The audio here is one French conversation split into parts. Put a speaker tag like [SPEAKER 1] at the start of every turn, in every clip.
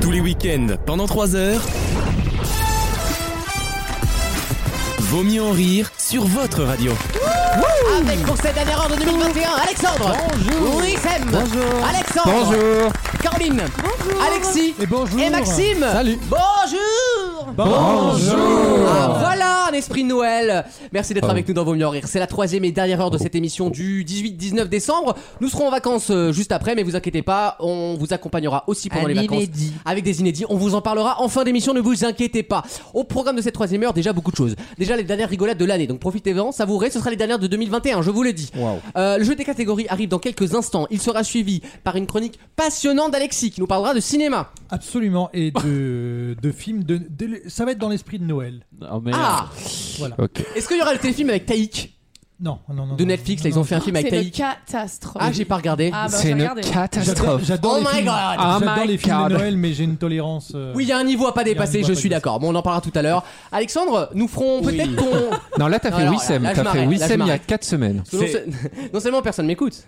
[SPEAKER 1] Tous les week-ends, pendant 3 heures. Vaut mieux en rire sur votre radio.
[SPEAKER 2] Avec pour cette dernière heure de 2021, Alexandre. Bonjour. Oui, Sam. Bonjour. Alexandre.
[SPEAKER 3] Bonjour.
[SPEAKER 2] Caroline. Bonjour. Alexis.
[SPEAKER 3] Et bonjour.
[SPEAKER 2] Et Maxime.
[SPEAKER 3] Salut.
[SPEAKER 2] Bonjour.
[SPEAKER 3] Bonjour.
[SPEAKER 2] Ah, voilà un esprit de Noël. Merci
[SPEAKER 4] Ah
[SPEAKER 2] d'être avec nous dans Vos Mieux en Rire. C'est la troisième et dernière heure de
[SPEAKER 4] Oh.
[SPEAKER 2] cette émission du 18-19 décembre. Nous serons en vacances euh, juste après, mais vous inquiétez pas, on vous accompagnera aussi pendant
[SPEAKER 4] Un
[SPEAKER 2] les vacances
[SPEAKER 4] inédit.
[SPEAKER 2] avec des inédits. On vous en parlera en fin d'émission, ne vous inquiétez pas. Au programme de cette troisième heure, déjà beaucoup de choses. Déjà les dernières rigolades de l'année, donc profitez-en, savourez. Ce sera les dernières de 2021, je vous le dis. Euh, le jeu des catégories arrive dans quelques instants. Il sera suivi par une chronique passionnante d'Alexis qui nous parlera de cinéma.
[SPEAKER 3] Absolument. Et de, de films. De, de- ça va être dans l'esprit de Noël.
[SPEAKER 4] Oh,
[SPEAKER 2] Ah
[SPEAKER 3] Voilà.
[SPEAKER 2] Est-ce qu'il y aura le téléfilm avec Taïk
[SPEAKER 3] Non, non, non. non,
[SPEAKER 2] de
[SPEAKER 3] non,
[SPEAKER 2] Netflix
[SPEAKER 3] non,
[SPEAKER 2] là, Ils ont
[SPEAKER 3] non.
[SPEAKER 2] fait un film avec
[SPEAKER 5] Ah, C'est une
[SPEAKER 2] Taïk.
[SPEAKER 5] catastrophe.
[SPEAKER 2] Ah, j'ai pas regardé.
[SPEAKER 5] Ah, bah,
[SPEAKER 6] C'est
[SPEAKER 5] j'ai
[SPEAKER 6] une
[SPEAKER 5] regardé.
[SPEAKER 3] J'adore
[SPEAKER 6] catastrophe.
[SPEAKER 3] j'adore
[SPEAKER 2] Oh
[SPEAKER 3] les
[SPEAKER 2] my
[SPEAKER 3] films,
[SPEAKER 2] God.
[SPEAKER 3] J'adore
[SPEAKER 6] Oh my
[SPEAKER 3] les films
[SPEAKER 6] God.
[SPEAKER 3] de Noël, mais j'ai une tolérance. euh,
[SPEAKER 2] Oui, il y a un niveau à pas
[SPEAKER 3] y a un
[SPEAKER 2] dépasser,
[SPEAKER 3] niveau à
[SPEAKER 2] je
[SPEAKER 3] pas
[SPEAKER 2] suis
[SPEAKER 3] dépasser.
[SPEAKER 2] d'accord. Bon, on en parlera tout à l'heure. Alexandre, nous ferons peut-être qu'on.
[SPEAKER 6] Non, là, t'as
[SPEAKER 2] Non,
[SPEAKER 6] fait
[SPEAKER 2] alors,
[SPEAKER 6] Wissem.
[SPEAKER 2] là, je
[SPEAKER 6] T'as
[SPEAKER 2] m'arrête, là,
[SPEAKER 6] fait
[SPEAKER 2] je
[SPEAKER 6] Wissem il y a
[SPEAKER 2] m'arrête.
[SPEAKER 6] 4 semaines.
[SPEAKER 2] Non, se- non seulement personne m'écoute,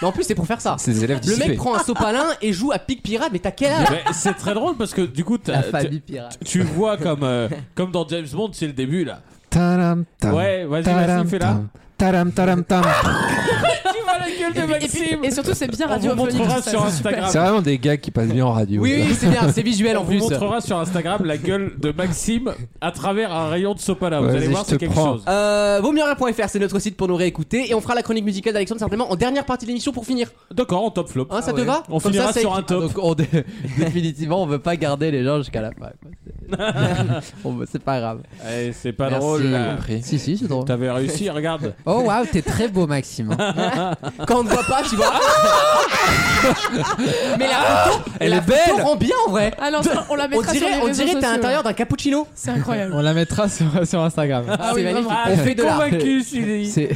[SPEAKER 2] mais en plus c'est pour faire ça.
[SPEAKER 6] C'est des élèves
[SPEAKER 2] Le
[SPEAKER 6] dissipés.
[SPEAKER 2] mec prend un sopalin et joue à Pic Pirate, mais t'as quel âge
[SPEAKER 7] Mais c'est très drôle parce que du coup, t'as-
[SPEAKER 2] La
[SPEAKER 7] tu,
[SPEAKER 2] famille pirate.
[SPEAKER 7] tu vois comme, euh, comme dans James Bond, c'est le début là.
[SPEAKER 6] Taram, tam,
[SPEAKER 7] Ouais, vas-y,
[SPEAKER 6] taram,
[SPEAKER 7] vas-y, fais là.
[SPEAKER 6] tam, Taram, taram, tam.
[SPEAKER 7] Tu vois la gueule de
[SPEAKER 5] Et, puis-
[SPEAKER 7] Maxime
[SPEAKER 5] et surtout, c'est bien
[SPEAKER 7] On vous
[SPEAKER 5] radiophonique.
[SPEAKER 7] montrera
[SPEAKER 5] ça,
[SPEAKER 7] sur
[SPEAKER 5] c'est super.
[SPEAKER 6] C'est
[SPEAKER 7] Instagram.
[SPEAKER 6] vraiment des gars qui passent bien en radio.
[SPEAKER 2] Oui, oui, c'est bien, c'est visuel
[SPEAKER 7] On
[SPEAKER 2] en
[SPEAKER 7] vous
[SPEAKER 2] plus.
[SPEAKER 7] montrera sur Instagram la gueule de Maxime à travers un rayon de sopalin. Vous
[SPEAKER 6] Vas-y,
[SPEAKER 7] allez voir,
[SPEAKER 6] je
[SPEAKER 7] c'est
[SPEAKER 6] te
[SPEAKER 7] quelque
[SPEAKER 6] prends.
[SPEAKER 7] chose.
[SPEAKER 2] Euh, vautmieuxrire.fr, c'est notre site pour nous réécouter et on fera la chronique musicale d'Alexandre simplement en dernière partie de l'émission pour finir.
[SPEAKER 7] D'accord, on top flop. Ah
[SPEAKER 2] Hein,
[SPEAKER 1] Ah
[SPEAKER 2] ça te va
[SPEAKER 7] On
[SPEAKER 2] Comme
[SPEAKER 7] finira
[SPEAKER 2] ça, c'est
[SPEAKER 7] sur
[SPEAKER 2] écrit. Ah,
[SPEAKER 7] un top.
[SPEAKER 8] Donc on dé- définitivement on veut pas garder les gens jusqu'à la fin. quoi. C'est- on veut- bah, C'est pas grave.
[SPEAKER 7] Eh, c'est pas
[SPEAKER 6] Merci.
[SPEAKER 7] drôle là.
[SPEAKER 8] Si si c'est drôle.
[SPEAKER 7] T'avais réussi, regarde.
[SPEAKER 8] Oh waouh t'es très beau Maxime. hein.
[SPEAKER 2] Quand on ne voit pas, tu vois. Ah, mais la photo,
[SPEAKER 6] Elle
[SPEAKER 2] la
[SPEAKER 6] est belle.
[SPEAKER 2] photo rend bien en vrai.
[SPEAKER 5] Ah non, ça, on la
[SPEAKER 2] On
[SPEAKER 5] mettra sur
[SPEAKER 2] dirait,
[SPEAKER 5] les
[SPEAKER 2] on
[SPEAKER 5] réseaux
[SPEAKER 2] dirait que t'es à
[SPEAKER 5] sociaux. hein.
[SPEAKER 2] l'intérieur d'un cappuccino.
[SPEAKER 5] C'est incroyable.
[SPEAKER 8] On la mettra sur, sur Instagram.
[SPEAKER 2] C'est
[SPEAKER 5] oui,
[SPEAKER 2] magnifique.
[SPEAKER 5] vraiment.
[SPEAKER 7] Ah,
[SPEAKER 2] on fait de l'art.
[SPEAKER 7] convaincu, Sylvie.
[SPEAKER 8] C'est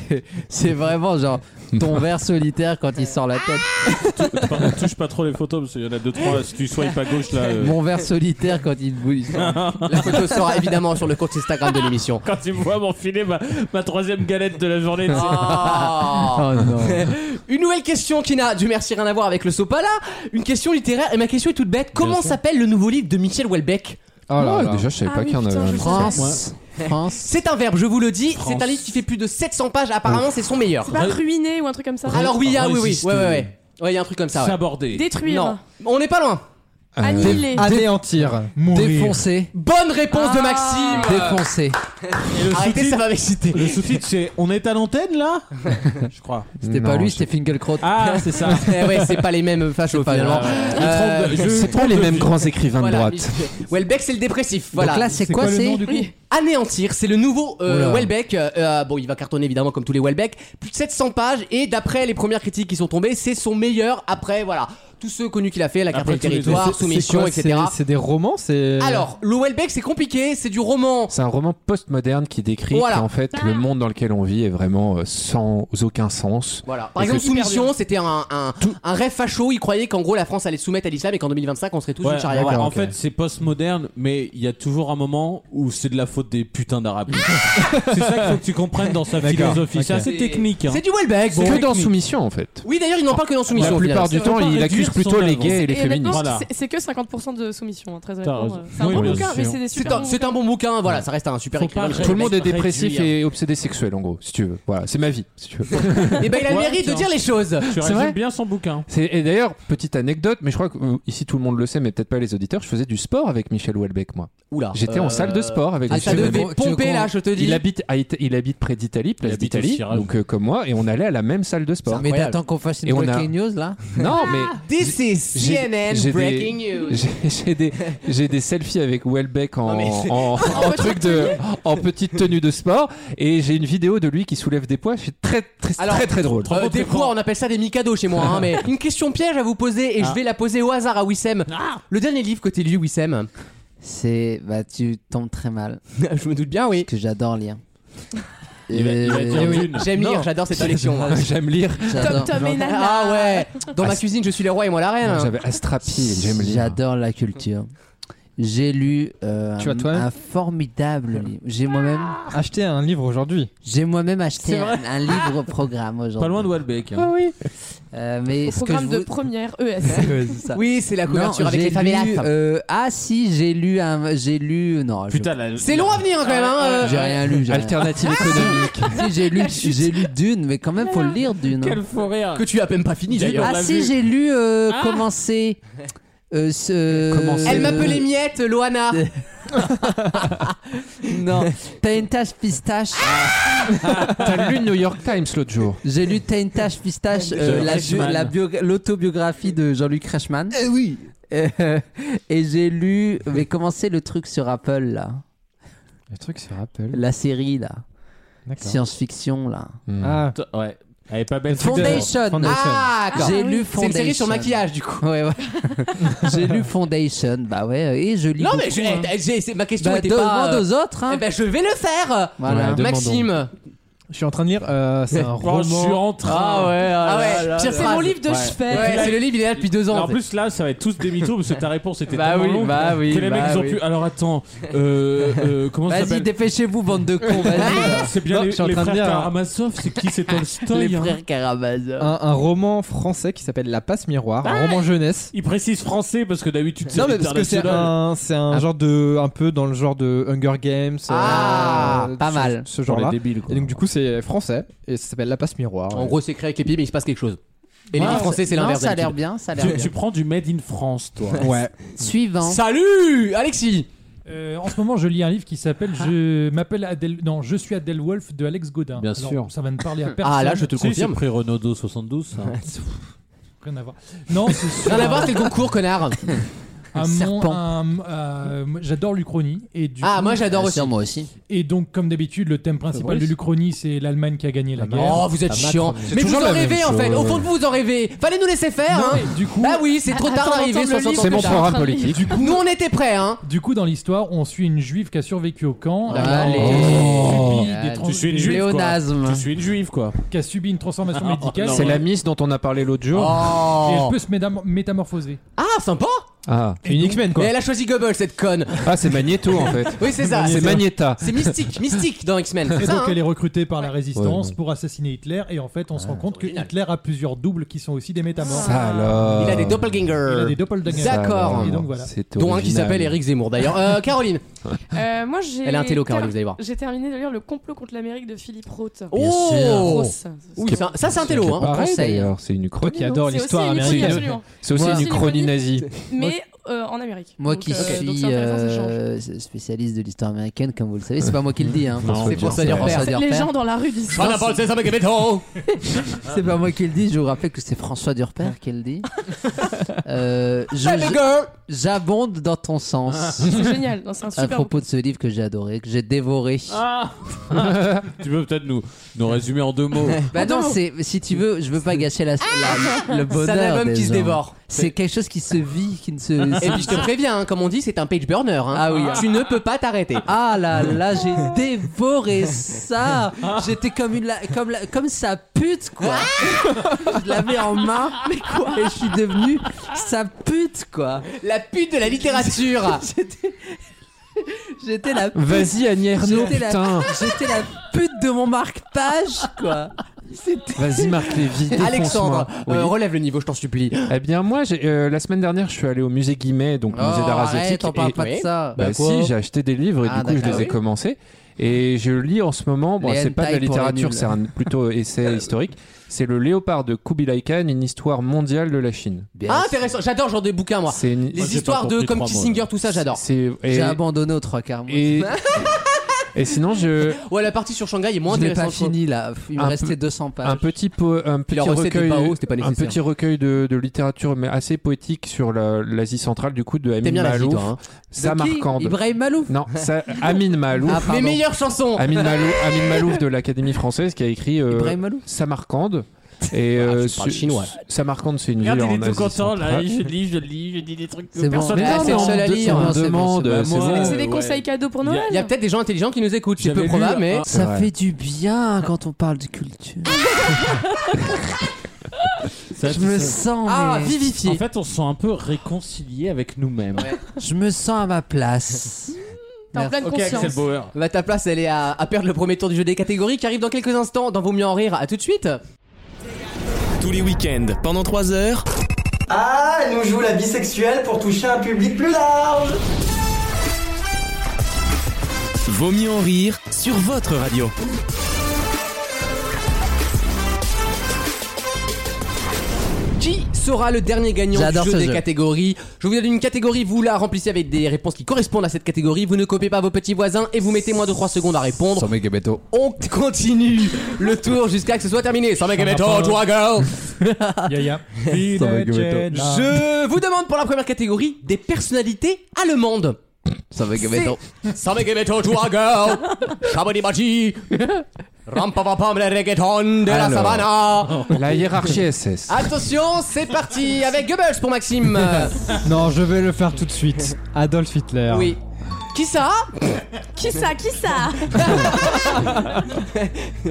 [SPEAKER 8] c'est vraiment genre ton verre solitaire quand il sort la tête.
[SPEAKER 7] Par contre, touche pas trop les photos parce qu'il y en a deux trois. Si tu swipes à gauche là, euh,
[SPEAKER 8] Mon verre solitaire quand il bouille.
[SPEAKER 2] La photo sera évidemment sur le compte Instagram de l'émission.
[SPEAKER 7] quand tu me vois m'enfiler ma, ma troisième galette de la journée, tu sais.
[SPEAKER 8] Oh non.
[SPEAKER 2] Ah. Une nouvelle question qui n'a, Dieu merci, rien à voir avec le sopalin. Une question littéraire. Et ma question est toute bête. Comment s'appelle le nouveau livre de Michel Houellebecq
[SPEAKER 8] Oh là
[SPEAKER 6] Ouais,
[SPEAKER 8] là.
[SPEAKER 6] déjà, je savais
[SPEAKER 5] Ah
[SPEAKER 6] pas
[SPEAKER 5] oui,
[SPEAKER 6] qu'il y en avait
[SPEAKER 5] putain,
[SPEAKER 6] un.
[SPEAKER 5] je
[SPEAKER 8] France. France.
[SPEAKER 2] C'est un verbe, je vous le dis.
[SPEAKER 7] France.
[SPEAKER 2] C'est un livre qui fait plus de 700 pages. Apparemment, c'est son meilleur.
[SPEAKER 5] C'est pas ruiné ou un truc comme ça
[SPEAKER 2] Alors oui, ah, oui, oui,
[SPEAKER 7] Résister.
[SPEAKER 2] ouais, ouais, ouais. Ouais, il y a un truc comme ça. ouais.
[SPEAKER 7] S'aborder.
[SPEAKER 5] Détruire.
[SPEAKER 2] Non, on n'est pas loin.
[SPEAKER 6] Euh,
[SPEAKER 5] Annihiler.
[SPEAKER 8] Anéantir.
[SPEAKER 3] Mourir.
[SPEAKER 8] Défoncer.
[SPEAKER 2] Bonne réponse de Maxime.
[SPEAKER 8] Défoncer.
[SPEAKER 7] Et
[SPEAKER 2] Arrêtez,
[SPEAKER 7] le
[SPEAKER 2] ça
[SPEAKER 7] sous-titre,
[SPEAKER 2] va m'exciter.
[SPEAKER 7] le sous-titre, c'est On est à l'antenne là Je crois.
[SPEAKER 8] C'était
[SPEAKER 6] non,
[SPEAKER 8] pas lui
[SPEAKER 6] je-
[SPEAKER 8] c'était Finkelkraut.
[SPEAKER 7] Ah, c'est ça.
[SPEAKER 2] Eh ouais, c'est pas les mêmes fachos finalement. Euh,
[SPEAKER 7] Je-
[SPEAKER 6] C'est pas les mêmes grands écrivains de
[SPEAKER 2] voilà.
[SPEAKER 6] droite.
[SPEAKER 2] Houellebecq, c'est le dépressif. Voilà.
[SPEAKER 8] Donc là c'est
[SPEAKER 3] C'est
[SPEAKER 8] quoi
[SPEAKER 3] quoi le
[SPEAKER 8] c'est
[SPEAKER 3] nom du coup
[SPEAKER 5] Oui.
[SPEAKER 2] Anéantir, c'est le nouveau euh,
[SPEAKER 8] Oula.
[SPEAKER 2] Welbeck. Euh, euh, bon, il va cartonner évidemment comme tous les Welbeck. Plus de 700 pages et d'après les premières critiques qui sont tombées, c'est son meilleur après, voilà, tous ceux connus qu'il a fait, La carte
[SPEAKER 7] Après
[SPEAKER 2] du
[SPEAKER 7] tous les
[SPEAKER 2] territoire, Soumission, etc.
[SPEAKER 8] C'est des romans c'est.
[SPEAKER 2] Alors, le Welbeck, c'est compliqué, c'est du roman.
[SPEAKER 6] C'est un roman postmoderne qui décrit
[SPEAKER 2] Voilà.
[SPEAKER 6] qu'en fait le monde dans lequel on vit est vraiment euh, sans aucun sens.
[SPEAKER 2] Voilà. Par
[SPEAKER 6] Et
[SPEAKER 2] exemple,
[SPEAKER 6] c'est
[SPEAKER 2] Soumission, c'était un, un,
[SPEAKER 6] Tout-
[SPEAKER 2] un rêve facho. Il croyait qu'en gros la France allait se soumettre à l'islam et qu'en 2025, on serait tous
[SPEAKER 7] Ouais,
[SPEAKER 2] une charia.
[SPEAKER 7] en
[SPEAKER 2] Voilà.
[SPEAKER 6] ok.
[SPEAKER 7] fait, c'est postmoderne, mais il y a toujours un moment où c'est de la faute des putains d'arabes. c'est ça qu'il faut que tu comprennes dans sa philosophie. C'est assez technique. hein.
[SPEAKER 2] C'est du Welbeck.
[SPEAKER 6] que
[SPEAKER 2] bon.
[SPEAKER 6] dans Soumission en fait.
[SPEAKER 2] Oui, d'ailleurs, il n'en parle que dans Soumission.
[SPEAKER 6] la
[SPEAKER 2] au
[SPEAKER 6] plupart
[SPEAKER 2] final.
[SPEAKER 6] du temps,
[SPEAKER 7] Autant
[SPEAKER 6] il
[SPEAKER 7] réduire
[SPEAKER 6] accuse
[SPEAKER 7] son
[SPEAKER 6] plutôt les
[SPEAKER 7] œuvre.
[SPEAKER 6] gays et les
[SPEAKER 5] Et honnêtement,
[SPEAKER 6] féministes.
[SPEAKER 7] Voilà.
[SPEAKER 5] c'est- c'est que 50% de soumission, hein, très
[SPEAKER 7] T'as
[SPEAKER 5] honnêtement.
[SPEAKER 7] raison.
[SPEAKER 5] euh, C'est un
[SPEAKER 7] Oui,
[SPEAKER 5] bon
[SPEAKER 6] bien
[SPEAKER 5] bouquin, mais
[SPEAKER 6] sûr.
[SPEAKER 5] c'est des super
[SPEAKER 2] C'est un,
[SPEAKER 5] bons
[SPEAKER 2] c'est un bon bouquin, voilà, ça reste un super
[SPEAKER 7] Faut
[SPEAKER 2] écrivain.
[SPEAKER 7] pas
[SPEAKER 6] Tout le monde est
[SPEAKER 7] Réduire.
[SPEAKER 6] dépressif et obsédé sexuel en gros, si tu veux. Voilà, c'est ma vie, si tu veux.
[SPEAKER 2] Et ben, il a le
[SPEAKER 7] Ouais,
[SPEAKER 2] mérite de
[SPEAKER 7] tiens.
[SPEAKER 2] dire les choses.
[SPEAKER 7] Tu
[SPEAKER 6] C'est
[SPEAKER 7] résumes
[SPEAKER 6] vrai
[SPEAKER 7] bien son bouquin.
[SPEAKER 6] C'est- Et d'ailleurs, petite anecdote, mais je crois que euh, ici tout le monde le sait, mais peut-être pas les auditeurs, je faisais du sport avec Michel Houellebecq, moi.
[SPEAKER 2] Oula.
[SPEAKER 6] J'étais en
[SPEAKER 2] Euh,
[SPEAKER 6] salle de sport avec
[SPEAKER 2] Ah,
[SPEAKER 6] Michel
[SPEAKER 2] ça
[SPEAKER 8] veux-
[SPEAKER 2] devait
[SPEAKER 8] tu veux
[SPEAKER 2] pomper
[SPEAKER 8] qu'on-
[SPEAKER 2] là, je te dis.
[SPEAKER 6] Il habite, à Ita- il habite près d'Italie, place
[SPEAKER 7] habite
[SPEAKER 6] d'Italie,
[SPEAKER 7] au Sierra.
[SPEAKER 6] donc euh, comme moi, et on allait à la même salle de sport.
[SPEAKER 8] Mais
[SPEAKER 2] incroyable.
[SPEAKER 8] t'attends qu'on fasse
[SPEAKER 6] Et
[SPEAKER 8] une
[SPEAKER 6] on a-
[SPEAKER 8] breaking news là
[SPEAKER 6] Non, mais
[SPEAKER 2] This is
[SPEAKER 6] j'ai-
[SPEAKER 2] CNN
[SPEAKER 6] j'ai des-
[SPEAKER 2] breaking news.
[SPEAKER 6] j'ai j'ai des, j'ai des selfies avec Welbeck en,
[SPEAKER 2] Non, mais c'est-
[SPEAKER 6] en, en truc de, en petite tenue de sport, et j'ai une vidéo de lui qui soulève des poids. C'est très très
[SPEAKER 2] Alors,
[SPEAKER 6] très très drôle.
[SPEAKER 2] Euh, des poids, on appelle ça des micados chez moi, hein, mais une question piège à vous poser
[SPEAKER 6] Ah.
[SPEAKER 2] et je vais la poser au hasard à Wissem. Le dernier livre que t'as lu, Wissem
[SPEAKER 8] C'est bah tu tombes très mal
[SPEAKER 2] Je me doute bien, oui.
[SPEAKER 8] parce que j'adore lire.
[SPEAKER 7] Il va- il va dire
[SPEAKER 8] Euh,
[SPEAKER 7] Dune.
[SPEAKER 2] J'aime lire, j'adore cette hein. collection. moi.
[SPEAKER 6] J'aime lire.
[SPEAKER 5] Tom
[SPEAKER 8] J'adore.
[SPEAKER 5] Tom et Nana.
[SPEAKER 2] Ah ouais Dans
[SPEAKER 6] Ah,
[SPEAKER 2] ma
[SPEAKER 6] c'est-
[SPEAKER 2] cuisine, je suis le roi et moi la reine.
[SPEAKER 6] J'avais Astrapi. J'aime lire.
[SPEAKER 8] J'adore la culture. J'ai lu euh,
[SPEAKER 6] Tu
[SPEAKER 8] un,
[SPEAKER 6] as toi-même
[SPEAKER 8] un formidable livre. J'ai moi-même,
[SPEAKER 4] Acheter un livre aujourd'hui.
[SPEAKER 8] j'ai moi-même acheté un, un livre au programme aujourd'hui.
[SPEAKER 7] Pas loin de hein. Walbeck.
[SPEAKER 6] Ah oui.
[SPEAKER 8] Euh, mais
[SPEAKER 5] Au
[SPEAKER 8] ce que
[SPEAKER 5] programme
[SPEAKER 8] je
[SPEAKER 5] de
[SPEAKER 8] vous-
[SPEAKER 5] première E ES.
[SPEAKER 2] Oui, c'est la couverture
[SPEAKER 8] Non,
[SPEAKER 2] avec
[SPEAKER 8] j'ai
[SPEAKER 2] les femmes et la
[SPEAKER 8] lu,
[SPEAKER 2] femme.
[SPEAKER 8] euh, Ah si, j'ai lu un, j'ai lu non. je-
[SPEAKER 7] Putain, la...
[SPEAKER 2] C'est long à venir hein, quand même. hein, euh.
[SPEAKER 8] J'ai rien lu. j'ai rien-
[SPEAKER 6] Alternative économique.
[SPEAKER 8] Si, j'ai lu, j'ai lu Dune, mais quand même faut le lire Dune. hein.
[SPEAKER 7] Quel faux rire.
[SPEAKER 2] Que tu as même pas fini d'ailleurs.
[SPEAKER 8] Ah si, j'ai lu euh, commencer. euh, ce...
[SPEAKER 6] Commencer.
[SPEAKER 2] Elle m'appelait Miette, Loana.
[SPEAKER 8] Non, t'as une tache pistache.
[SPEAKER 6] T'as lu le New York Times l'autre jour.
[SPEAKER 8] J'ai lu T'as une tache pistache, euh,
[SPEAKER 7] De
[SPEAKER 8] la bio-
[SPEAKER 7] Reichmann.
[SPEAKER 8] la bio- l'autobiographie de Jean-Luc Reichmann. Eh oui. et j'ai lu, mais comment c'est le truc sur Apple là,
[SPEAKER 6] Le truc c'est Apple.
[SPEAKER 8] la série là,
[SPEAKER 6] D'accord.
[SPEAKER 8] science-fiction là.
[SPEAKER 4] Ah,
[SPEAKER 7] Ouais. Elle est pas belle.
[SPEAKER 8] Foundation.
[SPEAKER 4] Foundation.
[SPEAKER 2] Ah, d'accord.
[SPEAKER 8] J'ai
[SPEAKER 5] Ah,
[SPEAKER 8] lu
[SPEAKER 5] oui.
[SPEAKER 2] C'est
[SPEAKER 8] Foundation.
[SPEAKER 2] une série sur le maquillage du coup.
[SPEAKER 8] Ouais, ouais. j'ai lu Foundation, bah ouais, et je lis.
[SPEAKER 2] Non mais
[SPEAKER 8] beaucoup,
[SPEAKER 2] je-
[SPEAKER 8] hein.
[SPEAKER 2] eh, j'ai- c'est- ma question
[SPEAKER 8] Bah,
[SPEAKER 2] était
[SPEAKER 8] demande
[SPEAKER 2] pas. euh,
[SPEAKER 8] aux autres. Hein.
[SPEAKER 2] eh ben, je vais le faire.
[SPEAKER 8] voilà.
[SPEAKER 6] Ouais,
[SPEAKER 2] Maxime.
[SPEAKER 4] je suis en train de lire. euh, c'est un
[SPEAKER 7] Oh, je suis
[SPEAKER 4] roman.
[SPEAKER 7] en train.
[SPEAKER 2] ouais. Ah ouais. Pire
[SPEAKER 5] C'est
[SPEAKER 2] phrase.
[SPEAKER 5] mon
[SPEAKER 8] Bah
[SPEAKER 5] livre de
[SPEAKER 7] Ouais.
[SPEAKER 5] chevet.
[SPEAKER 2] Ouais, c'est le livre il est là depuis deux ans.
[SPEAKER 7] en plus, là, ça va être tous des mythos parce que ta réponse était
[SPEAKER 8] Bah
[SPEAKER 7] tellement
[SPEAKER 8] oui,
[SPEAKER 7] longue
[SPEAKER 8] bah oui,
[SPEAKER 7] que les
[SPEAKER 8] bah
[SPEAKER 7] mecs ils ont
[SPEAKER 8] oui. Bah
[SPEAKER 7] pu. Alors attends, euh, euh, comment ça
[SPEAKER 8] Vas-y,
[SPEAKER 7] s'appelle
[SPEAKER 8] dépêchez-vous, bande de cons. Vas-y.
[SPEAKER 7] C'est bien
[SPEAKER 4] Non,
[SPEAKER 7] les,
[SPEAKER 4] je suis en
[SPEAKER 7] les
[SPEAKER 4] train de
[SPEAKER 7] frères
[SPEAKER 4] dire, hein.
[SPEAKER 7] Karamazov, c'est qui C'est Tolstoy.
[SPEAKER 8] Les
[SPEAKER 7] hein.
[SPEAKER 8] frères Karamazov.
[SPEAKER 4] Un, un roman français qui s'appelle La Passe Miroir, un roman jeunesse.
[SPEAKER 7] Il précise français parce que d'habitude c'est
[SPEAKER 4] Non mais parce que c'est
[SPEAKER 7] international.
[SPEAKER 4] un, c'est un genre de, un peu dans le genre de Hunger Games. euh,
[SPEAKER 2] Ah,
[SPEAKER 8] pas
[SPEAKER 4] ce-
[SPEAKER 8] mal.
[SPEAKER 4] Ce
[SPEAKER 7] Genre
[SPEAKER 4] genre-là.
[SPEAKER 7] les débiles, quoi.
[SPEAKER 4] Et donc du coup c'est français et ça s'appelle La Passe Miroir.
[SPEAKER 2] En gros, c'est créé avec les pieds, mais il se passe quelque chose. Et les
[SPEAKER 7] Ouais,
[SPEAKER 2] livres français, c'est
[SPEAKER 8] Non,
[SPEAKER 2] l'inverse.
[SPEAKER 8] Ça a l'air
[SPEAKER 2] d'habitude.
[SPEAKER 8] bien, ça a l'air
[SPEAKER 7] tu,
[SPEAKER 8] bien.
[SPEAKER 7] tu prends du made in France, toi.
[SPEAKER 4] ouais.
[SPEAKER 8] Suivant.
[SPEAKER 2] Salut, Alexis.
[SPEAKER 3] Euh, en ce moment, je lis un livre qui s'appelle
[SPEAKER 2] Ah.
[SPEAKER 3] Je m'appelle Adèle. Non, je suis Adèle Wolf de Alex Godin.
[SPEAKER 7] Bien
[SPEAKER 3] Alors,
[SPEAKER 7] sûr.
[SPEAKER 3] Ça va ne parler à personne.
[SPEAKER 2] Ah là, je te le
[SPEAKER 7] Si, c'est
[SPEAKER 2] confirme.
[SPEAKER 7] prix Renaudot 72. ça.
[SPEAKER 3] Rien à voir. Non, c'est sur
[SPEAKER 2] Rien à voir, c'est le concours, connard.
[SPEAKER 3] un
[SPEAKER 8] serpent.
[SPEAKER 3] mon- un- euh, moi, J'adore l'Uchronie. Et du
[SPEAKER 2] Ah,
[SPEAKER 3] coup-
[SPEAKER 2] moi j'adore
[SPEAKER 8] Bien
[SPEAKER 2] aussi.
[SPEAKER 8] sûr, euh, moi aussi.
[SPEAKER 3] Et donc, comme d'habitude, le thème principal de l'Uchronie, c'est l'Allemagne qui a gagné la guerre.
[SPEAKER 2] Oh, vous êtes chiant. Mais vous
[SPEAKER 4] toujours
[SPEAKER 2] en
[SPEAKER 4] la même
[SPEAKER 2] rêvez en
[SPEAKER 4] chose.
[SPEAKER 2] fait. Au fond de vous, vous en rêvez. Fallait nous laisser faire.
[SPEAKER 3] Non,
[SPEAKER 2] hein.
[SPEAKER 3] mais du coup,
[SPEAKER 2] Ah oui, c'est trop tard
[SPEAKER 5] Attends
[SPEAKER 2] d'arriver
[SPEAKER 5] d'entendre le
[SPEAKER 2] 60 ans
[SPEAKER 5] livre
[SPEAKER 6] C'est
[SPEAKER 2] plus
[SPEAKER 6] mon
[SPEAKER 2] tard.
[SPEAKER 6] programme politique.
[SPEAKER 3] du coup,
[SPEAKER 2] Nous, on était prêts, hein.
[SPEAKER 3] du coup, dans l'histoire, on suit une juive qui a survécu au camp.
[SPEAKER 8] Allez.
[SPEAKER 3] Alors, qui a subi des
[SPEAKER 8] Tu
[SPEAKER 3] trans-
[SPEAKER 7] suis une
[SPEAKER 3] des-
[SPEAKER 7] juive,
[SPEAKER 8] Léonasme.
[SPEAKER 7] Je suis une juive, quoi.
[SPEAKER 3] qui a subi une transformation
[SPEAKER 7] Ah,
[SPEAKER 3] médicale.
[SPEAKER 7] non,
[SPEAKER 6] C'est
[SPEAKER 3] et-
[SPEAKER 6] la Miss dont on a parlé l'autre jour.
[SPEAKER 3] Et elle
[SPEAKER 2] Oh.
[SPEAKER 3] peut se médam- métamorphoser.
[SPEAKER 2] Ah, sympa.
[SPEAKER 6] Ah.
[SPEAKER 4] Une X-Men
[SPEAKER 2] Mais
[SPEAKER 4] quoi.
[SPEAKER 2] elle a choisi Gobble, cette conne.
[SPEAKER 6] Ah, c'est Magneto en fait.
[SPEAKER 2] Oui, c'est ça.
[SPEAKER 6] C'est
[SPEAKER 2] C'est
[SPEAKER 6] Magneta.
[SPEAKER 2] c'est mystique, mystique dans X-Men.
[SPEAKER 3] Et
[SPEAKER 2] C'est ça.
[SPEAKER 3] donc
[SPEAKER 2] hein.
[SPEAKER 3] elle est recrutée par la résistance
[SPEAKER 6] Ouais,
[SPEAKER 3] pour assassiner Hitler et en fait on se rend compte que Hitler a plusieurs doubles qui sont aussi des métamorphes.
[SPEAKER 6] Ça alors.
[SPEAKER 2] Il a des
[SPEAKER 3] Il a
[SPEAKER 2] doppelgangers.
[SPEAKER 3] des doppelgangers.
[SPEAKER 6] Ça,
[SPEAKER 2] D'accord.
[SPEAKER 6] alors.
[SPEAKER 3] Et donc, voilà.
[SPEAKER 6] C'est
[SPEAKER 2] Dont un qui
[SPEAKER 6] original.
[SPEAKER 2] s'appelle Eric Zemmour d'ailleurs. Euh, Caroline,
[SPEAKER 5] Euh, moi, j'ai.
[SPEAKER 2] elle a un télo,
[SPEAKER 5] ter-
[SPEAKER 2] Caroline, vous allez voir.
[SPEAKER 5] J'ai terminé de lire Le complot contre l'Amérique de Philippe Roth.
[SPEAKER 2] Oh
[SPEAKER 5] Roth.
[SPEAKER 2] Oui, ça, ça, c'est un télo. Hein.
[SPEAKER 6] Pareil
[SPEAKER 8] conseille.
[SPEAKER 6] d'ailleurs, c'est une
[SPEAKER 4] Toi
[SPEAKER 6] chronique.
[SPEAKER 4] qui adore
[SPEAKER 5] Ah, C'est aussi
[SPEAKER 4] l'histoire
[SPEAKER 5] une
[SPEAKER 4] américaine.
[SPEAKER 5] chronique, absolument.
[SPEAKER 6] C'est aussi
[SPEAKER 8] Moi-
[SPEAKER 6] une chronique nazie.
[SPEAKER 5] Mais euh, en Amérique.
[SPEAKER 8] Moi
[SPEAKER 5] Donc,
[SPEAKER 8] qui
[SPEAKER 5] euh, donc
[SPEAKER 8] suis
[SPEAKER 5] c'est intéressant, ça change.
[SPEAKER 8] euh, spécialiste de l'histoire américaine, comme vous le savez, c'est pas moi qui le dis. Hein.
[SPEAKER 7] Non,
[SPEAKER 8] c'est
[SPEAKER 7] bien
[SPEAKER 8] François
[SPEAKER 7] sûr.
[SPEAKER 8] Durper.
[SPEAKER 5] C'est Les gens dans la rue disent.
[SPEAKER 2] Je parle, c'est ça, mais que béton.
[SPEAKER 8] C'est pas moi qui le dis. Je vous rappelle que c'est François Durper qui le dit. Euh, je-
[SPEAKER 2] Hey, les gars.
[SPEAKER 8] J'abonde dans ton sens.
[SPEAKER 5] C'est génial. Non, C'est un Ah.
[SPEAKER 8] À
[SPEAKER 5] super.
[SPEAKER 8] propos de ce livre que j'ai adoré, que j'ai dévoré.
[SPEAKER 7] Tu peux peut-être nous, nous résumer en deux mots.
[SPEAKER 8] Bah non,
[SPEAKER 5] non.
[SPEAKER 8] c'est si tu veux, je veux pas gâcher la, la- le
[SPEAKER 2] C'est
[SPEAKER 8] bonheur.
[SPEAKER 2] un album
[SPEAKER 8] des
[SPEAKER 2] qui se
[SPEAKER 8] gens.
[SPEAKER 2] dévore.
[SPEAKER 8] C'est quelque chose qui se vit, qui ne se.
[SPEAKER 2] Et puis je te préviens, hein, comme on dit, c'est un page burner. hein.
[SPEAKER 8] Ah oui.
[SPEAKER 2] Tu ne peux pas t'arrêter.
[SPEAKER 8] Ah là là, j'ai dévoré ça. J'étais comme une la- comme la- comme sa pute quoi. je l'avais en main et je suis devenu sa pute quoi.
[SPEAKER 2] La pute de la littérature.
[SPEAKER 8] J'étais la
[SPEAKER 6] Vas-y Annie Ernaux,
[SPEAKER 8] J'étais la-
[SPEAKER 6] putain.
[SPEAKER 8] j'étais la pute de mon marque-page quoi.
[SPEAKER 6] Vas-y Marc Lévy, défonce-moi.
[SPEAKER 2] Alexandre,
[SPEAKER 6] Oui.
[SPEAKER 2] euh, relève le niveau, je t'en supplie.
[SPEAKER 6] Eh bien moi, j'ai- euh, la semaine dernière, je suis allé au musée Guimet, donc le musée d'art
[SPEAKER 8] Oh, arrête,
[SPEAKER 6] asiatique.
[SPEAKER 8] on parle
[SPEAKER 6] et-
[SPEAKER 8] pas de
[SPEAKER 2] oui.
[SPEAKER 8] ça.
[SPEAKER 6] Bah,
[SPEAKER 2] Bah, quoi
[SPEAKER 6] si, j'ai acheté des livres et
[SPEAKER 8] Ah,
[SPEAKER 6] du coup je
[SPEAKER 8] d'accord,
[SPEAKER 6] les ai
[SPEAKER 8] oui.
[SPEAKER 6] commencés. Et je lis en ce moment, bon,
[SPEAKER 8] Les
[SPEAKER 6] c'est pas de la
[SPEAKER 8] hentai pour les
[SPEAKER 6] littérature,
[SPEAKER 8] nuls.
[SPEAKER 6] c'est un plutôt essai historique. C'est le Léopard de Kubilai Khan, une histoire mondiale de la Chine.
[SPEAKER 2] Ah, intéressant, j'adore ce genre de bouquins moi.
[SPEAKER 6] C'est
[SPEAKER 2] Les
[SPEAKER 6] une...
[SPEAKER 7] Moi, j'ai pas
[SPEAKER 2] histoires de
[SPEAKER 7] compris
[SPEAKER 2] comme
[SPEAKER 7] trois mots,
[SPEAKER 2] Kissinger,
[SPEAKER 7] là.
[SPEAKER 2] tout ça, j'adore.
[SPEAKER 6] c'est- et-
[SPEAKER 8] J'ai abandonné aux trois quarts. moi.
[SPEAKER 6] et... et sinon, je...
[SPEAKER 2] Ouais, la partie sur Shanghai est moins
[SPEAKER 8] je l'ai pas
[SPEAKER 2] intéressante. je trouve.
[SPEAKER 8] fini là. Il me
[SPEAKER 6] Un peu-
[SPEAKER 8] restait 200 pages.
[SPEAKER 6] un petit, po- un petit
[SPEAKER 2] la recette
[SPEAKER 6] recueil,
[SPEAKER 2] des Pao, c'était pas
[SPEAKER 6] un
[SPEAKER 2] nécessaire.
[SPEAKER 6] petit recueil de, de littérature, mais assez poétique sur la- l'Asie centrale, du coup, de
[SPEAKER 2] T'aimes
[SPEAKER 6] Amin
[SPEAKER 2] bien l'Asie,
[SPEAKER 6] Malouf.
[SPEAKER 2] toi. hein.
[SPEAKER 8] De qui
[SPEAKER 6] Samarcande.
[SPEAKER 8] Ibrahim Malouf.
[SPEAKER 6] Non, ça, Amin Malouf.
[SPEAKER 8] Ah,
[SPEAKER 2] Mes
[SPEAKER 8] Pardon.
[SPEAKER 2] meilleures chansons.
[SPEAKER 6] Amin Malouf, Amin Malouf de l'Académie française qui a écrit euh,
[SPEAKER 8] Ibrahim Malouf.
[SPEAKER 6] Samarcande. Et euh,
[SPEAKER 2] Ah, tu parles
[SPEAKER 6] ce-
[SPEAKER 2] chinois.
[SPEAKER 6] ce- Samarcande, c'est une ville
[SPEAKER 7] Regarde, il
[SPEAKER 6] en
[SPEAKER 7] est tout
[SPEAKER 6] Asie
[SPEAKER 7] content là.
[SPEAKER 6] centrale.
[SPEAKER 7] Je lis, je lis, je dis des trucs que
[SPEAKER 8] C'est bon.
[SPEAKER 7] personne
[SPEAKER 8] Mais
[SPEAKER 2] Ah,
[SPEAKER 6] Non,
[SPEAKER 2] c'est
[SPEAKER 6] mais
[SPEAKER 2] le
[SPEAKER 6] on
[SPEAKER 2] seul à
[SPEAKER 6] de-
[SPEAKER 2] lire,
[SPEAKER 6] on
[SPEAKER 2] hein,
[SPEAKER 8] c'est
[SPEAKER 6] demande,
[SPEAKER 8] bon,
[SPEAKER 6] c'est
[SPEAKER 7] bon.
[SPEAKER 6] bon.
[SPEAKER 5] C'est
[SPEAKER 7] Ouais.
[SPEAKER 5] des conseils cadeaux pour
[SPEAKER 7] Il y a-
[SPEAKER 5] Noël.
[SPEAKER 2] Il y a peut-être des gens intelligents qui nous écoutent, c'est
[SPEAKER 7] J'avais
[SPEAKER 2] peu
[SPEAKER 7] lu
[SPEAKER 2] probable, mais.
[SPEAKER 7] un-
[SPEAKER 8] Ça
[SPEAKER 6] vrai.
[SPEAKER 8] fait du bien quand on parle de culture.
[SPEAKER 7] Ça-
[SPEAKER 8] Je me
[SPEAKER 7] ça-
[SPEAKER 8] sens.
[SPEAKER 2] Ah,
[SPEAKER 8] mais-
[SPEAKER 2] vivifié.
[SPEAKER 7] En fait, on se sent un peu réconcilié avec nous-mêmes.
[SPEAKER 8] Je me sens à ma place.
[SPEAKER 5] T'es en pleine conscience.
[SPEAKER 7] Bauer.
[SPEAKER 2] Bah, ta place, elle est à, à perdre le premier tour du jeu des catégories qui arrive dans quelques instants. Dans Vaut mieux en rire, à tout de suite.
[SPEAKER 1] Tous les week-ends, pendant 3 heures,
[SPEAKER 9] Ah, elle nous joue la bisexuelle pour toucher un public plus large.
[SPEAKER 1] Vaut mieux en rire sur votre radio.
[SPEAKER 2] Qui sera le dernier gagnant
[SPEAKER 8] J'adore
[SPEAKER 2] du jeu
[SPEAKER 8] ce
[SPEAKER 2] des
[SPEAKER 8] jeu.
[SPEAKER 2] catégories Je vous donne une catégorie, vous la remplissez avec des réponses qui correspondent à cette catégorie. Vous ne copiez pas vos petits voisins et vous mettez moins de 3 secondes à répondre.
[SPEAKER 4] méga béto.
[SPEAKER 2] On continue le tour jusqu'à que ce soit terminé. Sans mec, mettons, toi, girl.
[SPEAKER 3] Yaya. Be
[SPEAKER 4] va,
[SPEAKER 3] the
[SPEAKER 4] Gobeto.
[SPEAKER 3] Jenna.
[SPEAKER 2] Je vous demande pour la première catégorie des personnalités allemandes.
[SPEAKER 4] Ça va
[SPEAKER 2] C'est- Sans mec, mettons, toi, girl. Chabani Bachi. Rampapapam, le reggaeton de la
[SPEAKER 4] Alors.
[SPEAKER 2] savane.
[SPEAKER 4] La hiérarchie
[SPEAKER 2] Ah,
[SPEAKER 4] SS.
[SPEAKER 2] Attention, c'est parti avec Goebbels pour Maxime.
[SPEAKER 4] Non, je vais le faire tout de suite. Adolf Hitler.
[SPEAKER 2] Oui. Qui ça
[SPEAKER 5] Qui ça Qui ça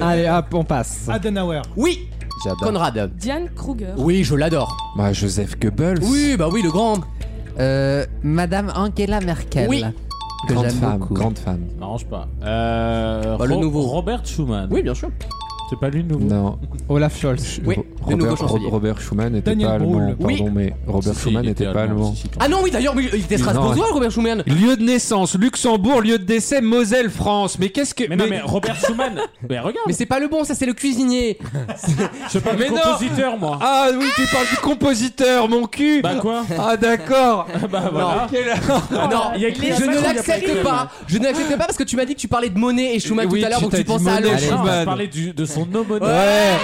[SPEAKER 4] Allez, hop, on passe.
[SPEAKER 3] Adenauer.
[SPEAKER 2] Oui,
[SPEAKER 4] J'adore.
[SPEAKER 2] Conrad.
[SPEAKER 5] Diane Kruger.
[SPEAKER 2] Oui, je l'adore.
[SPEAKER 6] Bah, Joseph Goebbels.
[SPEAKER 2] Oui, bah oui, le grand.
[SPEAKER 8] Euh, Madame Angela Merkel.
[SPEAKER 2] Oui.
[SPEAKER 8] Que
[SPEAKER 6] grande
[SPEAKER 8] j'aime
[SPEAKER 6] femme,
[SPEAKER 8] beaucoup.
[SPEAKER 6] grande femme.
[SPEAKER 7] M'arrange pas. Euh,
[SPEAKER 2] Bah, le nouveau.
[SPEAKER 7] Robert Schumann.
[SPEAKER 2] Oui, bien sûr.
[SPEAKER 7] C'est pas lui le nouveau.
[SPEAKER 6] Non.
[SPEAKER 4] Olaf Scholz.
[SPEAKER 2] Oui,
[SPEAKER 6] Ro-
[SPEAKER 2] le
[SPEAKER 6] Robert,
[SPEAKER 2] nouveau
[SPEAKER 6] Ro-
[SPEAKER 2] chancelier.
[SPEAKER 6] Robert Schuman n'était
[SPEAKER 3] Daniel
[SPEAKER 6] pas allemand.
[SPEAKER 3] Brühl.
[SPEAKER 6] Pardon,
[SPEAKER 2] Oui.
[SPEAKER 6] mais Robert
[SPEAKER 7] Si, si,
[SPEAKER 6] Schuman
[SPEAKER 7] il
[SPEAKER 6] n'était
[SPEAKER 7] était
[SPEAKER 6] pas allemand.
[SPEAKER 7] si, si,
[SPEAKER 2] Ah non, oui, d'ailleurs, oui, il était
[SPEAKER 6] Non,
[SPEAKER 2] strasbourgeois, Robert Schumann.
[SPEAKER 6] Lieu de naissance, Luxembourg, lieu de décès, Moselle, France. Mais qu'est-ce que.
[SPEAKER 7] Mais non, mais Robert Schumann. mais regarde,
[SPEAKER 2] Mais c'est pas le bon, ça, c'est le cuisinier.
[SPEAKER 7] Oh je parle
[SPEAKER 6] mais
[SPEAKER 7] du
[SPEAKER 6] non.
[SPEAKER 7] compositeur, moi.
[SPEAKER 6] Ah oui, tu parles du compositeur, mon cul
[SPEAKER 7] Bah quoi
[SPEAKER 6] Ah d'accord
[SPEAKER 7] Bah voilà.
[SPEAKER 5] Oh,
[SPEAKER 2] non,
[SPEAKER 7] Ah, il y a écrit
[SPEAKER 2] je
[SPEAKER 7] un
[SPEAKER 2] ne
[SPEAKER 7] truc, il y
[SPEAKER 2] l'accepte
[SPEAKER 7] a pas
[SPEAKER 2] pas. Je ne l'accepte pas parce que tu m'as dit que tu parlais de Monet et Schumann
[SPEAKER 6] Oui,
[SPEAKER 2] tout à l'heure,
[SPEAKER 6] tu
[SPEAKER 2] donc
[SPEAKER 6] t'as
[SPEAKER 2] tu
[SPEAKER 6] dit
[SPEAKER 2] pensais à
[SPEAKER 6] Monet,
[SPEAKER 2] Alain
[SPEAKER 6] Allez,
[SPEAKER 7] Non, on
[SPEAKER 2] Schumann.
[SPEAKER 7] va
[SPEAKER 6] Schumann.
[SPEAKER 7] parler du- de son homonyme.
[SPEAKER 6] Ouais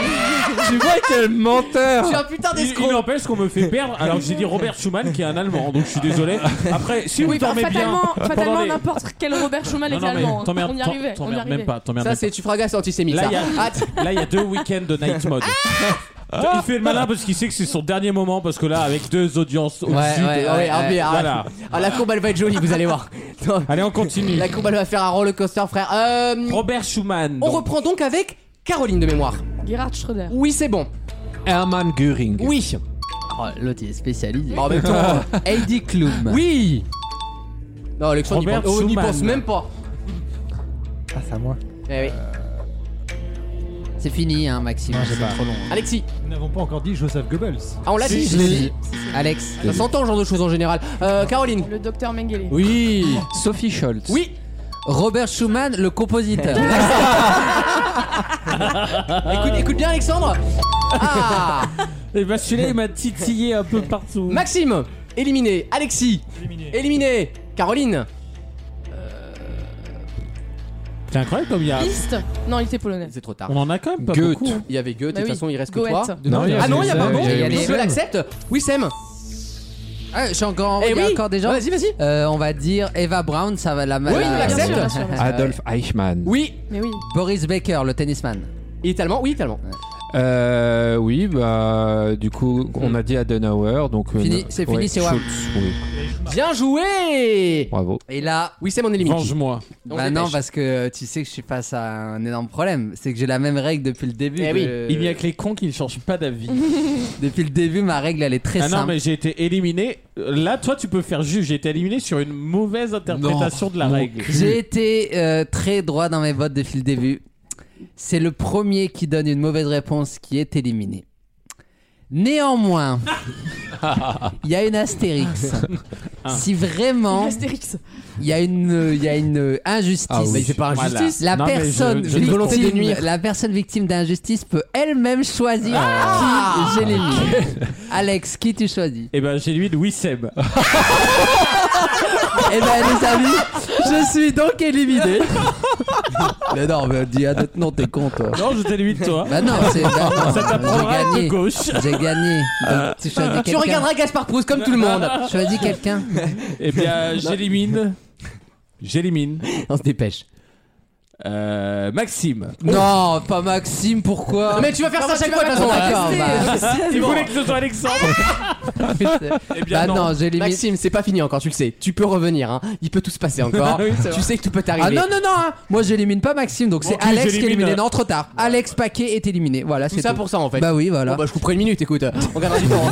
[SPEAKER 6] Tu vois quel menteur
[SPEAKER 2] Tu es un putain
[SPEAKER 7] Il,
[SPEAKER 2] d'escroc.
[SPEAKER 7] il empêche qu'on me fait perdre alors que j'ai dit Robert Schumann qui est un allemand donc je suis désolé. Après si
[SPEAKER 5] Oui, bah,
[SPEAKER 7] vous dormez bien.
[SPEAKER 5] fatalement,
[SPEAKER 7] pendant
[SPEAKER 5] fatalement
[SPEAKER 7] les-
[SPEAKER 5] n'importe quel Robert Schumann est
[SPEAKER 7] Non, non, mais
[SPEAKER 5] allemand.
[SPEAKER 7] t'emmerdes-
[SPEAKER 5] On y
[SPEAKER 7] t'en-
[SPEAKER 5] arrivait. On y
[SPEAKER 7] T'emmerdes
[SPEAKER 5] arrivait.
[SPEAKER 7] même pas. t'emmerdes
[SPEAKER 2] Ça,
[SPEAKER 7] même
[SPEAKER 2] c'est tu fragas antisémite.
[SPEAKER 7] Là,
[SPEAKER 2] ça.
[SPEAKER 7] il y a-
[SPEAKER 2] Ah, t-
[SPEAKER 7] pas. Là il y a deux week-ends de night mode. Il fait le malin parce qu'il sait que c'est son dernier moment parce que là avec deux audiences euh, au-dessus.
[SPEAKER 2] Ouais,
[SPEAKER 7] de-
[SPEAKER 2] ouais, ouais, ah, mais, ah,
[SPEAKER 7] voilà.
[SPEAKER 2] ah, la courbe, elle va être jolie, vous allez voir. Non,
[SPEAKER 7] Allez on continue.
[SPEAKER 2] la courbe, elle va faire un roller coaster, frère. Euh,
[SPEAKER 7] Robert Schumann.
[SPEAKER 2] on
[SPEAKER 7] donc.
[SPEAKER 2] reprend donc avec Caroline de mémoire.
[SPEAKER 5] Gerhard Schröder.
[SPEAKER 2] Oui, c'est bon.
[SPEAKER 6] Hermann Göring.
[SPEAKER 2] Oui.
[SPEAKER 8] Oh, L'autre il est spécialisé.
[SPEAKER 2] En même temps,
[SPEAKER 8] Heidi Klum.
[SPEAKER 2] oui. Non, Alexandre, n'y
[SPEAKER 7] Robert
[SPEAKER 2] pense, oh, n'y
[SPEAKER 7] Schumann.
[SPEAKER 2] pense même pas.
[SPEAKER 4] Passe à moi.
[SPEAKER 2] Eh oui.
[SPEAKER 8] C'est fini, hein, Maxime. C'est trop long.
[SPEAKER 2] Alexis,
[SPEAKER 3] Nous n'avons pas encore dit Joseph Goebbels.
[SPEAKER 2] ah, on l'a dit.
[SPEAKER 8] Je l'ai dit. Alex.
[SPEAKER 2] Ça s'entend, ce genre de choses en général. Euh, Caroline.
[SPEAKER 5] Le docteur Mengele.
[SPEAKER 2] Oui.
[SPEAKER 8] Sophie Scholz.
[SPEAKER 2] Oui.
[SPEAKER 8] Robert Schumann, le compositeur.
[SPEAKER 2] Écoute, écoute bien, Alexandre. Ah.
[SPEAKER 7] Et bah celui-là il m'a titillé un peu partout.
[SPEAKER 2] Maxime, éliminé. Alexis,
[SPEAKER 3] Éliminé.
[SPEAKER 2] éliminé. Caroline.
[SPEAKER 7] C'est incroyable comme il y a.
[SPEAKER 5] Liszt. Non, il était polonais.
[SPEAKER 2] C'est trop tard.
[SPEAKER 7] On en a quand même pas
[SPEAKER 6] Goethe.
[SPEAKER 7] beaucoup. Euh,
[SPEAKER 2] Il y avait Goethe, de
[SPEAKER 5] Bah
[SPEAKER 2] toute
[SPEAKER 5] oui,
[SPEAKER 2] façon, il reste que
[SPEAKER 5] Goethe.
[SPEAKER 2] toi.
[SPEAKER 6] Non, il y a
[SPEAKER 2] Ah non, il y a pas bon.
[SPEAKER 6] Wissem, il y a
[SPEAKER 2] Donc, Je
[SPEAKER 8] Wissem.
[SPEAKER 2] l'accepte. Oui, Sam.
[SPEAKER 8] Ah, je suis encore,
[SPEAKER 2] Eh
[SPEAKER 8] il y a
[SPEAKER 2] oui.
[SPEAKER 8] encore des gens.
[SPEAKER 2] Vas-y, vas-y.
[SPEAKER 8] Euh, on va dire Eva Brown, ça va la
[SPEAKER 2] Oui,
[SPEAKER 8] la-
[SPEAKER 2] on l'accepte.
[SPEAKER 5] Bien sûr, bien sûr.
[SPEAKER 6] Adolf Eichmann.
[SPEAKER 2] Oui.
[SPEAKER 5] Mais oui.
[SPEAKER 8] Boris Baker, le tennisman.
[SPEAKER 2] Il est allemand. Oui, il est allemand.
[SPEAKER 6] Euh, oui, bah du coup, on a dit Adenauer, donc euh,
[SPEAKER 8] Fini,
[SPEAKER 6] non.
[SPEAKER 8] c'est fini,
[SPEAKER 6] Ouais,
[SPEAKER 8] c'est Wam.
[SPEAKER 6] Schulz, oui.
[SPEAKER 2] Bien joué.
[SPEAKER 6] Bravo.
[SPEAKER 8] Et là,
[SPEAKER 2] Oui, Sam, on élimine. qui
[SPEAKER 7] Venge-moi.
[SPEAKER 2] On
[SPEAKER 8] bah
[SPEAKER 2] se
[SPEAKER 8] non,
[SPEAKER 2] dépêche.
[SPEAKER 8] parce que tu sais que je suis face à un énorme problème. C'est que j'ai la même règle depuis le début.
[SPEAKER 2] Eh
[SPEAKER 8] de-
[SPEAKER 2] oui.
[SPEAKER 7] Il n'y a que les cons qui ne changent pas d'avis.
[SPEAKER 8] Depuis le début, ma règle, elle est très
[SPEAKER 7] Ah non,
[SPEAKER 8] simple.
[SPEAKER 7] mais j'ai été éliminé. Euh, Là, toi, tu peux faire juge. J'ai été éliminé sur une mauvaise interprétation de la règle.
[SPEAKER 8] J'ai été euh, très droit dans mes votes depuis le début. C'est le premier qui donne une mauvaise réponse qui est éliminé. Néanmoins, il y a une astérix. Si vraiment
[SPEAKER 5] Astérix.
[SPEAKER 8] il y a une, euh, il y a une euh, injustice,
[SPEAKER 6] Ah oui. Mais
[SPEAKER 2] c'est pas
[SPEAKER 7] Voilà.
[SPEAKER 2] injustice.
[SPEAKER 8] la,
[SPEAKER 7] Non, mais je-
[SPEAKER 8] personne
[SPEAKER 7] je ne
[SPEAKER 8] victime,
[SPEAKER 2] volonté de nuire.
[SPEAKER 8] la personne victime d'injustice peut elle-même choisir qui j'élimine. Alex, qui tu choisis
[SPEAKER 7] Eh ben, j'ai lui de Wissem.
[SPEAKER 8] Eh ben les amis, je suis donc éliminé. mais non, mais dis à d'autres non, t'es con toi.
[SPEAKER 7] Non, je t'ai lui de toi.
[SPEAKER 8] Bah non, c'est bah non,
[SPEAKER 7] Ça t'apprendra à être
[SPEAKER 8] j'ai
[SPEAKER 7] de
[SPEAKER 8] gagné.
[SPEAKER 7] gauche.
[SPEAKER 8] J'ai gagné. Donc, tu choisis
[SPEAKER 2] Ah, Tu
[SPEAKER 8] quelqu'un.
[SPEAKER 2] regarderas Gaspard Proust comme tout le monde.
[SPEAKER 8] Choisis quelqu'un.
[SPEAKER 7] Eh bien, j'élimine. J'élimine.
[SPEAKER 2] On se dépêche.
[SPEAKER 7] euh, Maxime.
[SPEAKER 8] Non, pas Maxime, pourquoi
[SPEAKER 2] Mais tu vas faire ça chaque fois de toute façon.
[SPEAKER 8] D'accord, bah,
[SPEAKER 7] Tu voulais que ce soit Alexandre Eh
[SPEAKER 8] bah
[SPEAKER 7] bien non.
[SPEAKER 8] non, j'ai limite.
[SPEAKER 2] Maxime, c'est pas fini encore, tu le sais. Tu peux revenir, hein. il peut tout se passer encore. tu sais que tout peut
[SPEAKER 8] Ah
[SPEAKER 2] t'arriver.
[SPEAKER 8] non, non, non, hein. moi j'élimine pas Maxime, donc c'est
[SPEAKER 7] tu les
[SPEAKER 8] Alex qui est
[SPEAKER 7] élimines,
[SPEAKER 8] éliminé.
[SPEAKER 7] euh.
[SPEAKER 8] Non, trop tard. Alex Paquet est éliminé. Voilà,
[SPEAKER 2] tout
[SPEAKER 8] c'est
[SPEAKER 2] ça
[SPEAKER 8] tout.
[SPEAKER 2] pour ça en fait.
[SPEAKER 8] Bah oui, voilà.
[SPEAKER 2] Bon bah je couperai une minute, écoute. On gardera du temps.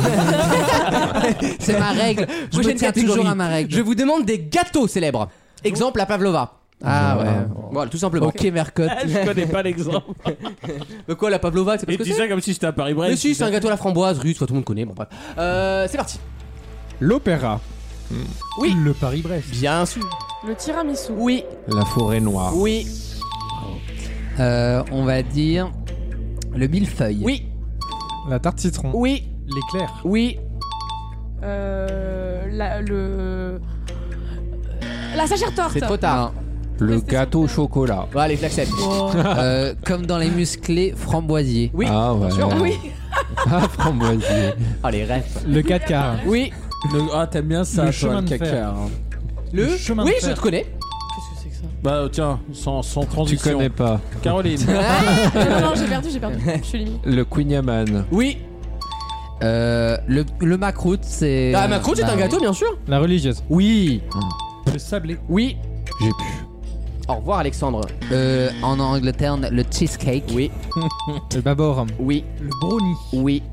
[SPEAKER 2] bah.
[SPEAKER 8] c'est ma règle. Je me
[SPEAKER 2] Prochaine
[SPEAKER 8] tiens
[SPEAKER 2] catégorie.
[SPEAKER 8] toujours à ma règle.
[SPEAKER 2] je vous demande des gâteaux célèbres. Exemple, la pavlova.
[SPEAKER 8] Ah ouais.
[SPEAKER 2] Voilà, tout simplement.
[SPEAKER 8] Ok, Mercotte.
[SPEAKER 7] Je connais pas l'exemple.
[SPEAKER 2] Mais quoi, la pavlova, c'est parce
[SPEAKER 7] Et
[SPEAKER 2] que
[SPEAKER 7] tu dis
[SPEAKER 2] c'est
[SPEAKER 7] ça comme si c'était à Paris-Brest.
[SPEAKER 2] Mais si, c'est un gâteau à la framboise russe, quoi, tout le monde connaît. Bon bref. Euh, c'est parti.
[SPEAKER 4] L'opéra.
[SPEAKER 2] Oui.
[SPEAKER 3] Le Paris-Brest.
[SPEAKER 2] Bien sûr.
[SPEAKER 5] Le tiramisu.
[SPEAKER 2] Oui,
[SPEAKER 4] La forêt noire.
[SPEAKER 2] oui,
[SPEAKER 8] Euh, on va dire le millefeuille.
[SPEAKER 2] oui,
[SPEAKER 4] La tarte citron.
[SPEAKER 7] Oh,
[SPEAKER 2] oui,
[SPEAKER 3] L'éclair.
[SPEAKER 2] oui.
[SPEAKER 5] Euh, la, le... euh, La sachère torte.
[SPEAKER 2] C'est trop tard.
[SPEAKER 6] Le gâteau au chocolat.
[SPEAKER 2] Voilà, les j'accepte.
[SPEAKER 5] Oh.
[SPEAKER 8] Euh, comme dans les musclés framboisiers.
[SPEAKER 2] Oui.
[SPEAKER 6] Ah ouais.
[SPEAKER 5] Oui.
[SPEAKER 6] Ah, framboisier.
[SPEAKER 2] Ah, les rêves.
[SPEAKER 4] Le 4 quarts.
[SPEAKER 2] Oui,
[SPEAKER 7] Le- Ah, t'aimes bien ça,
[SPEAKER 3] Le
[SPEAKER 7] toi,
[SPEAKER 3] chemin de
[SPEAKER 7] caca,
[SPEAKER 3] fer.
[SPEAKER 7] hein.
[SPEAKER 2] le.
[SPEAKER 3] Le chemin de
[SPEAKER 2] Euh, oui,
[SPEAKER 3] fer.
[SPEAKER 2] je te connais.
[SPEAKER 5] Qu'est-ce que c'est que ça
[SPEAKER 7] Bah, tiens, sans, sans
[SPEAKER 6] Tu
[SPEAKER 7] transition.
[SPEAKER 6] connais pas.
[SPEAKER 7] Caroline.
[SPEAKER 5] Non, non, non, j'ai perdu, j'ai perdu. Je suis limite.
[SPEAKER 6] Le Quinyaman.
[SPEAKER 2] Oui.
[SPEAKER 8] Euh, le, le macroute, c'est.
[SPEAKER 2] Ah, ma croûte, c'est
[SPEAKER 8] Bah,
[SPEAKER 2] un gâteau, bien sûr.
[SPEAKER 3] La religieuse.
[SPEAKER 2] Oui,
[SPEAKER 3] Le sablé.
[SPEAKER 2] oui.
[SPEAKER 6] J'ai pu.
[SPEAKER 2] Au revoir, Alexandre.
[SPEAKER 8] euh, en Angleterre, le cheesecake.
[SPEAKER 2] Oui,
[SPEAKER 4] Le baborum.
[SPEAKER 2] oui,
[SPEAKER 3] Le brownie.
[SPEAKER 2] oui.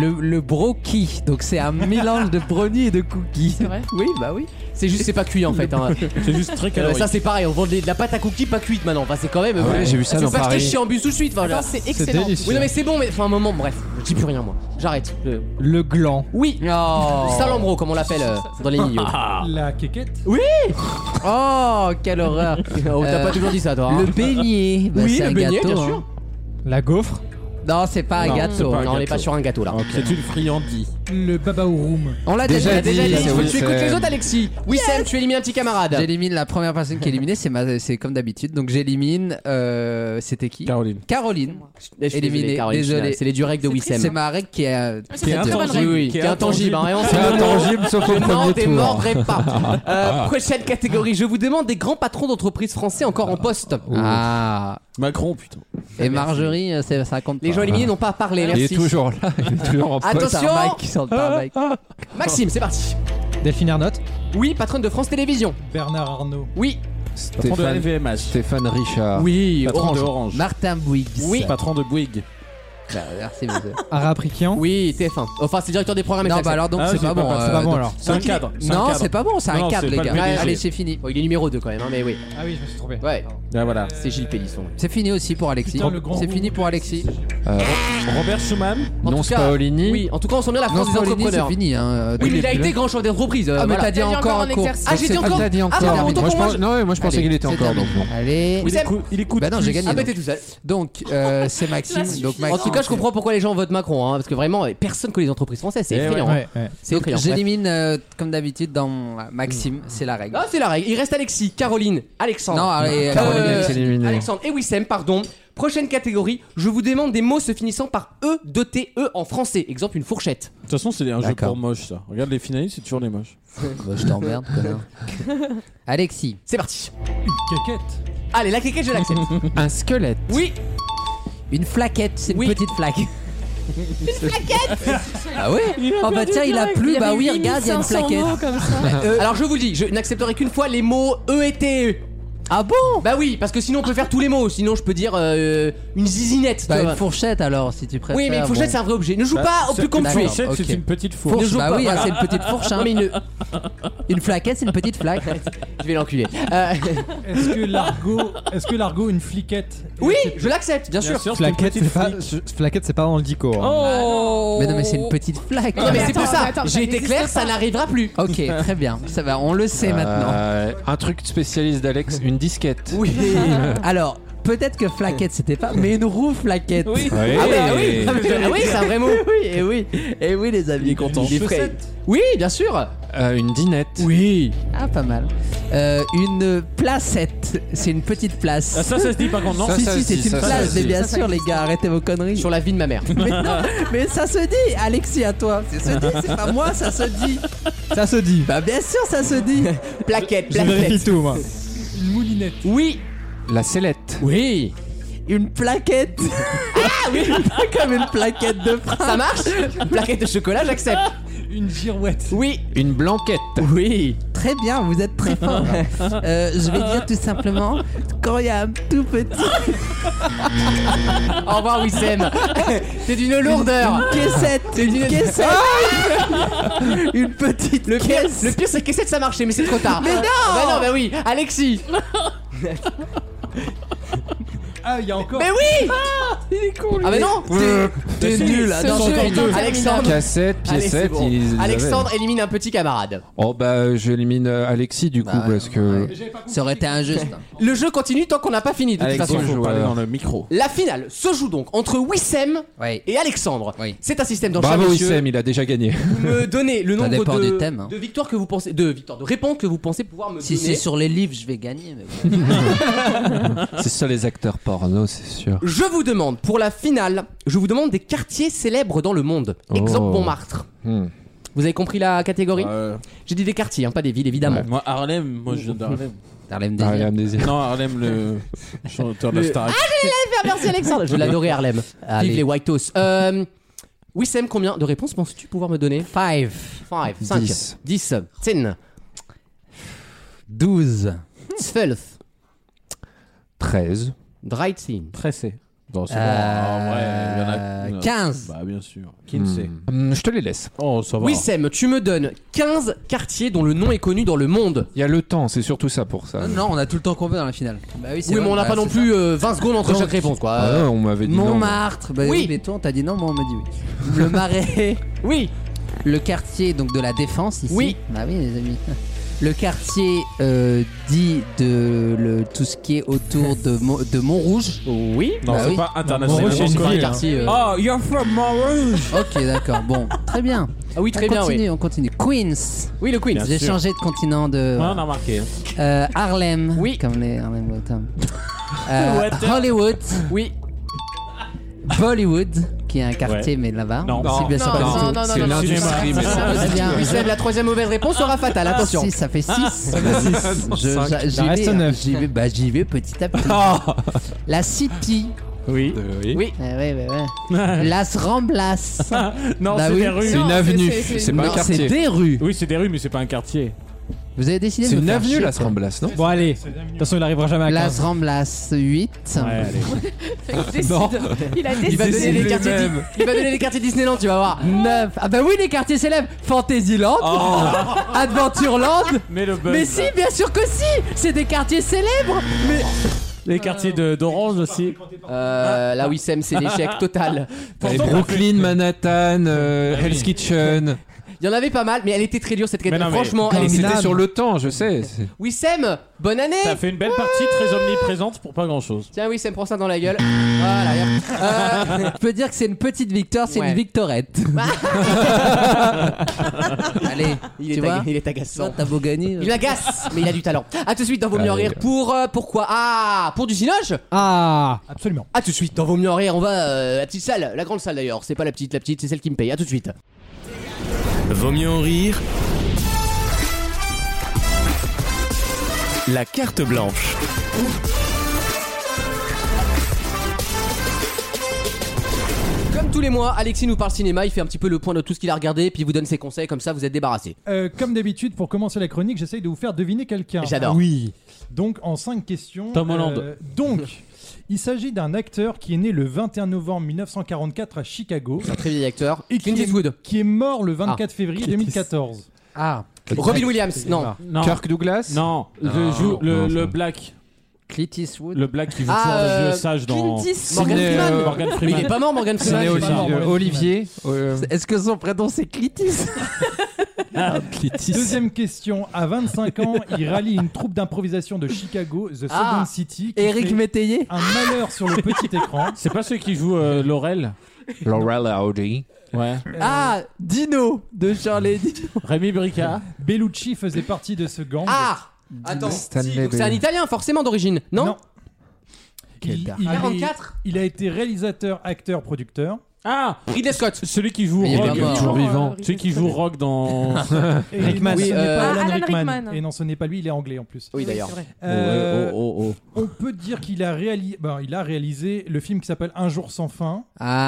[SPEAKER 8] Le, le brookie. Donc c'est un mélange de brownie et de cookie.
[SPEAKER 5] C'est vrai
[SPEAKER 8] Oui, bah oui.
[SPEAKER 2] C'est juste, c'est pas cuit en fait. hein.
[SPEAKER 7] C'est juste très
[SPEAKER 2] Euh,
[SPEAKER 7] calorique.
[SPEAKER 2] ça, c'est pareil. On vend de la pâte à cookies pas cuite maintenant. Enfin, c'est quand même.
[SPEAKER 6] ouais, j'ai vu ça
[SPEAKER 2] Tu
[SPEAKER 6] dans
[SPEAKER 2] peux pas
[SPEAKER 6] Paris.
[SPEAKER 2] acheter chez Ambus tout de suite. enfin,
[SPEAKER 5] Attends,
[SPEAKER 2] là.
[SPEAKER 5] c'est
[SPEAKER 4] C'est
[SPEAKER 5] excellent.
[SPEAKER 4] délicieux.
[SPEAKER 2] Oui, non, mais c'est bon, mais enfin, un moment, bref. Je dis plus rien, moi. J'arrête. Euh,
[SPEAKER 4] Le gland.
[SPEAKER 2] Oui.
[SPEAKER 8] Oh.
[SPEAKER 2] Salambro, comme on l'appelle euh, dans les milieux.
[SPEAKER 7] Ah.
[SPEAKER 3] La quéquette.
[SPEAKER 8] Oh, quelle horreur.
[SPEAKER 2] Oh, T'as
[SPEAKER 8] Euh,
[SPEAKER 2] pas toujours dit ça, toi. hein.
[SPEAKER 8] Le beignet. Bah,
[SPEAKER 2] Oui,
[SPEAKER 8] c'est
[SPEAKER 2] le
[SPEAKER 8] un
[SPEAKER 2] beignet,
[SPEAKER 8] gâteau.
[SPEAKER 2] bien
[SPEAKER 8] hein.
[SPEAKER 2] sûr.
[SPEAKER 4] La gaufre.
[SPEAKER 8] Non, c'est pas un
[SPEAKER 7] Non, c'est
[SPEAKER 8] gâteau.
[SPEAKER 7] pas un
[SPEAKER 2] hein. Non, on est pas
[SPEAKER 7] gâteau.
[SPEAKER 2] sur un gâteau là.
[SPEAKER 7] C'est une friandise.
[SPEAKER 3] Le baba au room.
[SPEAKER 8] On l'a déjà,
[SPEAKER 2] On a déjà
[SPEAKER 8] dit.
[SPEAKER 2] dit,
[SPEAKER 8] c'est
[SPEAKER 2] faut que
[SPEAKER 8] oui.
[SPEAKER 2] tu écoutes les autres, Alexis. Oui, Sam, tu élimines un petit camarade.
[SPEAKER 8] J'élimine la première personne qui est éliminée, c'est ma- c'est comme d'habitude. Donc j'élimine. euh, C'était qui
[SPEAKER 7] Caroline.
[SPEAKER 8] Caroline.
[SPEAKER 2] Je suis
[SPEAKER 8] Éliminé,
[SPEAKER 2] Caroline,
[SPEAKER 8] désolé.
[SPEAKER 2] je suis C'est les directs de Wissem.
[SPEAKER 8] C'est ma règle qui est. euh,
[SPEAKER 5] Mais ça, C'est une très bonne
[SPEAKER 2] Oui,
[SPEAKER 5] règle.
[SPEAKER 2] oui, qui est intangible. hein, et on
[SPEAKER 6] C'est
[SPEAKER 2] sait-
[SPEAKER 6] intangible sauf au
[SPEAKER 2] Non,
[SPEAKER 6] premier
[SPEAKER 2] t'es
[SPEAKER 6] tour.
[SPEAKER 2] mordrai pas. Euh, Prochaine catégorie, je vous demande des grands patrons d'entreprises français encore en poste.
[SPEAKER 8] Ah.
[SPEAKER 7] Macron, putain.
[SPEAKER 8] Et Marjorie, euh, c'est- ça compte.
[SPEAKER 2] Les
[SPEAKER 8] pas.
[SPEAKER 2] gens éliminés n'ont pas à parler,
[SPEAKER 6] Il est
[SPEAKER 2] merci.
[SPEAKER 6] toujours là. Il est toujours en poste.
[SPEAKER 2] Attention,
[SPEAKER 8] Tarmac, sur le tarmac.
[SPEAKER 2] Maxime, c'est parti.
[SPEAKER 4] Delphine Arnott.
[SPEAKER 2] Oui, patronne de France Télévisions.
[SPEAKER 3] Bernard Arnault.
[SPEAKER 2] Oui,
[SPEAKER 7] Patron de
[SPEAKER 6] Stéphane,
[SPEAKER 7] LVMH.
[SPEAKER 6] Stéphane
[SPEAKER 8] Ah,
[SPEAKER 6] Richard.
[SPEAKER 2] oui,
[SPEAKER 7] Patron
[SPEAKER 2] Orange.
[SPEAKER 7] de Orange.
[SPEAKER 8] Martin Bouygues.
[SPEAKER 7] Patron de Bouygues.
[SPEAKER 8] Bah, merci, monsieur.
[SPEAKER 4] Ara Prikian.
[SPEAKER 7] Euh,
[SPEAKER 2] Oui, TF1. Enfin, c'est directeur des programmes.
[SPEAKER 8] non,
[SPEAKER 2] FX.
[SPEAKER 8] bah alors donc
[SPEAKER 7] Ah,
[SPEAKER 8] c'est
[SPEAKER 7] c'est
[SPEAKER 8] pas,
[SPEAKER 7] pas-
[SPEAKER 8] bon.
[SPEAKER 7] c'est
[SPEAKER 8] euh,
[SPEAKER 4] pas bon
[SPEAKER 8] donc-
[SPEAKER 4] alors.
[SPEAKER 7] C'est un cadre. c'est un
[SPEAKER 8] Non,
[SPEAKER 7] cadre.
[SPEAKER 8] c'est pas bon, c'est
[SPEAKER 7] Non,
[SPEAKER 8] un câble,
[SPEAKER 7] c'est
[SPEAKER 8] les
[SPEAKER 7] pas le
[SPEAKER 8] gars.
[SPEAKER 7] PDG.
[SPEAKER 8] allez, c'est fini.
[SPEAKER 2] Bon, il est numéro 2 quand même, hein, mais oui.
[SPEAKER 3] Ah oui, je me suis trompé.
[SPEAKER 2] Ouais,
[SPEAKER 7] Ah, voilà.
[SPEAKER 2] c'est Gilles Pélisson.
[SPEAKER 8] C'est fini aussi pour Alexis.
[SPEAKER 3] Putain, le grand
[SPEAKER 8] C'est
[SPEAKER 3] goût.
[SPEAKER 8] fini pour Alexis.
[SPEAKER 7] Robert Schumann.
[SPEAKER 2] En
[SPEAKER 6] Non
[SPEAKER 2] tout cas,
[SPEAKER 6] Spaolini.
[SPEAKER 2] Oui, en tout cas, on sent bien la
[SPEAKER 8] Non,
[SPEAKER 2] France des
[SPEAKER 8] Paulini, c'est
[SPEAKER 2] entrepreneurs.
[SPEAKER 8] fini. hein, euh,
[SPEAKER 2] Oui, mais il a
[SPEAKER 8] depuis le-
[SPEAKER 2] été grand chef d'entreprise. euh,
[SPEAKER 8] Ah, mais
[SPEAKER 2] voilà.
[SPEAKER 8] t'as dit
[SPEAKER 5] T'as dit
[SPEAKER 8] encore
[SPEAKER 5] encore
[SPEAKER 8] un
[SPEAKER 5] en
[SPEAKER 8] cours.
[SPEAKER 5] exercice.
[SPEAKER 2] Ah, j'ai dit
[SPEAKER 8] c'est-
[SPEAKER 2] encore.
[SPEAKER 6] t'as dit
[SPEAKER 2] Ah, bah,
[SPEAKER 6] encore.
[SPEAKER 2] autant
[SPEAKER 6] Moi,
[SPEAKER 2] pour
[SPEAKER 6] je
[SPEAKER 2] moi.
[SPEAKER 6] pense-
[SPEAKER 2] je-
[SPEAKER 6] Non, mais moi je pensais
[SPEAKER 8] Allez,
[SPEAKER 6] qu'il était
[SPEAKER 8] c'est
[SPEAKER 6] encore. Donc,
[SPEAKER 8] terminé.
[SPEAKER 6] non.
[SPEAKER 8] Allez.
[SPEAKER 2] Oui,
[SPEAKER 7] Il
[SPEAKER 2] Sam.
[SPEAKER 7] écoute- Il écoute.
[SPEAKER 8] Bah non, j'ai
[SPEAKER 7] plus.
[SPEAKER 8] gagné.
[SPEAKER 2] Ah, bah,
[SPEAKER 8] donc.
[SPEAKER 2] t'es tout seul.
[SPEAKER 8] Donc, euh, c'est Maxime.
[SPEAKER 5] suffit.
[SPEAKER 8] Donc,
[SPEAKER 2] En
[SPEAKER 8] Maxime.
[SPEAKER 2] tout cas, je comprends pourquoi les gens votent Macron, hein, parce que vraiment, euh, personne que les entreprises françaises, c'est
[SPEAKER 7] Eh
[SPEAKER 2] effrayant. hein.
[SPEAKER 4] Ouais, ouais.
[SPEAKER 2] C'est effrayant. bref.
[SPEAKER 8] J'élimine, euh, comme d'habitude, dans mon- Maxime, c'est la règle.
[SPEAKER 2] Ah, c'est la règle. Il reste Alexis, Caroline, Alexandre.
[SPEAKER 8] Non, allez,
[SPEAKER 2] Euh,
[SPEAKER 8] Caroline,
[SPEAKER 6] elle s'est éliminée.
[SPEAKER 2] Alexandre et Wissem, pardon. Prochaine catégorie, je vous demande des mots se finissant par E, de T, E en français. Exemple, une fourchette.
[SPEAKER 7] De toute façon, c'est un jeu
[SPEAKER 8] D'accord.
[SPEAKER 7] pour moche, ça. Regarde les finalistes, c'est toujours les moches.
[SPEAKER 8] Bah, je t'emmerde, connard. Alexis.
[SPEAKER 2] C'est parti.
[SPEAKER 3] Une
[SPEAKER 7] Oh,
[SPEAKER 3] quéquette.
[SPEAKER 2] Allez, la quéquette, je l'accepte.
[SPEAKER 4] Un squelette.
[SPEAKER 2] Oui,
[SPEAKER 8] Une flaquette, c'est une
[SPEAKER 2] Oui.
[SPEAKER 8] petite flaque. une flaquette Ah ouais Oh bah tiens, il a plu, bah oui, regarde, il y a une flaquette. Ah.
[SPEAKER 2] Euh, alors je vous le dis, je n'accepterai qu'une fois les mots E et T. E.
[SPEAKER 8] Ah bon
[SPEAKER 2] Bah oui, parce que sinon on peut faire tous les mots. Sinon je peux dire euh, une zizinette.
[SPEAKER 8] Bah
[SPEAKER 2] tu vois.
[SPEAKER 8] une fourchette euh, alors, si tu préfères.
[SPEAKER 2] oui, mais une fourchette c'est un vrai objet. Ne joue
[SPEAKER 7] Bah,
[SPEAKER 2] pas au
[SPEAKER 7] c'est-
[SPEAKER 2] plus con que tu es.
[SPEAKER 8] D'accord.
[SPEAKER 7] Fourchette,
[SPEAKER 8] ok.
[SPEAKER 7] c'est une petite fourche.
[SPEAKER 8] Fourche,
[SPEAKER 2] joue
[SPEAKER 8] bah
[SPEAKER 2] pas,
[SPEAKER 8] oui,
[SPEAKER 2] voilà.
[SPEAKER 8] hein, c'est une petite fourche. hein.
[SPEAKER 2] Non, mais une-
[SPEAKER 8] Une flaquette, c'est une petite flaque.
[SPEAKER 2] Je vais l'enculer. Euh,
[SPEAKER 4] bah.
[SPEAKER 3] Est-ce que l'argot. Est-ce que l'argot, une fliquette
[SPEAKER 2] oui, je l'accepte, bien sûr.
[SPEAKER 7] sûr, c'est une
[SPEAKER 4] Flaquette,
[SPEAKER 7] petite
[SPEAKER 4] c'est pas,
[SPEAKER 7] flic.
[SPEAKER 4] flaquette, c'est pas dans le dico. hein.
[SPEAKER 5] Oh
[SPEAKER 8] Mais non, mais c'est une petite flaque.
[SPEAKER 2] Non, mais c'est
[SPEAKER 5] Attends,
[SPEAKER 2] pour ça.
[SPEAKER 5] attends, attends,
[SPEAKER 2] J'ai
[SPEAKER 5] ça
[SPEAKER 2] été clair,
[SPEAKER 5] n'existe
[SPEAKER 2] ça
[SPEAKER 5] pas.
[SPEAKER 2] n'arrivera plus.
[SPEAKER 8] Ok, très bien. Ça va, on le sait maintenant.
[SPEAKER 6] Euh, un truc spécialiste d'Alex, une disquette.
[SPEAKER 2] Oui.
[SPEAKER 8] Alors, peut-être que flaquette c'était pas, mais une roue flaquette. Oui.
[SPEAKER 6] Ouais.
[SPEAKER 2] Ah bah oui, Ah oui, c'est un vrai mot.
[SPEAKER 8] Et oui, et oui, les amis.
[SPEAKER 2] Il est frais. Oui, bien sûr.
[SPEAKER 6] Euh, une dinette.
[SPEAKER 2] Oui.
[SPEAKER 8] Ah, pas mal. Euh, une placette. C'est une petite place.
[SPEAKER 7] Ah, ça, ça se dit par contre, non
[SPEAKER 6] Ça,
[SPEAKER 8] si,
[SPEAKER 6] ça
[SPEAKER 8] si,
[SPEAKER 6] se
[SPEAKER 8] c'est
[SPEAKER 6] dit,
[SPEAKER 8] une
[SPEAKER 6] ça, ça
[SPEAKER 8] place,
[SPEAKER 6] se
[SPEAKER 8] mais
[SPEAKER 6] dit.
[SPEAKER 8] bien sûr, les gars, arrêtez vos conneries.
[SPEAKER 2] Sur la vie de ma mère.
[SPEAKER 8] Mais, non, mais ça se dit, Alexis, à toi. Ça se dit, c'est pas moi, ça se dit.
[SPEAKER 4] Ça se dit.
[SPEAKER 8] Bah, bien sûr, ça se dit.
[SPEAKER 2] Plaquette,
[SPEAKER 4] Je vérifie
[SPEAKER 2] plaquette.
[SPEAKER 7] Oh.
[SPEAKER 4] tout, moi.
[SPEAKER 3] Une moulinette.
[SPEAKER 2] Oui.
[SPEAKER 6] La sellette.
[SPEAKER 2] Oui
[SPEAKER 8] Une plaquette. Ah oui, comme une plaquette de frein.
[SPEAKER 2] Ça marche Plaquette de chocolat, j'accepte
[SPEAKER 3] Une girouette.
[SPEAKER 2] Oui
[SPEAKER 6] Une blanquette.
[SPEAKER 2] Oui
[SPEAKER 8] Très bien, vous êtes très fort. Euh, je vais dire tout simplement, quand il y a un tout petit,
[SPEAKER 2] Au revoir Wissem C'est d'une
[SPEAKER 8] une
[SPEAKER 2] lourdeur
[SPEAKER 8] caissette, une caissette, une petite
[SPEAKER 2] Le pire,
[SPEAKER 8] caisse.
[SPEAKER 2] le pire, c'est que c'est que ça marchait, mais c'est trop tard Mais non Bah non, bah oui Alexis
[SPEAKER 3] Ah, il y a encore.
[SPEAKER 2] Mais oui
[SPEAKER 5] Il est con, lui.
[SPEAKER 2] Ah bah non
[SPEAKER 8] Euh, T'es nul.
[SPEAKER 5] Ce jeu est interminable.
[SPEAKER 2] Alexandre
[SPEAKER 6] Euh, Cassette,
[SPEAKER 2] Allez, c'est
[SPEAKER 6] piécette.
[SPEAKER 2] bon.
[SPEAKER 6] ils- ils avaient.
[SPEAKER 2] Alexandre élimine un petit camarade.
[SPEAKER 6] Oh bah j'élimine euh, Alexis du coup
[SPEAKER 8] Bah,
[SPEAKER 6] parce que.
[SPEAKER 8] Ça aurait été injuste.
[SPEAKER 2] Le jeu continue tant qu'on n'a pas fini de toute
[SPEAKER 6] Alexandre,
[SPEAKER 2] façon.
[SPEAKER 6] faut parler dans
[SPEAKER 7] le micro.
[SPEAKER 2] La finale se joue donc entre Wissem
[SPEAKER 8] Ouais.
[SPEAKER 2] et Alexandre.
[SPEAKER 8] Oui.
[SPEAKER 2] C'est un système d'enchant.
[SPEAKER 6] Bravo
[SPEAKER 2] monsieur.
[SPEAKER 6] Wissem, il a déjà gagné.
[SPEAKER 2] Vous me donnez le nombre
[SPEAKER 8] dépend
[SPEAKER 2] de,
[SPEAKER 8] du thème, hein.
[SPEAKER 2] de victoires que vous pensez, de victoires, de réponses que vous pensez pouvoir me
[SPEAKER 8] Si
[SPEAKER 2] donner.
[SPEAKER 8] c'est sur les livres, je vais gagner. Mais bon.
[SPEAKER 6] c'est ça les acteurs porno, c'est sûr.
[SPEAKER 2] Je vous demande pour la finale, je vous demande des quartiers célèbres dans le monde. Exemple
[SPEAKER 6] Oh.
[SPEAKER 2] Montmartre.
[SPEAKER 6] Hmm.
[SPEAKER 2] Vous avez compris la catégorie
[SPEAKER 7] Euh,
[SPEAKER 2] J'ai dit des quartiers, hein, pas des villes évidemment.
[SPEAKER 7] Moi, Harlem, moi je viens d'Harlem.
[SPEAKER 8] Harlem
[SPEAKER 6] Ah,
[SPEAKER 8] Désir.
[SPEAKER 6] il a me désir.
[SPEAKER 7] Non, Harlem, le chanteur de Star
[SPEAKER 2] Merci Alexandre. Je l'adorais Harlem. Vive les White House. Euh, Wissem, combien de réponses penses-tu pouvoir me donner 5 5 5
[SPEAKER 6] Dix.
[SPEAKER 2] 10 10
[SPEAKER 8] 12.
[SPEAKER 2] 12
[SPEAKER 6] 13.
[SPEAKER 2] 13
[SPEAKER 7] Tressé. Non, c'est
[SPEAKER 8] Euh,
[SPEAKER 7] bon. En vrai, il y en a.
[SPEAKER 8] 15.
[SPEAKER 7] Bah, bien sûr. Kinsey.
[SPEAKER 6] Hmm, je te les laisse.
[SPEAKER 7] Oh, ça va.
[SPEAKER 2] Wissem, tu me donnes 15 quartiers dont le nom est connu dans le monde.
[SPEAKER 6] Il y a le temps, c'est surtout ça pour ça.
[SPEAKER 8] Non, Euh, non, on a tout le temps qu'on veut dans la finale. Bah oui,
[SPEAKER 2] Oui, mais on n'a pas non plus euh, 20 secondes entre chaque réponse quoi.
[SPEAKER 6] Ah,
[SPEAKER 2] Euh,
[SPEAKER 6] on m'avait dit non.
[SPEAKER 8] Montmartre. Bah oui.
[SPEAKER 2] Oui.
[SPEAKER 8] mais toi, on t'a dit non, moi, on m'a dit oui. Le Marais.
[SPEAKER 2] Oui,
[SPEAKER 8] Le quartier donc de la défense ici.
[SPEAKER 2] Oui.
[SPEAKER 8] Bah oui les amis. Le quartier euh, dit de le, tout ce qui est autour de, Mo- de Montrouge.
[SPEAKER 2] oui.
[SPEAKER 7] Non,
[SPEAKER 8] Bah
[SPEAKER 7] c'est
[SPEAKER 8] oui.
[SPEAKER 7] pas
[SPEAKER 3] Bon,
[SPEAKER 7] international. Ah,
[SPEAKER 3] moi,
[SPEAKER 2] C'est
[SPEAKER 3] j'ai-
[SPEAKER 2] pas un
[SPEAKER 3] Ville,
[SPEAKER 2] quartier. euh,
[SPEAKER 7] Oh, you're from Montrouge
[SPEAKER 8] euh, Ok d'accord bon très bien.
[SPEAKER 2] Ah oui, très
[SPEAKER 8] on
[SPEAKER 2] bien,
[SPEAKER 8] continue
[SPEAKER 2] oui.
[SPEAKER 8] on continue. Queens.
[SPEAKER 2] Oui, le Queen.
[SPEAKER 7] Bien
[SPEAKER 8] J'ai
[SPEAKER 7] sûr.
[SPEAKER 8] changé de continent de
[SPEAKER 7] Ouais, on a remarqué.
[SPEAKER 8] Euh, Harlem.
[SPEAKER 2] Oui.
[SPEAKER 8] Comme les Harlem Welcome. Euh, Hollywood,
[SPEAKER 2] Oui.
[SPEAKER 8] Bollywood, qui est un quartier mais là-bas.
[SPEAKER 7] Non.
[SPEAKER 8] Si, bien sûr, pas du tout.
[SPEAKER 2] non, non, non, non,
[SPEAKER 6] l'industrie,
[SPEAKER 2] non,
[SPEAKER 6] mais
[SPEAKER 2] non,
[SPEAKER 8] c'est-
[SPEAKER 2] bien. Wissem, la troisième mauvaise réponse sera fatale, attention. Ah,
[SPEAKER 8] Si, Ah, ça fait 6. J'y
[SPEAKER 4] reste
[SPEAKER 8] vais, hein,
[SPEAKER 4] neuf.
[SPEAKER 8] j'y vais, bah, j'y vais petit à petit. La City.
[SPEAKER 7] Ah. Oui.
[SPEAKER 2] Oui.
[SPEAKER 8] Ouais, ouais, ouais, ouais. Las Ramblas.
[SPEAKER 7] Non,
[SPEAKER 8] Bah
[SPEAKER 7] c'est
[SPEAKER 8] oui.
[SPEAKER 7] des rues.
[SPEAKER 6] C'est une
[SPEAKER 5] Non,
[SPEAKER 6] avenue,
[SPEAKER 5] c'est- c'est-
[SPEAKER 6] c'est pas
[SPEAKER 8] Non,
[SPEAKER 6] un
[SPEAKER 8] c'est
[SPEAKER 6] quartier.
[SPEAKER 8] des rues.
[SPEAKER 7] Oui, c'est des rues, mais c'est pas un quartier.
[SPEAKER 8] Vous avez décidé
[SPEAKER 6] C'est
[SPEAKER 8] de me
[SPEAKER 6] une
[SPEAKER 8] faire
[SPEAKER 6] avenue
[SPEAKER 8] chier,
[SPEAKER 6] la
[SPEAKER 8] quoi.
[SPEAKER 6] Ramblas, non
[SPEAKER 3] Bon, allez. De toute façon, il arrivera jamais à
[SPEAKER 8] Las
[SPEAKER 3] 15.
[SPEAKER 8] Ramblas 8.
[SPEAKER 7] hein, Ouais, allez.
[SPEAKER 5] Il décide. Il a
[SPEAKER 2] Il va,
[SPEAKER 5] décidé.
[SPEAKER 2] donner les quartiers Di- il va donner les quartiers Disneyland, tu vas voir.
[SPEAKER 8] 9. Ah bah oui, les quartiers célèbres. Fantasyland, Adventureland.
[SPEAKER 7] Oh. Mais le buzz.
[SPEAKER 8] Mais si, bien sûr que si. C'est des quartiers célèbres.
[SPEAKER 7] Les quartiers de- d'Orange aussi.
[SPEAKER 2] Euh, là, Wissem, c'est l'échec total.
[SPEAKER 6] Et Brooklyn, Manhattan, euh, Hell's Kitchen.
[SPEAKER 2] Il y en avait pas mal, mais elle était très dure cette question.
[SPEAKER 7] Mais non, mais-
[SPEAKER 2] Franchement,
[SPEAKER 6] Oh,
[SPEAKER 2] elle était.
[SPEAKER 6] C'était sur le temps, je sais. c'est-
[SPEAKER 2] Wissem, bonne année
[SPEAKER 7] T'as fait une belle partie très omniprésente pour pas grand chose.
[SPEAKER 2] Tiens, Wissem, prends ça dans la gueule. Voilà, regarde.
[SPEAKER 8] Je peux dire que c'est une petite victoire, c'est
[SPEAKER 2] Ouais.
[SPEAKER 8] une victorette. Allez,
[SPEAKER 2] il,
[SPEAKER 8] tu
[SPEAKER 2] est
[SPEAKER 8] vois,
[SPEAKER 2] aga- il est
[SPEAKER 8] tu vois,
[SPEAKER 2] agaçant.
[SPEAKER 8] t'as beau gagner. euh.
[SPEAKER 2] Il agace, mais il a du talent. A tout de suite dans Vaut mieux en rire. Pour euh, pourquoi Ah, pour du cinoche
[SPEAKER 4] Ah
[SPEAKER 3] Absolument.
[SPEAKER 2] A tout de suite dans Vaut mieux en rire. On va euh, à la petite salle, la grande salle d'ailleurs. C'est pas la petite, la petite, c'est celle qui me paye. A tout de suite.
[SPEAKER 1] Vaut mieux en rire. La carte blanche.
[SPEAKER 2] Comme tous les mois, Alexis nous parle cinéma. Il fait un petit peu le point de tout ce qu'il a regardé, puis il vous donne ses conseils. Comme ça, vous êtes débarrassé.
[SPEAKER 3] Euh, comme d'habitude, pour commencer la chronique, j'essaye de vous faire deviner quelqu'un.
[SPEAKER 2] J'adore.
[SPEAKER 3] Oui. Donc, en cinq questions. euh,
[SPEAKER 7] Tom Holland.
[SPEAKER 3] donc, il s'agit d'un acteur qui est né le 21 novembre 1944 à Chicago
[SPEAKER 2] C'est un très vieil acteur.
[SPEAKER 3] Et qui
[SPEAKER 2] Clint
[SPEAKER 3] est-
[SPEAKER 2] Eastwood.
[SPEAKER 3] qui est mort le 24 février 2014.
[SPEAKER 8] Ah,
[SPEAKER 2] Robin Williams. Non.
[SPEAKER 7] Non.
[SPEAKER 6] Kirk Douglas
[SPEAKER 7] Non, le, jou- le, le black,
[SPEAKER 8] Clint Eastwood.
[SPEAKER 7] le black qui joue
[SPEAKER 2] Ah,
[SPEAKER 7] toujours le
[SPEAKER 2] euh,
[SPEAKER 7] vieux sage dans
[SPEAKER 5] Clint Eastwood.
[SPEAKER 2] Morgan
[SPEAKER 6] Sidney,
[SPEAKER 2] Freeman.
[SPEAKER 6] euh,
[SPEAKER 7] Morgan
[SPEAKER 2] Mais il est
[SPEAKER 7] Freeman.
[SPEAKER 2] pas mort, Morgan
[SPEAKER 6] C'est né
[SPEAKER 2] Freeman.
[SPEAKER 3] Oli-
[SPEAKER 2] je sais pas.
[SPEAKER 3] Olivier.
[SPEAKER 6] Olivier. Olivier, euh,
[SPEAKER 8] Est-ce que son prénom c'est Clitis
[SPEAKER 3] Deuxième question. À 25 ans, il rallie une troupe d'improvisation de Chicago, The Second
[SPEAKER 2] Ah,
[SPEAKER 3] City. qui
[SPEAKER 8] Eric
[SPEAKER 3] fait
[SPEAKER 8] Métayer
[SPEAKER 3] un malheur sur le petit écran.
[SPEAKER 7] C'est pas ceux qui jouent euh, Laurel
[SPEAKER 6] Laurel Audi.
[SPEAKER 7] Ouais.
[SPEAKER 8] Ah, Dino de Charlie Dino.
[SPEAKER 7] Rémi Bricard
[SPEAKER 3] Bellucci faisait partie de ce gang.
[SPEAKER 2] Ah Attends.
[SPEAKER 6] Stanley
[SPEAKER 2] si, donc
[SPEAKER 6] Bell.
[SPEAKER 2] c'est un italien, forcément d'origine. Non,
[SPEAKER 3] Il, il est-
[SPEAKER 2] 44
[SPEAKER 3] il a été réalisateur, acteur, producteur.
[SPEAKER 7] Ah
[SPEAKER 2] Ridley Scott.
[SPEAKER 7] Celui qui joue
[SPEAKER 2] Mais il y avait
[SPEAKER 7] Rock.
[SPEAKER 2] un mort.
[SPEAKER 5] Toujours vivant.
[SPEAKER 7] Celui qui joue Rock dans.
[SPEAKER 3] Et non,
[SPEAKER 2] Rickman.
[SPEAKER 3] ce
[SPEAKER 2] Oui,
[SPEAKER 3] n'est
[SPEAKER 2] euh,
[SPEAKER 3] pas
[SPEAKER 5] Ah,
[SPEAKER 3] Alan
[SPEAKER 5] Alan
[SPEAKER 3] Rickman.
[SPEAKER 5] Rickman.
[SPEAKER 3] Et non, ce n'est pas lui, il est anglais en plus.
[SPEAKER 2] Oui, d'ailleurs.
[SPEAKER 5] c'est vrai.
[SPEAKER 3] Euh,
[SPEAKER 7] Oh, oh, oh.
[SPEAKER 3] On peut dire qu'il a, réali- ben, il a réalisé le film qui s'appelle Un jour sans fin.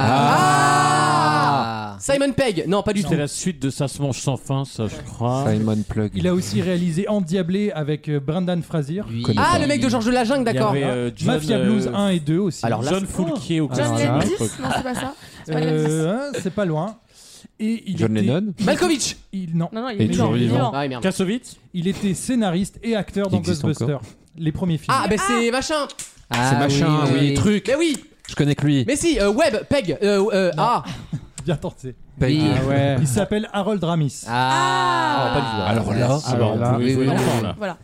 [SPEAKER 2] Ah.
[SPEAKER 8] Ah.
[SPEAKER 2] Simon Pegg. Non, pas du tout.
[SPEAKER 7] C'était la suite de Ça se mange sans fin, ça, je crois.
[SPEAKER 6] Simon Plug.
[SPEAKER 3] Il a aussi réalisé Endiablé avec euh, Brendan Fraser.
[SPEAKER 2] Ah, le mec de Georges de la Jungle,
[SPEAKER 7] Il y
[SPEAKER 2] d'accord.
[SPEAKER 7] avait, euh, John,
[SPEAKER 3] Mafia Blues
[SPEAKER 7] euh,
[SPEAKER 3] 1 et 2 aussi.
[SPEAKER 2] Alors là,
[SPEAKER 7] John Foulquier au
[SPEAKER 5] John
[SPEAKER 7] casting.
[SPEAKER 5] Landis Non, c'est pas ça. C'est pas Landis.
[SPEAKER 3] Euh, hein, c'est pas loin. Et il
[SPEAKER 6] John
[SPEAKER 3] était-
[SPEAKER 6] Lennon
[SPEAKER 2] Malkovich.
[SPEAKER 3] il- non,
[SPEAKER 5] Non, non, il
[SPEAKER 6] Et
[SPEAKER 5] est vivant.
[SPEAKER 6] toujours
[SPEAKER 5] il est
[SPEAKER 6] vivant.
[SPEAKER 5] vivant.
[SPEAKER 2] Ah, merde.
[SPEAKER 7] Kassovitz
[SPEAKER 3] il était scénariste et acteur
[SPEAKER 6] Il
[SPEAKER 3] dans
[SPEAKER 6] existe
[SPEAKER 3] Ghostbusters, les premiers films.
[SPEAKER 2] Ah, ben c'est machin.
[SPEAKER 8] Ah,
[SPEAKER 6] C'est machin, oui, truc.
[SPEAKER 2] Mais Ah oui.
[SPEAKER 6] Je connais que lui.
[SPEAKER 2] Mais si, euh, Webb, Peg. euh, euh, ah.
[SPEAKER 3] Bien tenté.
[SPEAKER 6] Peg. euh, Ah
[SPEAKER 4] ouais.
[SPEAKER 3] Il s'appelle Harold Ramis.
[SPEAKER 8] Ah,
[SPEAKER 6] Alors là,
[SPEAKER 7] Ah bah, on pouvait jouer l'enfant, là.
[SPEAKER 5] Voilà.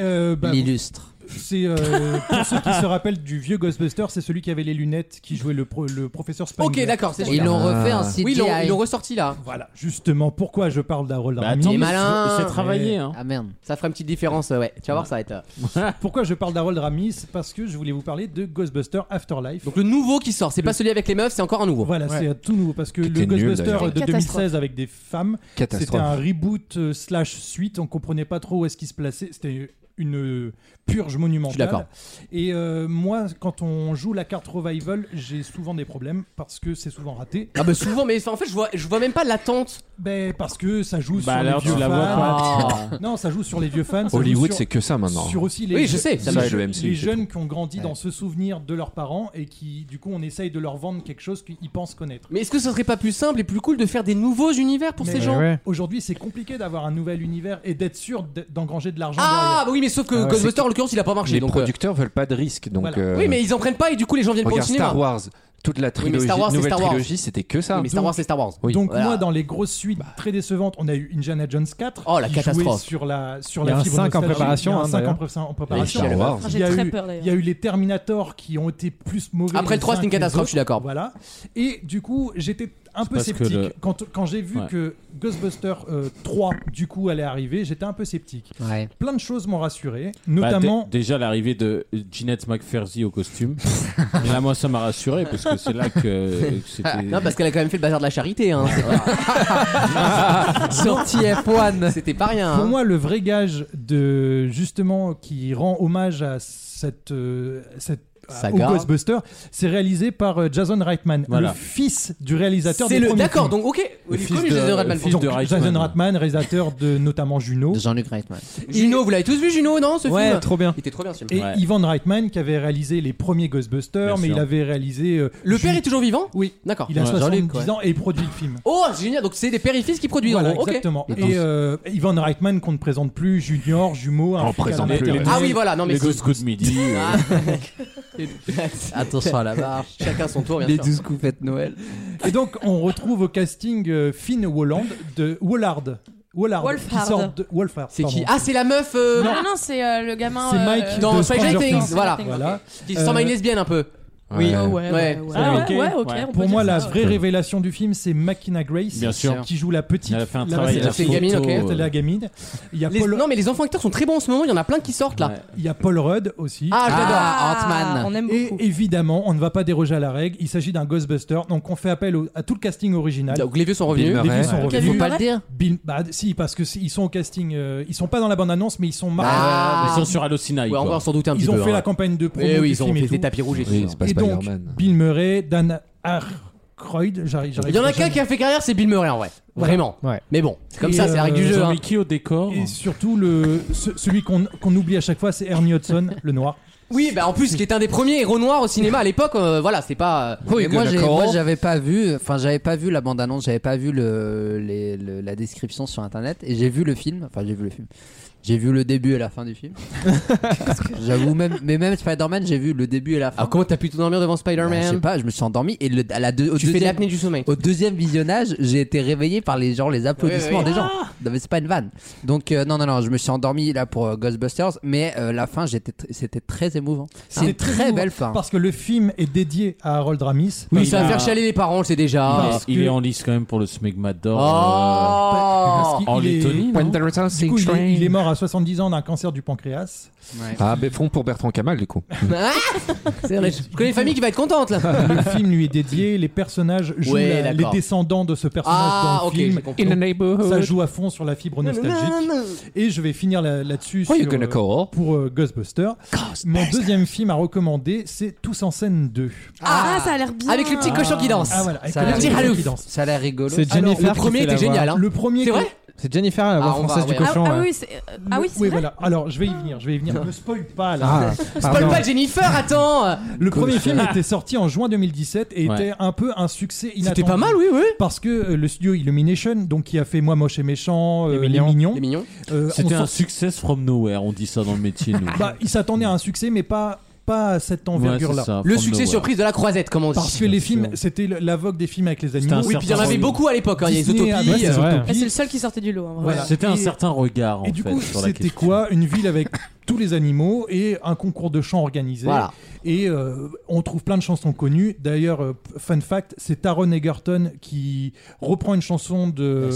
[SPEAKER 3] Euh, bah,
[SPEAKER 8] L'illustre.
[SPEAKER 3] c'est euh, pour ceux qui se rappellent du vieux Ghostbusters, c'est celui qui avait les lunettes qui jouait le, pro- le professeur Spengler.
[SPEAKER 2] Ok, d'accord, c'est
[SPEAKER 8] Ah. Ils
[SPEAKER 2] celui-là.
[SPEAKER 8] l'ont refait en
[SPEAKER 2] Oui,
[SPEAKER 8] CGI.
[SPEAKER 2] ils l'ont- ils l'ont ressorti là.
[SPEAKER 3] Voilà, justement pourquoi je parle d'Harold
[SPEAKER 7] Bah,
[SPEAKER 3] Ramis.
[SPEAKER 7] attends, mais
[SPEAKER 2] malin.
[SPEAKER 7] c'est- C'est travaillé, hein.
[SPEAKER 8] Ah merde.
[SPEAKER 2] Ça fera une petite différence, euh, ouais. Tu vas voir, ça va être. euh,
[SPEAKER 3] Pourquoi je parle d'Harold Ramis c'est Parce que je voulais vous parler de Ghostbusters Afterlife.
[SPEAKER 2] Donc le nouveau qui sort, c'est pas celui avec les meufs, c'est encore un nouveau.
[SPEAKER 3] voilà, c'est tout nouveau parce que
[SPEAKER 6] Qui
[SPEAKER 3] le
[SPEAKER 6] était nul,
[SPEAKER 3] Ghostbusters
[SPEAKER 6] d'ailleurs.
[SPEAKER 3] de
[SPEAKER 5] Catastrophe.
[SPEAKER 3] 2016 avec des femmes, c'était un
[SPEAKER 6] Catastrophe.
[SPEAKER 3] reboot euh, slash suite. On comprenait pas trop où est-ce qu'il se plaçait. C'était une euh, purge
[SPEAKER 2] Je suis d'accord.
[SPEAKER 3] monumentale. Et euh, moi, quand on joue la carte revival, j'ai souvent des problèmes parce que c'est souvent raté.
[SPEAKER 2] Ah bah souvent, mais enfin, en fait, je vois, je vois même pas l'attente.
[SPEAKER 3] Ben parce que ça joue
[SPEAKER 7] Bah
[SPEAKER 3] sur les
[SPEAKER 7] alors,
[SPEAKER 3] vieux
[SPEAKER 7] tu la vois
[SPEAKER 3] fans.
[SPEAKER 2] Ah.
[SPEAKER 3] Non, ça joue sur les vieux fans. ça joue
[SPEAKER 6] Hollywood,
[SPEAKER 3] sur-
[SPEAKER 6] c'est que ça maintenant.
[SPEAKER 3] sur aussi les,
[SPEAKER 2] Oui, je sais,
[SPEAKER 3] les-
[SPEAKER 2] ça
[SPEAKER 6] va,
[SPEAKER 3] les,
[SPEAKER 6] le MCU,
[SPEAKER 3] les
[SPEAKER 6] c'est
[SPEAKER 3] jeunes qui ont grandi dans
[SPEAKER 6] Ouais.
[SPEAKER 3] ce souvenir de leurs parents et qui du coup on essaye de leur vendre quelque chose qu'ils pensent connaître.
[SPEAKER 2] Mais est-ce que ce serait pas plus simple et plus cool de faire des nouveaux univers pour
[SPEAKER 3] Mais-
[SPEAKER 2] ces gens
[SPEAKER 3] Aujourd'hui c'est compliqué d'avoir un nouvel univers et d'être sûr d- d'engranger de l'argent
[SPEAKER 2] Ah bah oui, mais sauf que
[SPEAKER 6] Ah ouais.
[SPEAKER 2] Ghostbusters en l'occurrence, il a pas marché.
[SPEAKER 6] Les
[SPEAKER 2] donc, euh,
[SPEAKER 6] producteurs veulent pas de risque, donc.
[SPEAKER 3] Voilà.
[SPEAKER 6] euh,
[SPEAKER 2] Oui, mais ils en prennent pas et du coup, les gens viennent pas au
[SPEAKER 6] Regarde
[SPEAKER 2] cinéma.
[SPEAKER 6] Star Wars, toute la
[SPEAKER 2] Oui, mais
[SPEAKER 6] trilogie,
[SPEAKER 2] Star Wars, c'est
[SPEAKER 6] nouvelle
[SPEAKER 2] Star Wars.
[SPEAKER 6] trilogie, c'était que ça.
[SPEAKER 2] Oui, mais Star
[SPEAKER 3] Donc-
[SPEAKER 2] Wars, c'est Star Wars.
[SPEAKER 6] Oui,
[SPEAKER 3] derrière. Donc
[SPEAKER 2] voilà. Bah.
[SPEAKER 3] moi dans les grosses suites très décevantes, on a eu Indiana Jones 4
[SPEAKER 2] Oh, la
[SPEAKER 3] qui
[SPEAKER 2] catastrophe.
[SPEAKER 3] jouait sur la sur
[SPEAKER 4] Il y a
[SPEAKER 3] la
[SPEAKER 4] un
[SPEAKER 3] fibre
[SPEAKER 4] 5 en
[SPEAKER 3] nostalgique.
[SPEAKER 4] préparation,
[SPEAKER 3] Il y a un
[SPEAKER 4] hein,
[SPEAKER 3] 5 en
[SPEAKER 4] d'ailleurs.
[SPEAKER 3] pré- en
[SPEAKER 6] Et
[SPEAKER 3] préparation.
[SPEAKER 6] Star Wars.
[SPEAKER 5] Enfin,
[SPEAKER 3] Il y,
[SPEAKER 5] J'ai
[SPEAKER 3] a
[SPEAKER 5] très
[SPEAKER 3] eu,
[SPEAKER 5] peur d'ailleurs.
[SPEAKER 3] il y a eu les Terminator qui ont été plus mauvais.
[SPEAKER 2] Après le
[SPEAKER 3] les
[SPEAKER 2] 3, c'est
[SPEAKER 3] uns
[SPEAKER 2] une
[SPEAKER 3] que les
[SPEAKER 2] catastrophe,
[SPEAKER 3] autres.
[SPEAKER 2] je suis d'accord.
[SPEAKER 3] Voilà. Et du coup, j'étais un peu
[SPEAKER 7] parce que
[SPEAKER 3] sceptique.
[SPEAKER 7] le-
[SPEAKER 3] Quand, quand j'ai vu
[SPEAKER 7] Ouais.
[SPEAKER 3] que Ghostbusters euh, 3, du coup, allait arriver, j'étais un peu sceptique.
[SPEAKER 8] Ouais.
[SPEAKER 3] Plein de choses m'ont rassuré,
[SPEAKER 7] Bah,
[SPEAKER 3] notamment.
[SPEAKER 7] dé- déjà l'arrivée de Jeanette McPherson au costume. Et là, moi, ça m'a rassuré parce que c'est là que euh, que c'était.
[SPEAKER 2] Ah, Non, bah, parce qu'elle a quand même fait le bazar de la charité. Hein.
[SPEAKER 8] Sorti F1.
[SPEAKER 2] C'était pas rien.
[SPEAKER 3] Pour
[SPEAKER 2] hein.
[SPEAKER 3] moi, le vrai gage de justement qui rend hommage à cette, euh, cette à-
[SPEAKER 2] Saga.
[SPEAKER 3] au Ghostbuster, c'est réalisé par euh, Jason Reitman,
[SPEAKER 7] Voilà.
[SPEAKER 3] le fils du réalisateur
[SPEAKER 2] C'est
[SPEAKER 3] des
[SPEAKER 2] le.
[SPEAKER 3] premiers
[SPEAKER 2] D'accord,
[SPEAKER 3] films.
[SPEAKER 2] donc ok. Il
[SPEAKER 7] Le
[SPEAKER 2] est
[SPEAKER 7] fils
[SPEAKER 2] connu,
[SPEAKER 7] de-
[SPEAKER 2] Jason Reitman.
[SPEAKER 7] le fils
[SPEAKER 2] Donc,
[SPEAKER 7] de Reitman.
[SPEAKER 3] Jason Reitman, réalisateur de notamment Juno,
[SPEAKER 8] De Jean-Luc Reitman.
[SPEAKER 2] Juno, vous l'avez tous vu, Juno, non ce
[SPEAKER 4] Ouais,
[SPEAKER 2] film
[SPEAKER 4] trop bien.
[SPEAKER 2] Il était trop bien ce film.
[SPEAKER 3] et
[SPEAKER 7] Ouais.
[SPEAKER 3] Ivan Reitman qui avait réalisé les premiers Ghostbusters,
[SPEAKER 7] Bien
[SPEAKER 3] mais
[SPEAKER 7] sûr.
[SPEAKER 3] il avait réalisé euh,
[SPEAKER 2] Le père
[SPEAKER 3] Ju-
[SPEAKER 2] est toujours vivant
[SPEAKER 3] Oui.
[SPEAKER 2] D'accord.
[SPEAKER 3] il a
[SPEAKER 7] Ouais,
[SPEAKER 2] Jean-Luc,
[SPEAKER 3] 70
[SPEAKER 2] ouais.
[SPEAKER 3] ans et il produit le film.
[SPEAKER 2] Oh, c'est génial. Donc c'est des pères-fils qui produisent.
[SPEAKER 3] Voilà,
[SPEAKER 2] en gros, ok.
[SPEAKER 3] exactement. Et euh, Ivan Reitman qu'on ne présente plus, Junior, Jumeau,
[SPEAKER 6] On
[SPEAKER 3] un flic à
[SPEAKER 6] présente plus,
[SPEAKER 3] l'intérieur.
[SPEAKER 7] ouais.
[SPEAKER 2] Ah oui, voilà. Non mais
[SPEAKER 7] les
[SPEAKER 2] c'est-
[SPEAKER 7] Ghost Good Midi. euh,
[SPEAKER 2] Ah.
[SPEAKER 8] Attention à la barre.
[SPEAKER 2] Chacun son tour, bien
[SPEAKER 8] Les
[SPEAKER 2] sûr.
[SPEAKER 8] 12 coupettes Noël.
[SPEAKER 3] Et donc, on retrouve au casting euh, Finn Wolland de Wollard. Wollard
[SPEAKER 5] Wolfhard.
[SPEAKER 3] qui sort de Wolfhard.
[SPEAKER 2] C'est
[SPEAKER 3] pardon.
[SPEAKER 2] qui Ah, c'est la meuf euh,
[SPEAKER 5] Non, non, non, c'est euh, le gamin.
[SPEAKER 3] C'est
[SPEAKER 5] euh,
[SPEAKER 3] Mike
[SPEAKER 2] dans
[SPEAKER 3] de
[SPEAKER 2] Stranger
[SPEAKER 3] Stranger
[SPEAKER 2] Things.
[SPEAKER 3] Things.
[SPEAKER 2] Voilà.
[SPEAKER 3] Voilà.
[SPEAKER 2] Qui
[SPEAKER 3] Euh,
[SPEAKER 2] semble une lesbienne un peu.
[SPEAKER 6] Oui.
[SPEAKER 5] Ah ouais,
[SPEAKER 2] Ouais.
[SPEAKER 5] ouais, ouais.
[SPEAKER 7] Ah,
[SPEAKER 5] Ah
[SPEAKER 7] ok.
[SPEAKER 5] ouais, ouais, ok.
[SPEAKER 7] Ouais.
[SPEAKER 5] on peut
[SPEAKER 3] Pour
[SPEAKER 5] dire
[SPEAKER 3] moi,
[SPEAKER 5] ça,
[SPEAKER 3] la
[SPEAKER 5] ouais.
[SPEAKER 3] vraie révélation du film, c'est Makina Grace
[SPEAKER 7] Bien sûr.
[SPEAKER 3] qui joue la petite.
[SPEAKER 7] Elle a fait un
[SPEAKER 3] la-
[SPEAKER 7] travail.
[SPEAKER 2] c'est-
[SPEAKER 7] à
[SPEAKER 2] c'est une gamine,
[SPEAKER 7] photo,
[SPEAKER 2] ok.
[SPEAKER 7] euh,
[SPEAKER 3] c'est la gamine. Il y a,
[SPEAKER 2] Les-
[SPEAKER 3] Paul,
[SPEAKER 2] Non, mais les enfants acteurs sont très bons en ce moment. Il y en a plein qui sortent là.
[SPEAKER 7] Ouais.
[SPEAKER 3] il y a Paul Rudd aussi.
[SPEAKER 2] Ah, je l'adore.
[SPEAKER 8] Ant-Man.
[SPEAKER 5] On aime
[SPEAKER 3] Et
[SPEAKER 5] beaucoup.
[SPEAKER 3] évidemment, on ne va pas déroger à la règle. Il s'agit d'un Ghostbuster, donc on fait appel au- à tout le casting original.
[SPEAKER 2] Donc les vieux Ah, sont
[SPEAKER 6] Bill
[SPEAKER 2] revenus.
[SPEAKER 6] Murray.
[SPEAKER 3] Les vieux sont
[SPEAKER 6] Ouais.
[SPEAKER 5] Quel
[SPEAKER 3] revenus.
[SPEAKER 5] film
[SPEAKER 8] Pas le dire.
[SPEAKER 3] Bill- bah, si, parce que c'est- ils sont au casting. euh, ils sont pas dans la bande annonce, mais ils sont marqués.
[SPEAKER 2] Ah.
[SPEAKER 7] Ils sont sur Allocinaï.
[SPEAKER 2] Ouais,
[SPEAKER 7] quoi.
[SPEAKER 2] encore sans doute un petit
[SPEAKER 3] ils
[SPEAKER 2] peu.
[SPEAKER 3] ont fait
[SPEAKER 2] hein.
[SPEAKER 3] la campagne de promo
[SPEAKER 2] Eh oui,
[SPEAKER 3] du
[SPEAKER 2] ils ont
[SPEAKER 3] film et
[SPEAKER 2] fait des
[SPEAKER 3] tout.
[SPEAKER 2] tapis rouges. ils
[SPEAKER 6] Oui,
[SPEAKER 2] sont-
[SPEAKER 6] c'est pas
[SPEAKER 3] et donc,
[SPEAKER 6] Spider-Man.
[SPEAKER 3] Bill Murray, Dan Aykroyd, j'arrive. j'arrive
[SPEAKER 2] Il y en a
[SPEAKER 3] pas
[SPEAKER 2] qu'un qui a fait carrière, c'est Bill Murray en vrai. Vraiment.
[SPEAKER 4] Ouais.
[SPEAKER 2] Mais bon, c'est comme
[SPEAKER 3] Et,
[SPEAKER 2] ça, c'est la règle du
[SPEAKER 3] euh,
[SPEAKER 2] jeu. hein.
[SPEAKER 7] Jean-Mickey au décor.
[SPEAKER 3] Et surtout, le, ce- celui qu'on qu'on oublie à chaque fois, c'est Ernie Hudson, le noir.
[SPEAKER 2] Oui, bah en plus, qui est un des premiers héros noirs au cinéma à l'époque, euh, voilà, c'est pas. euh,
[SPEAKER 8] Mais moi, j'ai-
[SPEAKER 2] d'accord.
[SPEAKER 8] moi, j'avais pas vu, enfin, j'avais pas vu la bande-annonce, j'avais pas vu le, les- le- la description sur internet, et j'ai vu le film, enfin, j'ai vu le film. J'ai vu le début et la fin du film. J'avoue même, mais même Spider-Man, j'ai vu le début et la fin.
[SPEAKER 2] Alors comment t'as pu tout dormir devant
[SPEAKER 8] Bah, je sais
[SPEAKER 2] Ah, Spider-Man
[SPEAKER 8] pas, je me suis endormi et le, à la deux- au,
[SPEAKER 2] Tu fais de
[SPEAKER 8] deuxième,
[SPEAKER 2] l'apnée du sommeil.
[SPEAKER 8] au deuxième visionnage, j'ai été réveillé par les gens, les applaudissements
[SPEAKER 2] Oui, oui, oui.
[SPEAKER 8] des gens. Non, mais c'est pas une vanne. Donc euh, non, non, non, je me suis endormi là pour euh, Ghostbusters, mais euh, la fin, j'étais, tr- c'était très très émouvant.
[SPEAKER 2] Ah,
[SPEAKER 8] C'est
[SPEAKER 3] C'était
[SPEAKER 8] une très,
[SPEAKER 3] émouvant
[SPEAKER 8] belle fin.
[SPEAKER 3] Parce que le film est dédié à Harold Ramis.
[SPEAKER 2] Oui,
[SPEAKER 7] Il
[SPEAKER 2] ça va
[SPEAKER 7] a- Ah,
[SPEAKER 2] faire chialer les parents, c'est déjà.
[SPEAKER 3] Parce
[SPEAKER 7] Il
[SPEAKER 3] que-
[SPEAKER 7] est en lice quand même pour le Smegma d'or. euh.
[SPEAKER 2] Oh
[SPEAKER 3] Parce qu'il
[SPEAKER 7] en
[SPEAKER 3] est-
[SPEAKER 7] Lettonie, non
[SPEAKER 3] Du coup, il est, il est mort à 70 ans d'un cancer du pancréas.
[SPEAKER 6] Ah, mais fond pour Bertrand Kamal, du coup.
[SPEAKER 2] Ah C'est vrai, je je connais une famille qui va être contente là.
[SPEAKER 3] Le film lui est dédié, les personnages jouent
[SPEAKER 2] Ouais,
[SPEAKER 3] la- les
[SPEAKER 2] d'accord.
[SPEAKER 3] descendants de ce personnage
[SPEAKER 2] Ah,
[SPEAKER 3] dans le
[SPEAKER 2] ok,
[SPEAKER 3] film.
[SPEAKER 2] j'ai compris.
[SPEAKER 3] Donc, Ça joue à fond sur la fibre nostalgique. Et je vais finir là- là-dessus
[SPEAKER 6] Oh,
[SPEAKER 3] sur,
[SPEAKER 6] you're gonna
[SPEAKER 3] euh,
[SPEAKER 6] call.
[SPEAKER 3] pour euh, Ghostbusters. Mon deuxième film à recommander, c'est Tous en scène 2.
[SPEAKER 5] Ah, ça a l'air bien.
[SPEAKER 2] Avec le petit cochon qui danse.
[SPEAKER 3] Ah voilà, avec
[SPEAKER 8] ça
[SPEAKER 3] le
[SPEAKER 8] a
[SPEAKER 3] petit
[SPEAKER 8] l'air
[SPEAKER 3] cochon
[SPEAKER 2] rigolo.
[SPEAKER 3] qui danse.
[SPEAKER 8] Ça a l'air rigolo.
[SPEAKER 4] C'est Jennifer
[SPEAKER 2] Le premier
[SPEAKER 4] qui fait la
[SPEAKER 2] était
[SPEAKER 4] voix.
[SPEAKER 2] génial. Hein.
[SPEAKER 3] Le premier
[SPEAKER 2] C'est
[SPEAKER 3] que-
[SPEAKER 2] vrai
[SPEAKER 4] C'est Jennifer la voix
[SPEAKER 2] Ah, on va-
[SPEAKER 4] française
[SPEAKER 2] ouais.
[SPEAKER 4] du
[SPEAKER 5] Ah,
[SPEAKER 4] cochon.
[SPEAKER 5] ah
[SPEAKER 4] ouais.
[SPEAKER 5] oui, c'est euh, ah oui, c'est
[SPEAKER 3] Oui,
[SPEAKER 5] vrai.
[SPEAKER 3] voilà. Alors, je vais y venir, je vais y
[SPEAKER 7] Ah.
[SPEAKER 3] venir. Ne spoil pas là.
[SPEAKER 4] Ah,
[SPEAKER 2] Spoil
[SPEAKER 4] pardon.
[SPEAKER 2] pas Jennifer, attends.
[SPEAKER 3] Le premier film était sorti en juin 2017 et était un peu un succès inattendu.
[SPEAKER 2] C'était pas mal, oui, oui.
[SPEAKER 3] Parce que euh, le studio Illumination, donc qui a fait Moi moche et méchant, euh, Les Mignons,
[SPEAKER 2] C'est mignon.
[SPEAKER 3] euh,
[SPEAKER 7] C'était
[SPEAKER 3] on
[SPEAKER 7] un
[SPEAKER 3] sort-
[SPEAKER 7] success from nowhere, on dit ça dans le métier, nous.
[SPEAKER 3] bah, ils s'attendaient à un succès, mais pas pas à cette
[SPEAKER 7] Ouais,
[SPEAKER 3] envergure
[SPEAKER 7] c'est
[SPEAKER 3] là.
[SPEAKER 7] ça,
[SPEAKER 2] Le
[SPEAKER 7] from
[SPEAKER 2] succès
[SPEAKER 7] nowhere.
[SPEAKER 2] surprise de la croisette, comment on dit.
[SPEAKER 3] Parce que les films, c'était le- la vogue des films avec les
[SPEAKER 7] C'était un
[SPEAKER 3] animaux.
[SPEAKER 2] Oui, puis il y en avait beaucoup à l'époque. hein, Il y a les
[SPEAKER 3] Disney bah, avait
[SPEAKER 2] utopies.
[SPEAKER 3] ses
[SPEAKER 2] euh,
[SPEAKER 4] ouais.
[SPEAKER 5] Ah,
[SPEAKER 3] utopies.
[SPEAKER 5] C'est le seul qui sortait du lot. hein, vraiment.
[SPEAKER 3] Voilà.
[SPEAKER 7] C'était un
[SPEAKER 3] Et-
[SPEAKER 7] certain regard, en
[SPEAKER 3] Et du
[SPEAKER 7] fait,
[SPEAKER 3] coup,
[SPEAKER 7] sur la
[SPEAKER 3] c'était
[SPEAKER 7] question.
[SPEAKER 3] quoi Une ville avec tous les animaux et un concours de chant organisé.
[SPEAKER 2] Voilà.
[SPEAKER 3] Et euh, on trouve plein de chansons connues. D'ailleurs, euh, fun fact, c'est Taron Egerton qui reprend une chanson de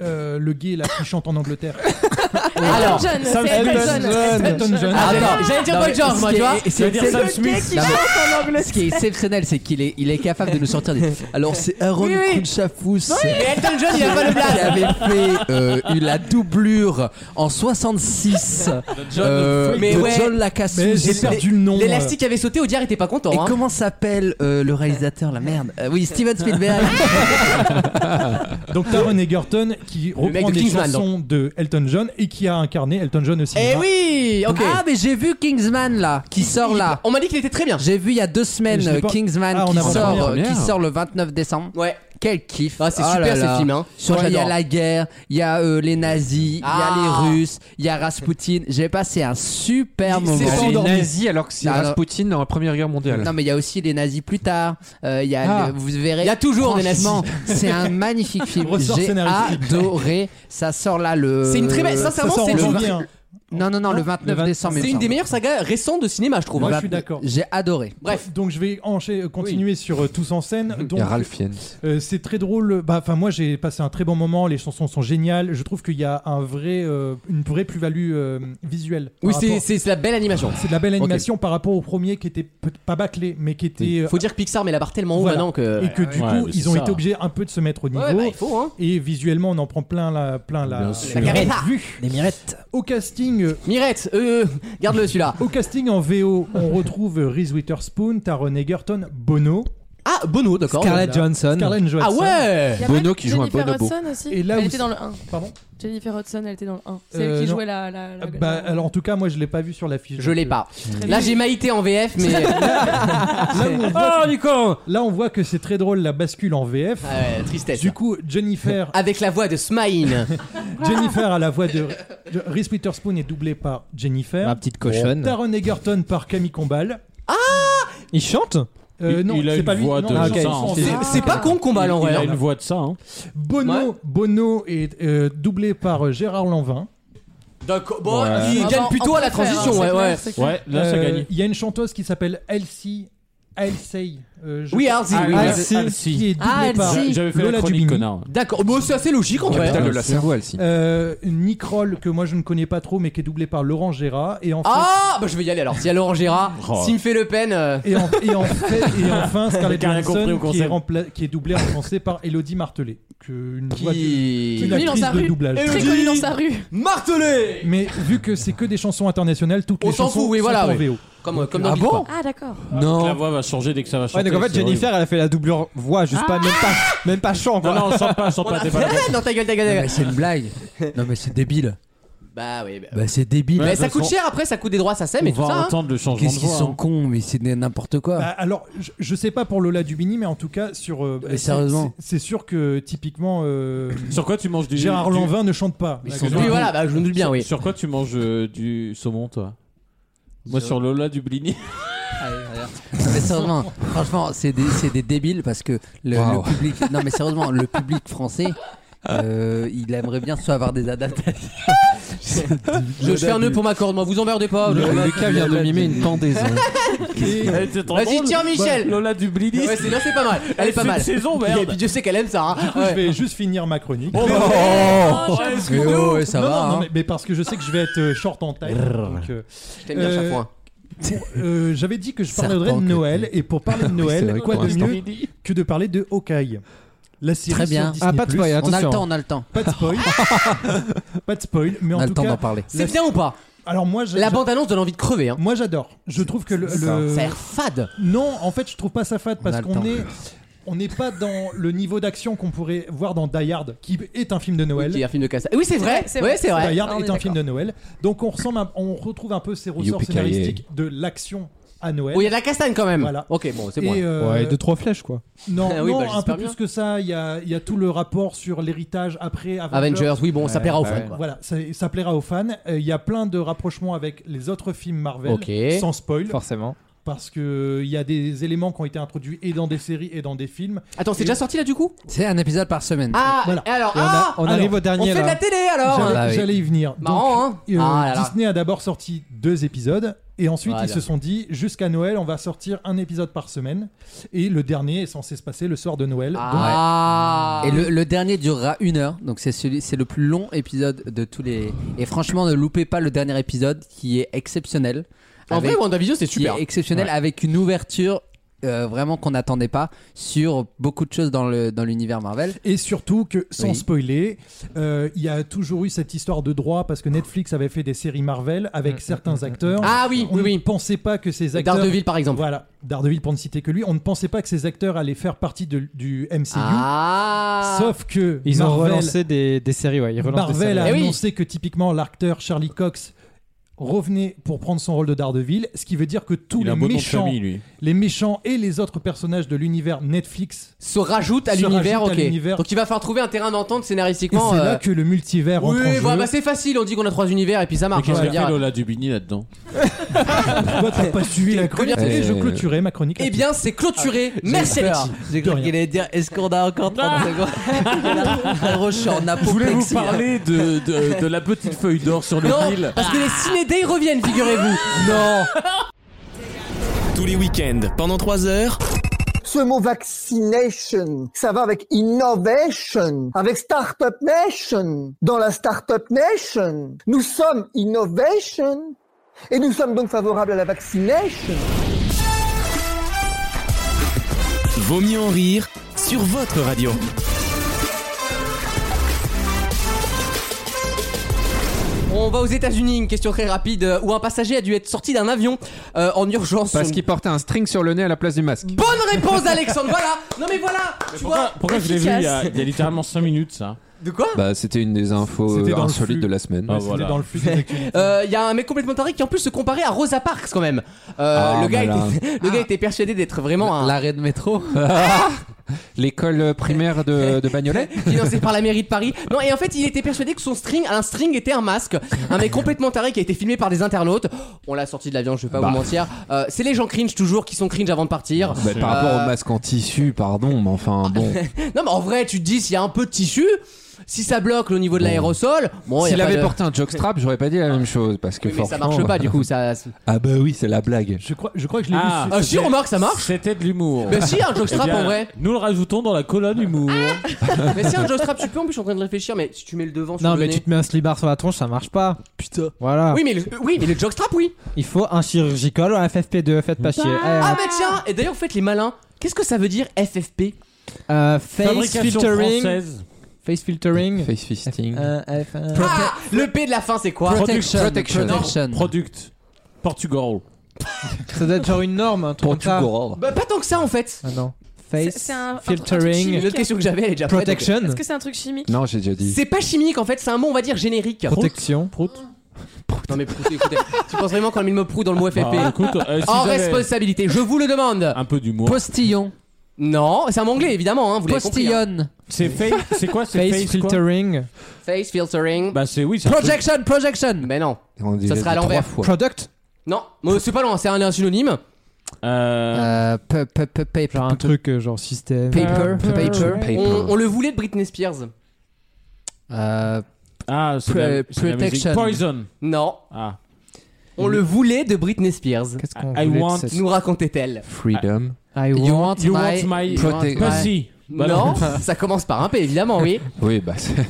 [SPEAKER 3] euh, le gay là qui chante en Angleterre.
[SPEAKER 2] Alors,
[SPEAKER 5] Elton John,
[SPEAKER 3] Sam
[SPEAKER 5] c'est Elton
[SPEAKER 3] Smith.
[SPEAKER 5] John.
[SPEAKER 3] Elton John.
[SPEAKER 8] Ah,
[SPEAKER 2] Attends, j'allais dire Boy George, moi, tu vois.
[SPEAKER 8] Et c'est- c'est-
[SPEAKER 7] Sam Smith.
[SPEAKER 8] Non, mais- Ce qui est exceptionnel, c'est qu'il est, il est capable de nous sortir des. Alors, c'est Aaron
[SPEAKER 2] Oui, oui.
[SPEAKER 8] Kouchafous.
[SPEAKER 2] Mais Elton John, il a pas le
[SPEAKER 8] qui
[SPEAKER 2] blaze.
[SPEAKER 8] avait fait euh, une- la doublure en 66 euh,
[SPEAKER 2] Mais
[SPEAKER 8] de
[SPEAKER 2] ouais.
[SPEAKER 8] John Lacassou.
[SPEAKER 3] Mais j'ai perdu le nom. euh.
[SPEAKER 2] L'élastique avait sauté, Audiard était pas content.
[SPEAKER 8] Et
[SPEAKER 2] hein.
[SPEAKER 8] comment s'appelle euh, le réalisateur La merde. Euh, oui, Steven Spielberg.
[SPEAKER 3] Euh, Donc Taron Egerton qui
[SPEAKER 2] mec
[SPEAKER 3] reprend
[SPEAKER 2] de
[SPEAKER 3] des
[SPEAKER 2] Kingsman,
[SPEAKER 3] chansons de Elton John et qui a incarné Elton John aussi.
[SPEAKER 2] Eh oui, ok.
[SPEAKER 8] Ah, mais j'ai vu Kingsman là, qui sort là.
[SPEAKER 2] On m'a dit qu'il était très bien.
[SPEAKER 8] J'ai vu il y a deux semaines
[SPEAKER 3] Je l'ai
[SPEAKER 8] euh,
[SPEAKER 3] pas-
[SPEAKER 8] Kingsman
[SPEAKER 3] Ah, on
[SPEAKER 8] qui,
[SPEAKER 3] a pas
[SPEAKER 8] sort, euh,
[SPEAKER 6] parlé.
[SPEAKER 8] qui sort le 29 décembre.
[SPEAKER 2] Ouais.
[SPEAKER 8] Quel kiff.
[SPEAKER 2] Ah, c'est
[SPEAKER 8] Oh là
[SPEAKER 2] super
[SPEAKER 8] là.
[SPEAKER 2] ce film. Hein.
[SPEAKER 8] Sur-
[SPEAKER 2] Moi,
[SPEAKER 8] il y a
[SPEAKER 2] j'adore.
[SPEAKER 8] la guerre, il y a euh, les nazis, il
[SPEAKER 2] Ah.
[SPEAKER 8] y a les russes, il y a Rasputin. J'ai passé un super
[SPEAKER 2] C'est
[SPEAKER 8] moment.
[SPEAKER 2] pas
[SPEAKER 6] C'est
[SPEAKER 2] endormi.
[SPEAKER 6] nazi Ah, alors que c'est
[SPEAKER 8] Non, non.
[SPEAKER 6] Rasputin dans la Première Guerre mondiale.
[SPEAKER 8] Non, mais il y a aussi les nazis plus tard. Euh, il y a
[SPEAKER 6] Ah.
[SPEAKER 8] le- vous verrez.
[SPEAKER 2] Il y a toujours des nazis.
[SPEAKER 8] Franchement, C'est un magnifique film.
[SPEAKER 3] Ressort
[SPEAKER 8] J'ai
[SPEAKER 3] scénaristique.
[SPEAKER 8] adoré. Ça sort là le.
[SPEAKER 2] C'est une très belle.
[SPEAKER 3] Ça
[SPEAKER 2] Sincèrement,
[SPEAKER 3] sort
[SPEAKER 2] c'est
[SPEAKER 3] en
[SPEAKER 2] le-
[SPEAKER 3] janvier, hein.
[SPEAKER 8] Non, non, non, le 29
[SPEAKER 3] vingt-
[SPEAKER 8] décembre. il me
[SPEAKER 2] c'est une des
[SPEAKER 8] semble.
[SPEAKER 2] meilleures sagas récentes de cinéma, je trouve.
[SPEAKER 3] Moi,
[SPEAKER 2] hein.
[SPEAKER 3] je suis d'accord.
[SPEAKER 8] J'ai adoré.
[SPEAKER 2] Bref.
[SPEAKER 3] Donc je vais enchaîner, continuer sur euh, Tous en scène.
[SPEAKER 6] Il y
[SPEAKER 3] Donc,
[SPEAKER 6] a Ralph Fiennes.
[SPEAKER 3] Euh, c'est très drôle. Bah, Enfin, moi, j'ai passé un très bon moment. Les chansons sont géniales. Je trouve qu'il y a un vrai, euh, une vraie plus-value euh, visuelle. par
[SPEAKER 2] Oui, c'est-
[SPEAKER 3] rapport-
[SPEAKER 2] c'est c'est la belle animation.
[SPEAKER 3] c'est de la belle animation par rapport au premier qui était peut- pas bâclé, mais qui était.
[SPEAKER 2] Faut dire que Pixar met la barre tellement haut
[SPEAKER 3] Voilà.
[SPEAKER 2] maintenant que.
[SPEAKER 3] et que du
[SPEAKER 7] Ouais,
[SPEAKER 3] coup,
[SPEAKER 7] mais
[SPEAKER 3] ils
[SPEAKER 7] c'est
[SPEAKER 3] ont
[SPEAKER 7] ça. hein.
[SPEAKER 3] été obligés un peu de se mettre au niveau.
[SPEAKER 2] Ouais, bah, il faut, hein.
[SPEAKER 3] Et visuellement, on en prend plein la, plein la,
[SPEAKER 7] Bien sûr.
[SPEAKER 3] la
[SPEAKER 2] La carreta.
[SPEAKER 3] vue.
[SPEAKER 8] Les mirettes.
[SPEAKER 3] Au casting, euh,
[SPEAKER 2] Mirette, euh, garde-le celui-là.
[SPEAKER 3] au casting en VO, on retrouve euh, Reese Witherspoon, Taron Egerton, Bono,
[SPEAKER 2] Ah, Bono, d'accord.
[SPEAKER 4] Scarlett Johansson.
[SPEAKER 3] Scarlett
[SPEAKER 2] Ah
[SPEAKER 3] Johansson.
[SPEAKER 2] ouais
[SPEAKER 5] Il y a
[SPEAKER 6] Bono
[SPEAKER 5] pas
[SPEAKER 6] qui joue un
[SPEAKER 5] Jennifer
[SPEAKER 6] bonobo.
[SPEAKER 5] Hudson aussi.
[SPEAKER 3] Et là
[SPEAKER 5] elle
[SPEAKER 3] où-
[SPEAKER 5] était dans le 1.
[SPEAKER 3] Pardon.
[SPEAKER 5] Jennifer Hudson, elle était dans le 1. C'est
[SPEAKER 3] Euh,
[SPEAKER 5] elle qui
[SPEAKER 3] non.
[SPEAKER 5] jouait la. la, la-
[SPEAKER 3] Bah, alors, en tout cas, moi, je l'ai pas vu sur l'affiche.
[SPEAKER 2] Je l'ai
[SPEAKER 3] donc,
[SPEAKER 2] pas.
[SPEAKER 5] Très
[SPEAKER 2] Là,
[SPEAKER 5] bien.
[SPEAKER 2] j'ai Maïté en VF, mais.
[SPEAKER 3] euh, Là où on voit
[SPEAKER 7] Oh, Nico
[SPEAKER 3] Là, on voit que c'est très drôle la bascule en VF.
[SPEAKER 2] Ah ouais, tristesse.
[SPEAKER 3] Du coup, Jennifer,
[SPEAKER 2] Avec la voix de Smine.
[SPEAKER 3] Jennifer à la voix de, de Reese Witherspoon est doublée par Jennifer.
[SPEAKER 4] Ma petite cochonne.
[SPEAKER 3] Taron Egerton par Camille Combal.
[SPEAKER 4] Il chante
[SPEAKER 3] Euh,
[SPEAKER 7] Il-
[SPEAKER 3] non,
[SPEAKER 7] il a
[SPEAKER 3] c'est
[SPEAKER 7] une
[SPEAKER 3] pas lui.
[SPEAKER 7] voix
[SPEAKER 3] non,
[SPEAKER 7] de
[SPEAKER 3] non,
[SPEAKER 7] Ah, ok.
[SPEAKER 3] non, non,
[SPEAKER 7] C'est-
[SPEAKER 3] c'est-
[SPEAKER 2] C'est pas con qu'on balle en
[SPEAKER 7] Il
[SPEAKER 2] vrai.
[SPEAKER 7] a une
[SPEAKER 2] hein.
[SPEAKER 7] voix de ça, hein.
[SPEAKER 3] Bono,
[SPEAKER 2] Ouais.
[SPEAKER 3] Bono est euh, doublé par euh, Gérard Lanvin.
[SPEAKER 2] D'accord. Bon,
[SPEAKER 7] Ouais.
[SPEAKER 2] il
[SPEAKER 5] Ah,
[SPEAKER 2] gagne
[SPEAKER 5] bah,
[SPEAKER 2] plutôt
[SPEAKER 5] on
[SPEAKER 2] à la
[SPEAKER 5] préfère,
[SPEAKER 2] transition,
[SPEAKER 5] hein,
[SPEAKER 2] ouais,
[SPEAKER 5] c'est
[SPEAKER 2] ouais.
[SPEAKER 5] clair, c'est clair.
[SPEAKER 7] Ouais, là, ça
[SPEAKER 3] Euh,
[SPEAKER 7] gagne.
[SPEAKER 3] Il y a une chanteuse qui s'appelle Elsie. Elsey. euh, je-
[SPEAKER 2] Oui, Arzy, oui.
[SPEAKER 3] Ah,
[SPEAKER 2] oui.
[SPEAKER 3] si. qui est doublée
[SPEAKER 8] Ah,
[SPEAKER 3] par
[SPEAKER 8] Elsie.
[SPEAKER 7] J'avais fait
[SPEAKER 3] Lola
[SPEAKER 7] la chronique,
[SPEAKER 3] Dubini.
[SPEAKER 7] connard.
[SPEAKER 2] D'accord. Bon, c'est assez logique en vrai.
[SPEAKER 6] Capitale de la cerveau, elle, si.
[SPEAKER 3] Euh, Nick Roll, que moi je ne connais pas trop, mais qui est doublée par Laurent Gérard. Et en fait,
[SPEAKER 2] Ah, bah je vais y aller alors. S'il y a Laurent Gérard,
[SPEAKER 7] Oh.
[SPEAKER 2] s'il me fait Le Pen. euh,
[SPEAKER 3] Et, en- et en fait- et enfin, Scarlett
[SPEAKER 7] Quelqu'un a compris
[SPEAKER 3] Johansson
[SPEAKER 7] au
[SPEAKER 3] qui est,
[SPEAKER 7] concept.
[SPEAKER 3] rempla- qui est doublée en français par Elodie Martelet, que une voix de-
[SPEAKER 2] Qui.
[SPEAKER 3] une
[SPEAKER 5] connue dans
[SPEAKER 3] actrice
[SPEAKER 5] sa
[SPEAKER 3] de
[SPEAKER 5] rue.
[SPEAKER 3] doublage.
[SPEAKER 5] Très connue dans sa rue.
[SPEAKER 2] Martelé
[SPEAKER 3] Mais vu que c'est que des chansons internationales, toutes
[SPEAKER 2] On
[SPEAKER 3] les
[SPEAKER 2] s'en
[SPEAKER 3] chansons
[SPEAKER 2] fout, oui,
[SPEAKER 3] sont
[SPEAKER 2] voilà,
[SPEAKER 3] en
[SPEAKER 2] oui.
[SPEAKER 3] VO.
[SPEAKER 2] Comme, euh, comme dans
[SPEAKER 4] Ah
[SPEAKER 2] Big,
[SPEAKER 4] bon
[SPEAKER 2] quoi.
[SPEAKER 5] Ah, d'accord.
[SPEAKER 7] Donc La
[SPEAKER 4] Non.
[SPEAKER 7] voix va changer dès que ça va
[SPEAKER 4] Ouais,
[SPEAKER 7] chanter.
[SPEAKER 4] donc en fait,
[SPEAKER 7] c'est horrible.
[SPEAKER 4] Jennifer, elle a fait la doublure voix, juste pas, même pas, même pas chant,
[SPEAKER 7] Non,
[SPEAKER 4] quoi.
[SPEAKER 7] non, on chante pas, on chante pas, Bah, t'es pas là.
[SPEAKER 2] Dans ta gueule, ta gueule, ta
[SPEAKER 8] Non,
[SPEAKER 2] gueule.
[SPEAKER 8] mais Eh, c'est une blague. Non, mais c'est débile.
[SPEAKER 2] Bah oui. bah-
[SPEAKER 8] Bah, c'est débile.
[SPEAKER 7] Ouais,
[SPEAKER 2] Mais ça
[SPEAKER 7] parce
[SPEAKER 2] coûte
[SPEAKER 7] qu'on-
[SPEAKER 2] cher après, ça coûte des droits, ça sème
[SPEAKER 7] On
[SPEAKER 2] et tout
[SPEAKER 7] va
[SPEAKER 2] ça. hein.
[SPEAKER 7] entendre le changement
[SPEAKER 8] Qu'est-ce
[SPEAKER 7] de
[SPEAKER 8] qu'ils
[SPEAKER 7] voix.
[SPEAKER 8] sont
[SPEAKER 7] hein.
[SPEAKER 8] cons, mais c'est n'importe quoi.
[SPEAKER 3] Bah, alors, je, je sais pas pour Lola Dubini, mais en tout cas, sur. euh,
[SPEAKER 8] Mais
[SPEAKER 3] c'est-
[SPEAKER 8] sérieusement.
[SPEAKER 3] C'est c'est sûr que typiquement, euh,
[SPEAKER 7] Sur quoi tu manges du
[SPEAKER 3] Gérard
[SPEAKER 7] du-
[SPEAKER 3] Lanvin ne chante pas.
[SPEAKER 7] Ils
[SPEAKER 3] Ah,
[SPEAKER 7] sont
[SPEAKER 3] que-
[SPEAKER 7] tous-
[SPEAKER 2] Oui, voilà, bah je me doute bien, oui.
[SPEAKER 7] Sur quoi tu manges euh, du saumon, toi Moi, sur Lola Dublini.
[SPEAKER 8] Non, mais sérieusement, franchement, c'est des, c'est des débiles parce que le, le
[SPEAKER 6] Waouh.
[SPEAKER 8] public. Non, mais Ah. sérieusement, le public français. euh, il aimerait bien soit avoir des adaptations.
[SPEAKER 2] Je fais un nœud pour ma corde, moi, vous emmerdez pas. je-
[SPEAKER 6] Lucas vient de mimer une pendaison.
[SPEAKER 2] Vas-y, tiens,
[SPEAKER 4] Bah,
[SPEAKER 2] Michel.
[SPEAKER 7] Lola du Blidis.
[SPEAKER 2] Ouais, c'est non, c'est pas mal. Elle est pas mal.
[SPEAKER 7] saison,
[SPEAKER 2] Et puis Dieu sait qu'elle aime ça. hein.
[SPEAKER 3] Du coup,
[SPEAKER 2] Ouais.
[SPEAKER 3] je vais juste finir ma chronique.
[SPEAKER 7] Oh,
[SPEAKER 3] Ah,
[SPEAKER 2] Mais oh, ouais, ça
[SPEAKER 3] non,
[SPEAKER 2] va.
[SPEAKER 3] non, non,
[SPEAKER 2] hein.
[SPEAKER 3] mais, mais parce que je sais que je vais être euh, short en taille. donc, euh,
[SPEAKER 2] Je t'aime bien,
[SPEAKER 3] Euh,
[SPEAKER 2] Chafouin.
[SPEAKER 3] euh, J'avais dit que je
[SPEAKER 4] Serpent
[SPEAKER 3] parlerais de
[SPEAKER 4] que
[SPEAKER 3] Noël, et pour parler de
[SPEAKER 4] c'est
[SPEAKER 3] Noël,
[SPEAKER 4] vrai,
[SPEAKER 3] quoi
[SPEAKER 4] pour
[SPEAKER 3] de
[SPEAKER 4] l'instant.
[SPEAKER 3] mieux que de parler de Hawkeye La série
[SPEAKER 8] Très bien.
[SPEAKER 3] sur Disney+.
[SPEAKER 4] Ah, pas de spoil,
[SPEAKER 8] On a le temps,
[SPEAKER 4] attention.
[SPEAKER 8] on a le temps.
[SPEAKER 3] Pas de spoil. pas de spoil, mais
[SPEAKER 8] On a
[SPEAKER 3] en
[SPEAKER 8] le
[SPEAKER 3] tout
[SPEAKER 8] temps
[SPEAKER 3] cas.
[SPEAKER 8] d'en parler.
[SPEAKER 2] C'est bien ou pas
[SPEAKER 3] Alors moi, je- Euh,
[SPEAKER 2] La
[SPEAKER 3] je-
[SPEAKER 2] bande-annonce donne envie de crever. Hein.
[SPEAKER 3] moi j'adore. Je trouve que le, le-
[SPEAKER 2] Ça a l'air fade.
[SPEAKER 3] non, en fait, je trouve pas ça fade
[SPEAKER 8] a
[SPEAKER 3] parce
[SPEAKER 8] le
[SPEAKER 3] qu'on
[SPEAKER 8] temps.
[SPEAKER 3] est on n'est pas dans le niveau d'action qu'on pourrait voir dans Die Hard, qui est un film de Noël.
[SPEAKER 2] Qui est un film de casse. Oui, c'est vrai.
[SPEAKER 5] C'est
[SPEAKER 2] Ouais,
[SPEAKER 5] vrai,
[SPEAKER 2] c'est vrai.
[SPEAKER 3] Die Hard
[SPEAKER 5] Ah, on
[SPEAKER 3] est,
[SPEAKER 5] est
[SPEAKER 3] un film de Noël. Donc on ressemble, à- on retrouve un peu ses ressorts
[SPEAKER 6] Youpi-ki-yay.
[SPEAKER 3] scénaristiques de l'action à Noël.
[SPEAKER 2] Oh, il y a de la castagne quand même.
[SPEAKER 3] Voilà.
[SPEAKER 2] Ok, bon, c'est
[SPEAKER 3] Et,
[SPEAKER 2] bon.
[SPEAKER 3] euh,
[SPEAKER 4] Ouais, deux trois flèches quoi.
[SPEAKER 3] non,
[SPEAKER 2] Ah oui,
[SPEAKER 3] non,
[SPEAKER 2] bah,
[SPEAKER 3] un peu
[SPEAKER 2] j'espère bien.
[SPEAKER 3] plus que ça. Il y a, il y a tout le rapport sur l'héritage après
[SPEAKER 2] Avengers, oui, bon, ça plaira aux fans. quoi.
[SPEAKER 3] Voilà, ça, ça plaira aux fans. Euh, Il y a plein de rapprochements avec les autres films Marvel,
[SPEAKER 2] Ok.
[SPEAKER 3] sans spoil,
[SPEAKER 4] Forcément.
[SPEAKER 3] parce que euh, il y a des éléments qui ont été introduits et dans des séries et dans des films.
[SPEAKER 2] Attends, c'est déjà sorti là du coup
[SPEAKER 8] C'est un épisode par semaine.
[SPEAKER 2] Ah,
[SPEAKER 3] Voilà.
[SPEAKER 2] et alors,
[SPEAKER 4] Et on a-
[SPEAKER 2] ah,
[SPEAKER 4] on
[SPEAKER 3] alors,
[SPEAKER 4] arrive au
[SPEAKER 2] on
[SPEAKER 4] dernier
[SPEAKER 2] fait de la
[SPEAKER 4] là.
[SPEAKER 2] télé alors
[SPEAKER 3] J'allais
[SPEAKER 8] bah oui.
[SPEAKER 3] j'allais y venir. Donc,
[SPEAKER 2] Marrant, hein
[SPEAKER 3] euh,
[SPEAKER 2] Ah là là.
[SPEAKER 3] Disney a d'abord sorti deux épisodes et ensuite
[SPEAKER 2] Voilà.
[SPEAKER 3] ils se sont dit jusqu'à Noël on va sortir un épisode par semaine et le dernier est censé se passer le soir de Noël.
[SPEAKER 2] Ah
[SPEAKER 8] Et le, le dernier durera une heure, donc c'est celui- c'est le plus long épisode de tous les. Et franchement, ne loupez pas le dernier épisode qui est exceptionnel.
[SPEAKER 2] En
[SPEAKER 8] Avec-
[SPEAKER 2] vrai, WandaVision, c'est
[SPEAKER 8] qui
[SPEAKER 2] super.
[SPEAKER 8] est exceptionnel avec une ouverture euh, vraiment qu'on n'attendait pas sur beaucoup de choses dans le dans l'univers Marvel.
[SPEAKER 3] Et surtout que, sans
[SPEAKER 8] Oui.
[SPEAKER 3] spoiler, euh, il y a toujours eu cette histoire de droit parce que Netflix avait fait des séries Marvel
[SPEAKER 4] Mm,
[SPEAKER 3] avec certains acteurs.
[SPEAKER 2] Ah oui, oui,
[SPEAKER 3] on ne
[SPEAKER 2] oui.
[SPEAKER 3] pensait pas que ces acteurs.
[SPEAKER 2] Daredevil par exemple.
[SPEAKER 3] Voilà, Daredevil pour ne citer que lui, on ne pensait pas que ces acteurs allaient faire partie de- du MCU.
[SPEAKER 2] Ah
[SPEAKER 3] Sauf que
[SPEAKER 4] Ils ont
[SPEAKER 3] Marvel,
[SPEAKER 4] relancé des, des séries, ouais. Ils relancent des
[SPEAKER 3] Marvel a
[SPEAKER 4] séries.
[SPEAKER 2] Eh oui.
[SPEAKER 3] annoncé que typiquement l'acteur Charlie Cox revenait pour prendre son rôle de Daredevil, ce qui veut dire que tous
[SPEAKER 7] Il
[SPEAKER 3] les
[SPEAKER 7] a un beau nom de
[SPEAKER 3] méchants,
[SPEAKER 7] famille, lui.
[SPEAKER 3] les méchants et les autres personnages de l'univers Netflix.
[SPEAKER 2] se rajoute à
[SPEAKER 3] Se
[SPEAKER 2] l'univers,
[SPEAKER 3] rajoute
[SPEAKER 2] ok.
[SPEAKER 3] à l'univers.
[SPEAKER 2] Donc il va falloir trouver un terrain d'entente
[SPEAKER 3] Et
[SPEAKER 2] scénaristiquement.
[SPEAKER 3] c'est
[SPEAKER 2] euh,
[SPEAKER 3] là que le multivers
[SPEAKER 2] Oui,
[SPEAKER 3] entre en jeu.
[SPEAKER 2] voilà, bah, c'est facile, on dit qu'on a trois univers et puis ça
[SPEAKER 7] Mais
[SPEAKER 2] marche.
[SPEAKER 7] qu'est-ce
[SPEAKER 2] je
[SPEAKER 7] que
[SPEAKER 2] veux dire.
[SPEAKER 7] fait Lola Dubini là-dedans
[SPEAKER 3] Pourquoi t'as pas suivi la chronique
[SPEAKER 2] Chronique.
[SPEAKER 3] Et je clôturai ma chronique.
[SPEAKER 2] Eh bien, c'est clôturé. Merci. Alexis.
[SPEAKER 8] J'ai
[SPEAKER 3] De
[SPEAKER 8] cru
[SPEAKER 3] rien.
[SPEAKER 8] qu'il allait dire est-ce qu'on a encore 30 secondes Rocher en
[SPEAKER 7] Je voulais vous
[SPEAKER 8] apoplexie.
[SPEAKER 7] parler de, de, de la petite feuille d'or sur le
[SPEAKER 2] Non,
[SPEAKER 7] fil.
[SPEAKER 2] parce que les ciné-days reviennent, figurez-vous. non.
[SPEAKER 1] Tous les week-ends, pendant 3 heures,
[SPEAKER 10] Ce mot vaccination, ça va avec innovation, avec startup nation. Dans la startup nation, nous sommes innovation et nous sommes donc favorables à la vaccination.
[SPEAKER 1] Vaut mieux en rire sur votre radio.
[SPEAKER 2] On va aux États-Unis. Une question très rapide euh, où un passager a dû être sorti d'un avion euh, en urgence.
[SPEAKER 4] Parce
[SPEAKER 2] Son-
[SPEAKER 4] qu'ils portaient un string sur le nez à la place du masque.
[SPEAKER 2] Bonne réponse, Alexandre. Voilà. Non mais voilà. tu
[SPEAKER 7] Pourquoi,
[SPEAKER 2] vois.
[SPEAKER 7] Ah, pourquoi je l'ai vu il y, a,
[SPEAKER 5] efficace.
[SPEAKER 7] il y a littéralement 5 minutes, ça
[SPEAKER 2] De quoi
[SPEAKER 11] Bah, c'était une des infos
[SPEAKER 3] C'était
[SPEAKER 11] euh,
[SPEAKER 3] dans le
[SPEAKER 11] insolites
[SPEAKER 3] flux.
[SPEAKER 11] de la semaine.
[SPEAKER 7] Ah,
[SPEAKER 3] C'était
[SPEAKER 7] voilà.
[SPEAKER 3] dans le flux des actualités.
[SPEAKER 2] Euh, Il y a un mec complètement taré qui en plus se comparait à Rosa Parks quand même. Euh,
[SPEAKER 11] Ah,
[SPEAKER 2] le gars,
[SPEAKER 11] malin.
[SPEAKER 2] était, le gars était persuadé d'être vraiment un,
[SPEAKER 8] L'arrêt de métro.
[SPEAKER 4] L'école primaire de, de Bagnolet
[SPEAKER 2] financé par la mairie de Paris. Non, et en fait, il était persuadé que son string, un string était un masque. Un mec complètement taré qui a été filmé par des internautes. On l'a sorti de l'avion, je vais pas
[SPEAKER 11] Bah.
[SPEAKER 2] vous mentir. Euh, c'est les gens cringe toujours qui sont cringe avant de partir.
[SPEAKER 11] Bah, par rapport au masque en tissu, pardon, mais enfin bon.
[SPEAKER 2] Non, mais en vrai, tu te dis, s'il y a un peu de tissu, si ça bloque au niveau de l'aérosol, bon, il y
[SPEAKER 4] S'il
[SPEAKER 2] a pas
[SPEAKER 4] avait
[SPEAKER 2] de-
[SPEAKER 4] porté un jockstrap, j'aurais pas dit la même chose. Parce que
[SPEAKER 2] Oui, mais ça
[SPEAKER 4] franchement-
[SPEAKER 2] marche pas du coup. Ça...
[SPEAKER 11] Ah bah oui, c'est la blague.
[SPEAKER 3] Je crois, je crois que je l'ai
[SPEAKER 7] Ah.
[SPEAKER 3] vu.
[SPEAKER 2] Ah, si, remarque, ça marche.
[SPEAKER 7] C'était de l'humour.
[SPEAKER 2] Mais si, un
[SPEAKER 7] Eh
[SPEAKER 2] jockstrap
[SPEAKER 7] bien,
[SPEAKER 2] en vrai. Ah,
[SPEAKER 7] Nous le rajoutons dans la colonne humour.
[SPEAKER 2] Mais si, un jockstrap, tu peux. En plus, je suis en train de réfléchir, mais si tu mets le devant sur
[SPEAKER 4] Non,
[SPEAKER 2] le
[SPEAKER 4] mais
[SPEAKER 2] nez-
[SPEAKER 4] tu te mets un slibard sur la tronche, ça marche pas. Putain. Voilà.
[SPEAKER 2] Oui, mais le, oui, mais le jockstrap, oui.
[SPEAKER 4] Il faut un chirurgical ou un FFP2, faites pas chier. Euh,
[SPEAKER 2] Ah, bah tiens, et d'ailleurs, faites les malins. Qu'est-ce que ça veut dire FFP
[SPEAKER 4] Eh, euh, face
[SPEAKER 7] Fabrication
[SPEAKER 4] filtering.
[SPEAKER 7] française.
[SPEAKER 4] Face filtering.
[SPEAKER 11] Face fisting.
[SPEAKER 4] Euh, F1.
[SPEAKER 2] Ah, le P de la fin, c'est quoi
[SPEAKER 8] Protection.
[SPEAKER 11] Protection.
[SPEAKER 8] Protection.
[SPEAKER 7] Product. Portugal.
[SPEAKER 4] Ça doit être genre une norme, un truc comme ça.
[SPEAKER 2] Bah, pas tant que ça en fait.
[SPEAKER 4] Ah non.
[SPEAKER 5] C'est- c'est un- un
[SPEAKER 4] Face
[SPEAKER 5] truc
[SPEAKER 4] filtering.
[SPEAKER 5] chimique.
[SPEAKER 2] L'autre question que j'avais, elle est déjà prête,
[SPEAKER 4] Protection.
[SPEAKER 5] Est-ce que c'est un truc chimique
[SPEAKER 11] Non, j'ai déjà
[SPEAKER 2] donc.
[SPEAKER 11] dit.
[SPEAKER 2] C'est pas chimique en fait, c'est un mot on va dire générique.
[SPEAKER 4] Protection.
[SPEAKER 2] Non mais écoutez, écoutez, tu penses vraiment qu'on a mis le mot prout dans le mot FFP
[SPEAKER 7] Bah, écoute, euh, si
[SPEAKER 2] En
[SPEAKER 7] j'avais
[SPEAKER 2] responsabilité, je vous le demande.
[SPEAKER 7] un peu d'humour.
[SPEAKER 8] Postillon.
[SPEAKER 2] Non, c'est un mot anglais évidemment, hein, vous l'avez compris. hein.
[SPEAKER 8] Postillon.
[SPEAKER 7] C'est face. C'est quoi C'est
[SPEAKER 4] Face,
[SPEAKER 7] face, quoi
[SPEAKER 4] filtering.
[SPEAKER 2] Face filtering.
[SPEAKER 7] Bah c'est oui. c'est un truc-
[SPEAKER 8] Projection, projection.
[SPEAKER 2] Mais non,
[SPEAKER 11] On déjà
[SPEAKER 2] sera à
[SPEAKER 11] dit
[SPEAKER 2] l'envers.
[SPEAKER 11] trois fois.
[SPEAKER 4] Product.
[SPEAKER 2] non, mais c'est pas loin, c'est un, un synonyme.
[SPEAKER 7] Euh,
[SPEAKER 8] Euh, pa- pa- pa- pa-
[SPEAKER 4] Genre un truc euh, genre système.
[SPEAKER 8] Paper. Paper.
[SPEAKER 11] Paper.
[SPEAKER 2] On, on le voulait de Britney Spears.
[SPEAKER 8] Euh,
[SPEAKER 7] Ah, c'est de la-
[SPEAKER 2] Pre-
[SPEAKER 7] c'est de la musique.
[SPEAKER 2] Protection.
[SPEAKER 7] Poison.
[SPEAKER 2] Non.
[SPEAKER 7] Ah.
[SPEAKER 2] On le voulait de Britney Spears.
[SPEAKER 4] Qu'est-ce
[SPEAKER 7] qu'on I voulait de want- cette-
[SPEAKER 2] Nous racontait-elle
[SPEAKER 11] Freedom.
[SPEAKER 4] I
[SPEAKER 2] You want
[SPEAKER 7] You
[SPEAKER 2] my,
[SPEAKER 7] want my
[SPEAKER 2] you want
[SPEAKER 11] prote-
[SPEAKER 2] my-
[SPEAKER 7] pussy. Bah, Voilà.
[SPEAKER 2] Non, ça commence par un P évidemment, oui.
[SPEAKER 11] Oui, bah c'est le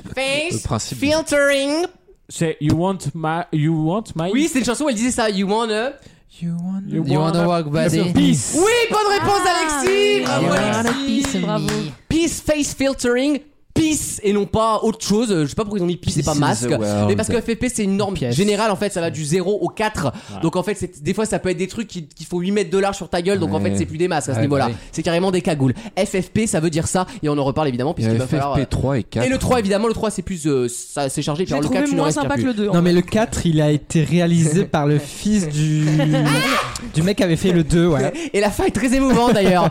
[SPEAKER 2] Face
[SPEAKER 11] principe.
[SPEAKER 2] filtering.
[SPEAKER 7] C'est You want my. You want my.
[SPEAKER 2] Oui, c'est une chanson où elle disait ça. You wanna.
[SPEAKER 7] You
[SPEAKER 4] You
[SPEAKER 7] want
[SPEAKER 4] wanna walk
[SPEAKER 7] my
[SPEAKER 4] buddy
[SPEAKER 7] peace.
[SPEAKER 2] Oui, bonne réponse,
[SPEAKER 5] Ah,
[SPEAKER 2] Alexis. Bravo,
[SPEAKER 4] Yeah.
[SPEAKER 2] Alexis. Peace face filtering. Peace et non pas autre chose. Je sais pas pourquoi ils ont mis peace et
[SPEAKER 11] Peace
[SPEAKER 2] pas
[SPEAKER 11] in
[SPEAKER 2] masque.
[SPEAKER 11] the world.
[SPEAKER 2] Mais parce que FFP c'est une norme
[SPEAKER 4] Pièce.
[SPEAKER 2] générale en fait, ça va du 0 au 4. Donc en fait, c'est- des fois ça peut être des trucs qui, qui font 8 mètres de large sur ta gueule. Donc en
[SPEAKER 11] Ouais.
[SPEAKER 2] fait, c'est plus des masques à ce
[SPEAKER 4] Ouais,
[SPEAKER 2] niveau-là.
[SPEAKER 4] ouais.
[SPEAKER 2] C'est carrément des cagoules. FFP ça veut dire ça et on en reparle évidemment
[SPEAKER 11] Il y a
[SPEAKER 2] puisqu'il va falloir. euh,
[SPEAKER 11] FFP3 et 4.
[SPEAKER 2] Et le 3 évidemment, le 3 c'est plus euh, ça c'est chargé. Puis
[SPEAKER 5] J'ai
[SPEAKER 2] alors, le
[SPEAKER 5] trouvé
[SPEAKER 2] 4 tu ne
[SPEAKER 5] moins
[SPEAKER 2] respires
[SPEAKER 5] sympa
[SPEAKER 2] plus.
[SPEAKER 5] que le 2.
[SPEAKER 4] Non mais le 4 il a été réalisé par le fils du du mec qui avait fait le 2 ouais.
[SPEAKER 2] Et la fin est très émouvante d'ailleurs.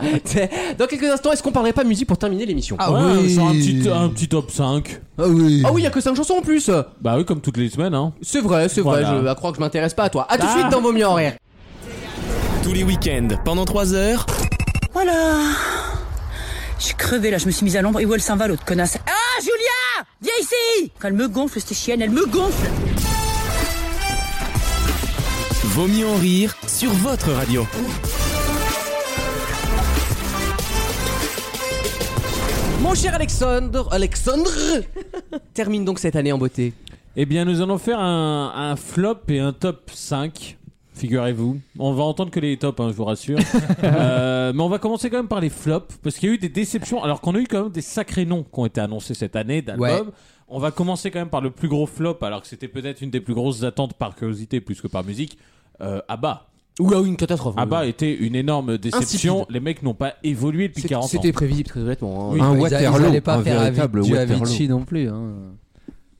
[SPEAKER 2] Dans quelques instants, est-ce qu'on parlerait pas musique pour terminer l'émission
[SPEAKER 7] Ah ouais, genre un petit, un petit top 5.
[SPEAKER 11] oui.
[SPEAKER 2] Ah oui, il y a que 5 chansons en plus.
[SPEAKER 7] Bah oui, comme toutes les semaines, hein.
[SPEAKER 2] C'est vrai, c'est
[SPEAKER 7] Voilà. Ah.
[SPEAKER 2] vrai, je crois que je m'intéresse pas à toi. À tout de suite dans Vaut mieux en rire.
[SPEAKER 1] Tous les week-ends, pendant 3 heures,
[SPEAKER 12] Voilà. Je suis crevée là, je me suis mise à l'ombre. Et où elle s'en va l'autre connasse Ah, Julia Viens ici Quand elle me gonfle, cette chienne, elle me gonfle
[SPEAKER 1] Vaut mieux en rire sur votre radio.
[SPEAKER 2] Mon cher Alexandre, Alexandre termine donc cette année en beauté.
[SPEAKER 7] Eh bien, nous allons faire un, un flop et un top 5. Figurez-vous, on va entendre que les tops, hein, je vous rassure. Euh, mais on va commencer quand même par les flops, parce qu'il y a eu des déceptions, alors qu'on a eu quand même des sacrés noms qui ont été annoncés cette année d'albums. On va commencer quand même par le plus gros flop, alors que c'était peut-être une des plus grosses attentes par curiosité plus que par musique. Euh, Abba.
[SPEAKER 2] Ou une catastrophe.
[SPEAKER 7] Abba était une énorme déception.
[SPEAKER 2] Insipide.
[SPEAKER 7] Les mecs n'ont pas évolué depuis
[SPEAKER 2] C'est-
[SPEAKER 7] 40 ans.
[SPEAKER 2] C'était prévisible très honnêtement. hein.
[SPEAKER 7] Oui.
[SPEAKER 11] Un
[SPEAKER 4] Ils a- Ils
[SPEAKER 11] Waterloo,
[SPEAKER 4] allaient pas
[SPEAKER 11] un
[SPEAKER 4] faire Avi-
[SPEAKER 11] véritable
[SPEAKER 4] du
[SPEAKER 11] Waterloo.
[SPEAKER 4] Avicii non plus hein.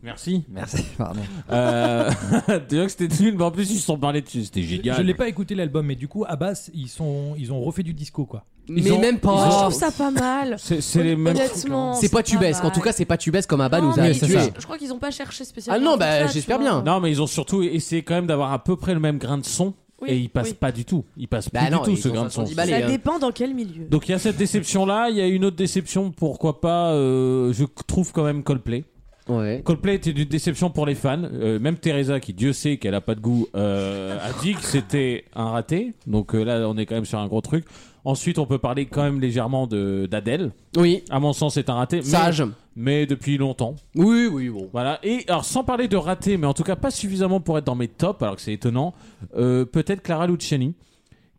[SPEAKER 7] Merci.
[SPEAKER 4] Merci pardon.
[SPEAKER 7] Euh, Déjà que c'était nul, mais en plus ils se sont parlé dessus, c'était génial.
[SPEAKER 3] Je l'ai pas écouté l'album, mais du coup, à basse, ils, sont, ils ont refait du disco, quoi.
[SPEAKER 2] Mais
[SPEAKER 7] ont-
[SPEAKER 2] même
[SPEAKER 5] Moi,
[SPEAKER 2] pas.
[SPEAKER 5] Oh, je trouve ça pas mal.
[SPEAKER 7] C'est c'est les mêmes.
[SPEAKER 5] Honnêtement,
[SPEAKER 2] C'est pas tubesque.
[SPEAKER 5] mal.
[SPEAKER 2] En tout cas, c'est pas tubesque comme Abba
[SPEAKER 5] Non,
[SPEAKER 2] nous a
[SPEAKER 5] mais
[SPEAKER 2] habitués.
[SPEAKER 5] Je, je crois qu'ils ont pas cherché spécialement.
[SPEAKER 2] Ah non,
[SPEAKER 5] pour
[SPEAKER 2] bah,
[SPEAKER 5] ça, tu
[SPEAKER 2] j'espère
[SPEAKER 5] vois.
[SPEAKER 2] bien.
[SPEAKER 7] Non, mais ils ont surtout essayé quand même d'avoir à peu près le même grain de son
[SPEAKER 5] Oui,
[SPEAKER 7] et ils passent
[SPEAKER 5] oui.
[SPEAKER 7] pas du tout. Ils passent
[SPEAKER 2] Bah
[SPEAKER 7] plus
[SPEAKER 2] non,
[SPEAKER 7] du tout
[SPEAKER 2] ils
[SPEAKER 7] ce
[SPEAKER 2] ont
[SPEAKER 7] grain de son.
[SPEAKER 2] 70 balles.
[SPEAKER 5] Ça
[SPEAKER 2] Allez, hein.
[SPEAKER 5] dépend dans quel milieu.
[SPEAKER 7] Donc il y a cette déception là, il y a une autre déception, pourquoi pas, euh, je trouve quand même Coldplay.
[SPEAKER 2] Ouais.
[SPEAKER 7] Coldplay était une déception pour les fans, Euh, même Teresa qui Dieu sait qu'elle a pas de goût euh, a dit que c'était un raté, donc euh, là on est quand même sur un gros truc. Ensuite on peut parler quand même légèrement de- d'Adèle,
[SPEAKER 2] Oui.
[SPEAKER 7] à mon sens c'est un raté, mais-
[SPEAKER 2] Sage.
[SPEAKER 7] mais depuis longtemps.
[SPEAKER 2] Oui, oui, bon.
[SPEAKER 7] Voilà, et alors sans parler de raté, mais en tout cas pas suffisamment pour être dans mes tops, alors que c'est étonnant, euh, peut-être Clara Luciani,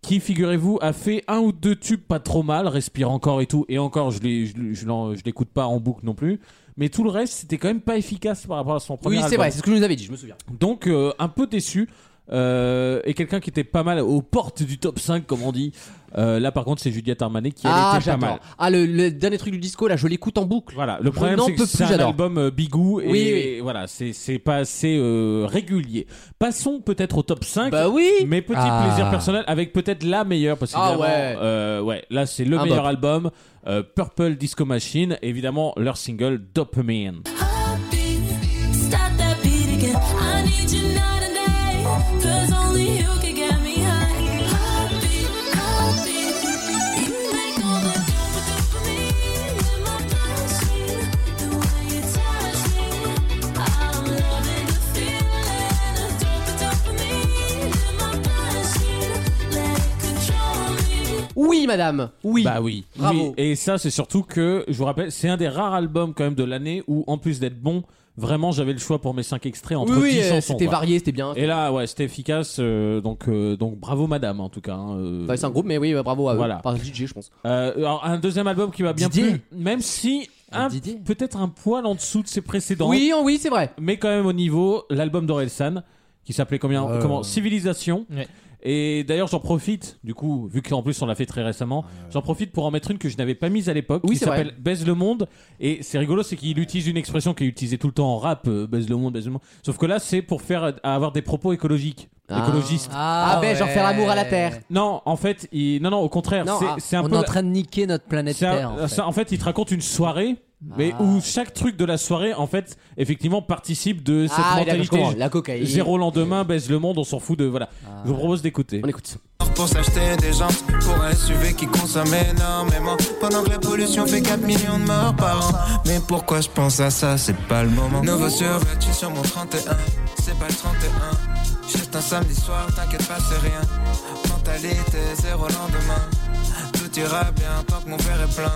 [SPEAKER 7] qui, figurez-vous, a fait un ou deux tubes pas trop mal, respire encore et tout, et encore, je l'ai- je l'ai- je l'en- je l'écoute pas en boucle non plus, mais tout le reste, c'était quand même pas efficace par rapport à son premier
[SPEAKER 2] Oui, c'est
[SPEAKER 7] album.
[SPEAKER 2] vrai, c'est ce que je nous avais dit, je me souviens.
[SPEAKER 7] Donc, euh, un peu déçu. euh, et quelqu'un qui était pas mal aux portes du top 5 comme on dit Euh, là par contre c'est Juliette Armanet qui elle,
[SPEAKER 2] Ah,
[SPEAKER 7] était pas mal
[SPEAKER 2] j'adore. Ah, le, le dernier truc du disco là, je l'écoute en boucle.
[SPEAKER 7] voilà, le problème
[SPEAKER 2] n'en
[SPEAKER 7] c'est que
[SPEAKER 2] peux
[SPEAKER 7] c'est
[SPEAKER 2] plus,
[SPEAKER 7] un
[SPEAKER 2] j'adore.
[SPEAKER 7] album euh, bigou et
[SPEAKER 2] Oui, oui.
[SPEAKER 7] voilà, c'est c'est pas assez euh, régulier. Passons peut-être au top 5.
[SPEAKER 2] Bah oui.
[SPEAKER 7] Mes petits
[SPEAKER 4] Ah.
[SPEAKER 7] plaisirs personnels avec peut-être la meilleure parce que
[SPEAKER 2] Ah
[SPEAKER 7] évidemment,
[SPEAKER 2] ouais.
[SPEAKER 7] euh, ouais, là c'est le
[SPEAKER 2] Un
[SPEAKER 7] meilleur
[SPEAKER 2] bop.
[SPEAKER 7] album euh, Purple Disco Machine, évidemment leur single Dopamine.
[SPEAKER 13] Stop that beat again. I need you night and day. 'Cause only you can get me high. Heartbeat, heartbeat. You make all the difference for me. When my body's seen the way you touch me. I'm loving the feeling of dopamine, dopamine. When my body's seen, let it control me.
[SPEAKER 2] Oui, madame. Oui.
[SPEAKER 7] Bah oui.
[SPEAKER 2] Bravo.
[SPEAKER 7] Oui, Et ça c'est surtout que je vous rappelle, c'est un des rares albums quand même de l'année où en plus d'être bon, vraiment j'avais le choix pour mes 5 extraits entre
[SPEAKER 2] oui, oui,
[SPEAKER 7] 10
[SPEAKER 2] euh,
[SPEAKER 7] chansons.
[SPEAKER 2] c'était
[SPEAKER 7] quoi.
[SPEAKER 2] varié, c'était bien.
[SPEAKER 7] Et là, ouais, c'était efficace. euh, donc, euh, donc, bravo, madame, en tout cas. hein, euh.
[SPEAKER 2] Enfin, c'est un groupe, mais oui, bah, bravo à eux.
[SPEAKER 7] Voilà.
[SPEAKER 2] Par DJ, je pense.
[SPEAKER 7] Euh, alors, un deuxième album qui m'a bien
[SPEAKER 2] Didier
[SPEAKER 7] plu, même si
[SPEAKER 2] Ah,
[SPEAKER 7] un-
[SPEAKER 2] Didier.
[SPEAKER 7] peut-être un poil en dessous de ses précédents.
[SPEAKER 2] Oui, oh, oui, c'est vrai.
[SPEAKER 7] Mais quand même au niveau, l'album d'Orelsan qui s'appelait combien
[SPEAKER 3] Euh.
[SPEAKER 7] Comment Civilisation.
[SPEAKER 4] Ouais.
[SPEAKER 7] Et d'ailleurs, j'en profite, du coup, vu qu'en plus on l'a fait très récemment, j'en profite pour en mettre une que je n'avais pas mise à l'époque,
[SPEAKER 2] Oui,
[SPEAKER 7] qui
[SPEAKER 2] c'est vrai.
[SPEAKER 7] s'appelle Baise le monde. Et c'est rigolo, c'est qu'il utilise une expression qu'il utilisait tout le temps en rap, euh, Baise le monde, Baise le monde. Sauf que là, c'est pour faire avoir des propos écologiques,
[SPEAKER 2] Ah.
[SPEAKER 7] écologistes.
[SPEAKER 2] Ah, ben, genre
[SPEAKER 8] ouais.
[SPEAKER 2] faire amour à la terre.
[SPEAKER 7] Non, en fait, il... non, non, au contraire,
[SPEAKER 2] Non,
[SPEAKER 7] c'est-
[SPEAKER 2] ah,
[SPEAKER 7] c'est un
[SPEAKER 8] On
[SPEAKER 7] peu.
[SPEAKER 8] est en
[SPEAKER 7] la-
[SPEAKER 8] train de niquer notre planète
[SPEAKER 7] c'est un-
[SPEAKER 8] Terre. en fait.
[SPEAKER 7] ça, en fait, il te raconte une soirée, mais
[SPEAKER 2] Ah.
[SPEAKER 7] où chaque truc de la soirée, en fait, effectivement, participe de cette
[SPEAKER 2] Ah, oui, d'accord, je
[SPEAKER 7] mentalité.
[SPEAKER 2] comprends. la cocaïne.
[SPEAKER 7] Zéro lendemain, baise le monde, on s'en fout de. Voilà. Je vous propose d'écouter.
[SPEAKER 2] On écoute.
[SPEAKER 14] pour s'acheter des jantes Pour un SUV qui consomme énormément Pendant que la pollution fait 4 millions de morts par an Mais pourquoi je pense à ça, c'est pas le moment Nouveau survêtu sur mon 31 C'est pas le 31 Juste un samedi soir, t'inquiète pas c'est rien Mentalité zéro lendemain Tout ira bien tant que mon verre est plein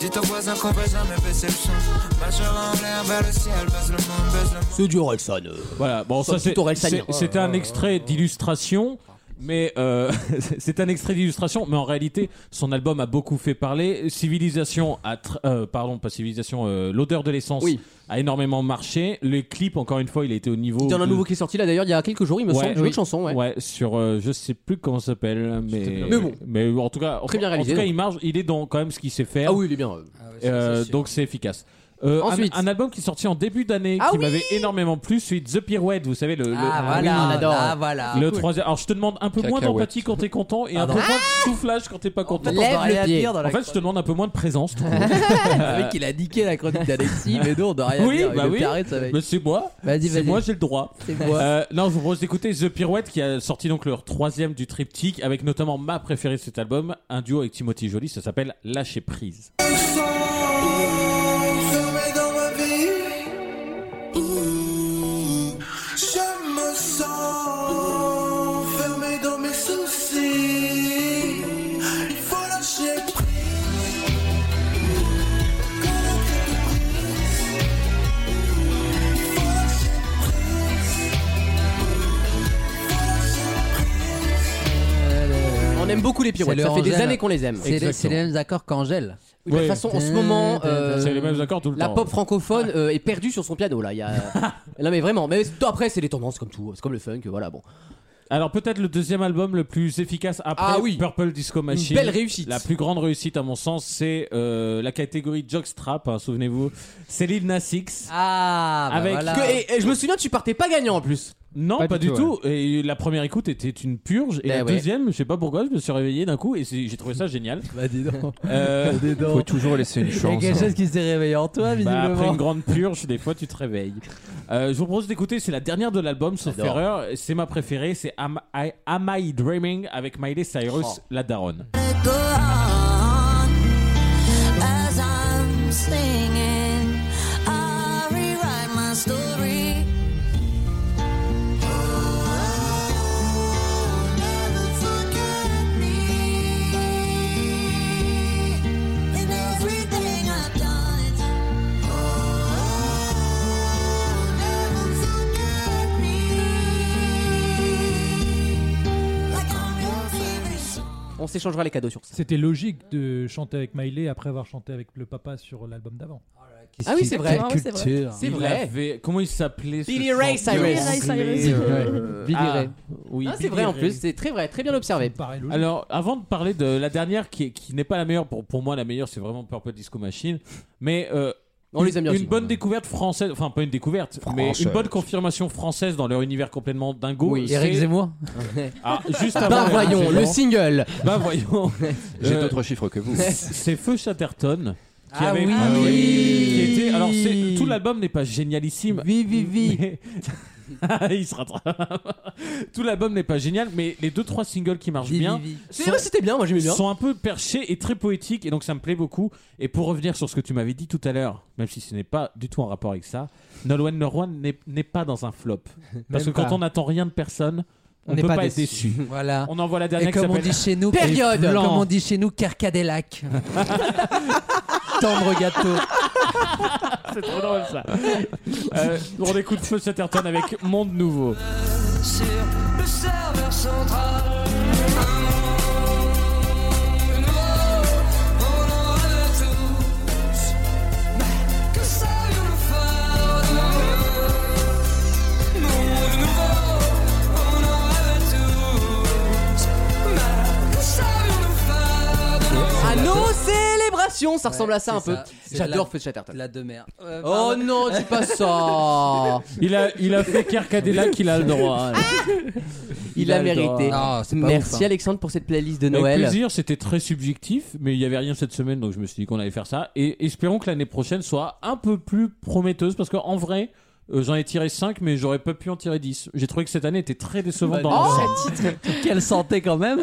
[SPEAKER 14] Dis ton voisin qu'on va jamais baisser le son Majeur en l'air, belle le ciel, baise le monde, baise le monde
[SPEAKER 2] C'est du Orelsan. euh.
[SPEAKER 7] Voilà, bon,
[SPEAKER 2] C'est un
[SPEAKER 7] ça c'est-
[SPEAKER 2] petit Orelsanien.
[SPEAKER 7] c'est- c'était un extrait d'illustration. Mais euh, c'est un extrait d'illustration, mais en réalité, son album a beaucoup fait parler. Civilisation a, tr- euh, pardon, pas civilisation, euh, l'odeur de l'essence a énormément marché. Les clips, encore une fois, il a été au niveau.
[SPEAKER 2] Il y en a un
[SPEAKER 7] de-
[SPEAKER 2] nouveau qui est sorti là d'ailleurs il y a quelques jours, il me
[SPEAKER 7] Ouais,
[SPEAKER 2] semble, une
[SPEAKER 7] oui.
[SPEAKER 2] autre chanson. Ouais.
[SPEAKER 7] sur euh, je sais plus comment ça s'appelle, mais
[SPEAKER 2] Mais bon.
[SPEAKER 7] mais en tout cas, en-
[SPEAKER 2] Très bien
[SPEAKER 7] en
[SPEAKER 2] réalisé,
[SPEAKER 7] tout cas,
[SPEAKER 2] donc.
[SPEAKER 7] il marche, il est dans quand même ce qu'il sait faire.
[SPEAKER 2] Ah oui, il est bien. euh.
[SPEAKER 7] Euh, donc c'est efficace. Euh, un-
[SPEAKER 2] Ensuite.
[SPEAKER 7] un, album qui est sorti en début d'année
[SPEAKER 2] Ah
[SPEAKER 7] qui
[SPEAKER 2] oui
[SPEAKER 7] m'avait énormément plu, celui de The Pirouette, vous savez le, le-
[SPEAKER 8] Ah, voilà,
[SPEAKER 7] oui.
[SPEAKER 8] on adore. Ah, voilà.
[SPEAKER 7] le
[SPEAKER 8] C'est cool.
[SPEAKER 7] troisième. Alors je te demande un peu moins
[SPEAKER 8] Cacahuète.
[SPEAKER 7] d'empathie quand t'es content
[SPEAKER 2] Ah
[SPEAKER 7] et un
[SPEAKER 8] Pardon.
[SPEAKER 7] peu moins de soufflage quand t'es pas content.
[SPEAKER 8] Lève le Rien à pied. dire dans la
[SPEAKER 7] En fait, je te demande un peu moins de présence. tout court.
[SPEAKER 8] Le mec, il a niqué la chronique d'Alexis, mais non, on doit rien
[SPEAKER 7] oui,
[SPEAKER 8] dire.
[SPEAKER 7] bah
[SPEAKER 8] il
[SPEAKER 7] oui.
[SPEAKER 8] Arrête, ça, mec.
[SPEAKER 7] Mais c'est moi.
[SPEAKER 8] Vas-y,
[SPEAKER 7] C'est
[SPEAKER 8] vas-y.
[SPEAKER 7] moi, j'ai le droit.
[SPEAKER 8] C'est moi.
[SPEAKER 7] Euh, non, je vous propose d'écouter The Pirouette qui a sorti donc leur troisième du triptyque avec notamment ma préférée de cet album, un duo avec Timothy Joly, ça s'appelle Lâcher prise.
[SPEAKER 13] Enfermé dans ma vie, Mmh. je me sens enfermé dans mes soucis. Il faut lâcher prise. Quand la tête est prise, il faut lâcher prise. Il faut lâcher prise.
[SPEAKER 2] On aime beaucoup les pirouettes,
[SPEAKER 8] C'est le
[SPEAKER 2] ça fait des
[SPEAKER 8] Angèle.
[SPEAKER 2] années qu'on les aime.
[SPEAKER 8] C'est les, c'est les mêmes accords qu'Angèle.
[SPEAKER 2] Oui, De toute façon, en ce moment, euh,
[SPEAKER 7] C'est les mêmes accords tout le
[SPEAKER 2] la
[SPEAKER 7] temps.
[SPEAKER 2] pop francophone euh, est perdue sur son piano là. Il y a... non mais vraiment, mais après c'est les tendances comme tout, c'est comme le funk, voilà bon.
[SPEAKER 7] Alors peut-être le deuxième album le plus efficace après
[SPEAKER 2] Ah oui.
[SPEAKER 7] Purple Disco Machine.
[SPEAKER 2] belle réussite.
[SPEAKER 7] La plus grande réussite à mon sens, c'est euh, la catégorie Jockstrap, hein, souvenez-vous. C'est Lil Nas X.
[SPEAKER 8] Ah, bah
[SPEAKER 7] avec
[SPEAKER 8] voilà.
[SPEAKER 2] et, et je me souviens, tu partais pas gagnant en plus.
[SPEAKER 7] Non, pas,
[SPEAKER 2] Pas
[SPEAKER 7] du
[SPEAKER 2] du
[SPEAKER 7] tout. Et la première écoute était une purge. Et
[SPEAKER 2] Eh
[SPEAKER 7] la
[SPEAKER 2] ouais.
[SPEAKER 7] deuxième, je sais pas pourquoi, je me suis réveillé d'un coup et c'est- j'ai trouvé ça génial.
[SPEAKER 8] Bah dis donc.
[SPEAKER 7] Euh,
[SPEAKER 8] Dis donc.
[SPEAKER 11] Faut toujours laisser une
[SPEAKER 8] Il y a
[SPEAKER 11] chance.
[SPEAKER 8] quelque
[SPEAKER 11] hein.
[SPEAKER 8] chose qui s'est réveillé en toi,
[SPEAKER 7] Bah,
[SPEAKER 8] visiblement.
[SPEAKER 7] après une grande purge, des fois tu te réveilles. Euh, je vous propose d'écouter, c'est la dernière de l'album, sauf
[SPEAKER 8] J'adore.
[SPEAKER 7] erreur. C'est ma préférée, c'est Am, I, Am I Dreaming avec Miley Cyrus,
[SPEAKER 8] Oh.
[SPEAKER 7] la daronne.
[SPEAKER 13] Go on as I'm singing. I rewrite my story. Oh, never forget me in everything I've done. Oh, never forget me like I'm your favorite song.
[SPEAKER 2] On s'échangera les cadeaux sur ça.
[SPEAKER 3] C'était logique de chanter avec Miley après avoir chanté avec le papa sur l'album d'avant.
[SPEAKER 2] Ah oui, c'est vrai. Ah ouais, c'est vrai. C'est
[SPEAKER 7] Il
[SPEAKER 2] vrai.
[SPEAKER 7] avait- comment il s'appelait ce
[SPEAKER 2] Billy Ray
[SPEAKER 7] chanteur
[SPEAKER 2] Cyrus.
[SPEAKER 7] anglais,
[SPEAKER 2] Billy Ray Cyrus.
[SPEAKER 7] euh,
[SPEAKER 2] Billy
[SPEAKER 7] ah,
[SPEAKER 2] Ray.
[SPEAKER 7] oui,
[SPEAKER 2] Ah, c'est
[SPEAKER 7] Billy
[SPEAKER 2] vrai en
[SPEAKER 7] Ray.
[SPEAKER 2] plus, c'est très vrai, très bien observé.
[SPEAKER 7] Alors, avant de parler de la dernière qui, est- qui n'est pas la meilleure, pour, pour moi, la meilleure, c'est vraiment Purple Disco Machine. Mais euh,
[SPEAKER 2] On
[SPEAKER 7] une,
[SPEAKER 2] les aime bien
[SPEAKER 7] une
[SPEAKER 2] aussi.
[SPEAKER 7] bonne découverte française, enfin, pas une découverte, mais
[SPEAKER 2] Française.
[SPEAKER 7] une bonne confirmation française dans leur univers complètement dingo.
[SPEAKER 2] Oui.
[SPEAKER 7] c'est-
[SPEAKER 2] Éric Zemmour.
[SPEAKER 7] Ah, juste
[SPEAKER 2] Bah
[SPEAKER 7] avant.
[SPEAKER 2] voyons,
[SPEAKER 7] Éric
[SPEAKER 2] le
[SPEAKER 7] Zemmour.
[SPEAKER 2] single.
[SPEAKER 7] Bah voyons.
[SPEAKER 11] J'ai
[SPEAKER 7] Euh,
[SPEAKER 11] d'autres chiffres que vous.
[SPEAKER 7] C'est Feu Chatterton. Qui
[SPEAKER 11] Ah
[SPEAKER 7] avait,
[SPEAKER 11] oui.
[SPEAKER 7] qui
[SPEAKER 11] oui.
[SPEAKER 7] était- alors c'est- tout l'album n'est pas génialissime.
[SPEAKER 8] Oui, oui, oui.
[SPEAKER 7] mais- il se rattrape. tout l'album n'est pas génial, mais les deux trois singles qui marchent bien. sont-
[SPEAKER 2] C'était bien, moi j'aimais bien.
[SPEAKER 7] sont un peu perchés et très poétiques et donc ça me plaît beaucoup et pour revenir sur ce que tu m'avais dit tout à l'heure même si ce n'est pas du tout en rapport avec ça Nolwenn Leroy n'est n'est pas dans un flop parce que
[SPEAKER 8] Même
[SPEAKER 7] quand
[SPEAKER 8] pas.
[SPEAKER 7] on n'attend rien de personne on,
[SPEAKER 8] On
[SPEAKER 7] ne
[SPEAKER 8] n'est
[SPEAKER 7] peut
[SPEAKER 8] pas
[SPEAKER 7] pas, être
[SPEAKER 8] déçu.
[SPEAKER 7] déçu
[SPEAKER 8] Voilà.
[SPEAKER 7] on envoie la dernière
[SPEAKER 8] Et comme on dit chez nous, Comme on dit chez nous, Carcadélac. Tendre gâteau.
[SPEAKER 7] c'est trop drôle ça Euh, on écoute Feu Chatterton avec Monde Nouveau
[SPEAKER 13] sur le serveur central. Un monde nouveau, on en rêve tous. Mais que savons-nous faire de nous Monde nouveau, on en rêve tous. Mais que savons-nous faire de nous
[SPEAKER 2] À nos célébrations, ça ressemble à ça un peu. J'adore Feu Chatterton.
[SPEAKER 8] La de mer. Euh,
[SPEAKER 2] Oh non, dis pas ça.
[SPEAKER 7] il a, il a fait Kerkadela qu'il a le droit hein.
[SPEAKER 2] Il a
[SPEAKER 7] le droit.
[SPEAKER 2] mérité.
[SPEAKER 8] Ah,
[SPEAKER 2] Merci
[SPEAKER 8] hein.
[SPEAKER 2] Alexandre pour cette playlist de Noël.
[SPEAKER 7] Avec plaisir, c'était très subjectif, mais il n'y avait rien cette semaine, donc je me suis dit qu'on allait faire ça. Et espérons que l'année prochaine soit un peu plus prometteuse, parce qu'en vrai, euh, j'en ai tiré 5, mais j'aurais pas pu en tirer 10. J'ai trouvé que cette année était très décevante
[SPEAKER 2] Bah,
[SPEAKER 7] dans
[SPEAKER 8] Oh! titre. Quelle santé quand même.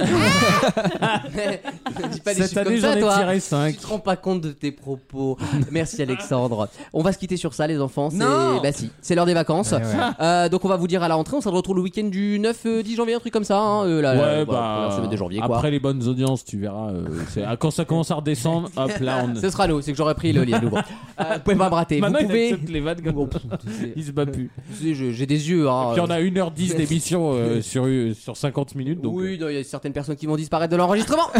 [SPEAKER 2] Dis pas des
[SPEAKER 7] Cette
[SPEAKER 2] choses
[SPEAKER 7] année,
[SPEAKER 2] comme ça,
[SPEAKER 7] j'en ai
[SPEAKER 2] toi.
[SPEAKER 7] tiré cinq.
[SPEAKER 2] Tu te rends pas compte de tes propos. Merci Alexandre. On va se quitter sur ça, les enfants. C'est
[SPEAKER 8] Non.
[SPEAKER 2] bah si, c'est l'heure des vacances.
[SPEAKER 8] Ouais,
[SPEAKER 7] Eh
[SPEAKER 8] ouais.
[SPEAKER 2] Euh, donc on va vous dire à la rentrée. On se retrouve le week-end du 9, euh, 10 janvier, un truc comme ça. hein. Euh, là,
[SPEAKER 7] Ouais,
[SPEAKER 2] là,
[SPEAKER 7] bah,
[SPEAKER 2] première semaine de janvier. Quoi.
[SPEAKER 7] Après les bonnes audiences, tu verras. euh, c'est- ah, quand ça commence à redescendre, hop là, on.
[SPEAKER 2] Ce sera nous, c'est que j'aurais pris le lien nouveau. Euh, vous pouvez pas me rater.
[SPEAKER 7] Maintenant,
[SPEAKER 2] vous
[SPEAKER 7] il
[SPEAKER 2] pouvez.
[SPEAKER 7] accepte les vannes comme Il se bat plus.
[SPEAKER 2] J'ai des yeux. Hein,
[SPEAKER 7] Puis on a
[SPEAKER 2] euh.
[SPEAKER 7] 1h10 d'émission euh, sur, euh, sur 50 minutes. Donc, euh,
[SPEAKER 2] Oui, non, il y a certaines personnes qui vont disparaître de l'enregistrement. euh,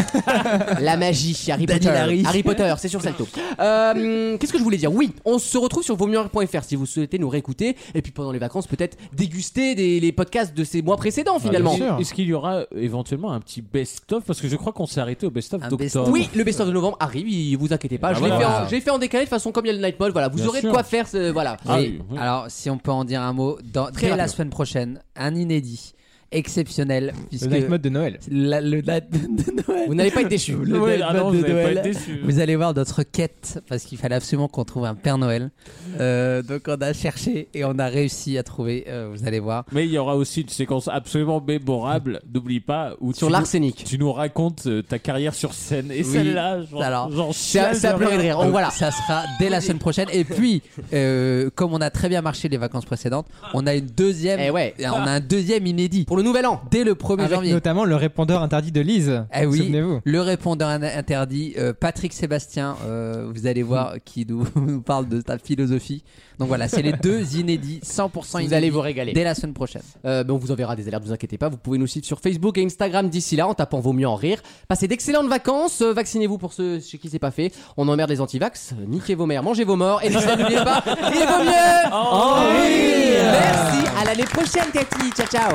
[SPEAKER 2] La magie, Harry
[SPEAKER 8] Daniel
[SPEAKER 2] Potter.
[SPEAKER 8] Harry.
[SPEAKER 2] Potter, c'est sur Salto. Euh, Qu'est-ce que je voulais dire Oui, on se retrouve sur vosmieux.fr si vous souhaitez nous réécouter et puis pendant les vacances peut-être déguster des, les podcasts de ces mois précédents finalement.
[SPEAKER 7] Ah, bien sûr. Est-ce qu'il y aura euh, éventuellement un petit best-of Parce que je crois qu'on s'est arrêté au best-of d'octobre.
[SPEAKER 2] oui, le best-of de novembre arrive, il- vous inquiétez pas.
[SPEAKER 7] Ah,
[SPEAKER 2] je l'ai
[SPEAKER 7] voilà.
[SPEAKER 2] fait, en- je l'ai fait en décalé de façon comme il y a le Night Mode, voilà, vous
[SPEAKER 7] Bien
[SPEAKER 2] aurez
[SPEAKER 7] sûr.
[SPEAKER 2] de quoi faire. ce- voilà.
[SPEAKER 7] Ah
[SPEAKER 2] Et-
[SPEAKER 7] oui, oui.
[SPEAKER 8] Alors, si on peut en dire un mot, dans,
[SPEAKER 2] Très
[SPEAKER 8] dès la
[SPEAKER 2] rapide.
[SPEAKER 8] semaine prochaine, un inédit exceptionnel. Puisque
[SPEAKER 4] night mode de Noël.
[SPEAKER 8] La- le night mode de Noël.
[SPEAKER 2] Vous n'allez pas être déçus.
[SPEAKER 8] Le
[SPEAKER 7] Ouais,
[SPEAKER 8] night
[SPEAKER 7] ah
[SPEAKER 8] mode
[SPEAKER 7] non,
[SPEAKER 8] de
[SPEAKER 7] vous n'allez pas
[SPEAKER 8] Noël.
[SPEAKER 7] être déçus.
[SPEAKER 8] Vous allez voir notre quête, parce qu'il fallait absolument qu'on trouve un Père Noël. Euh, donc, on a cherché et on a réussi à trouver. euh, vous allez voir.
[SPEAKER 7] Mais il y aura aussi une séquence absolument mémorable, n'oublie pas, où
[SPEAKER 2] Sur
[SPEAKER 7] tu nous-
[SPEAKER 2] l'arsenic.
[SPEAKER 7] Tu nous racontes euh, ta carrière sur scène. Et
[SPEAKER 8] Oui.
[SPEAKER 7] celle-là, j'en-
[SPEAKER 8] Alors,
[SPEAKER 7] j'en
[SPEAKER 2] c'est à-
[SPEAKER 7] chiale
[SPEAKER 2] c'est à pleurer de rire.
[SPEAKER 8] Donc,
[SPEAKER 2] Oh, voilà.
[SPEAKER 8] Ça sera dès la semaine prochaine. Et puis, euh, comme on a très bien marché les vacances précédentes, on a une deuxième.
[SPEAKER 2] Eh ouais.
[SPEAKER 8] On a un deuxième inédit
[SPEAKER 2] Pour le nouvel an.
[SPEAKER 8] dès le 1er
[SPEAKER 4] Avec
[SPEAKER 8] janvier.
[SPEAKER 4] notamment le répondeur interdit de Lise.
[SPEAKER 8] Eh oui,
[SPEAKER 4] Souvenez-vous.
[SPEAKER 8] le répondeur in- interdit, euh, Patrick Sébastien, euh, vous allez voir, qui nous, nous parle de ta philosophie. Donc voilà, c'est les deux inédits, 100% inédits.
[SPEAKER 2] Vous allez vous régaler.
[SPEAKER 8] Dès la semaine prochaine.
[SPEAKER 2] Euh, ben, on vous enverra des alertes, vous inquiétez pas. Vous pouvez nous suivre sur Facebook et Instagram d'ici là en tapant Vaut mieux en rire. Passez d'excellentes vacances, euh, vaccinez-vous pour ceux chez qui c'est pas fait. On emmerde les antivax, euh, niquez vos mères, mangez vos morts et puis ça, n'oubliez pas, il vaut mieux en rire. Merci, à l'année prochaine Cathy, ciao ciao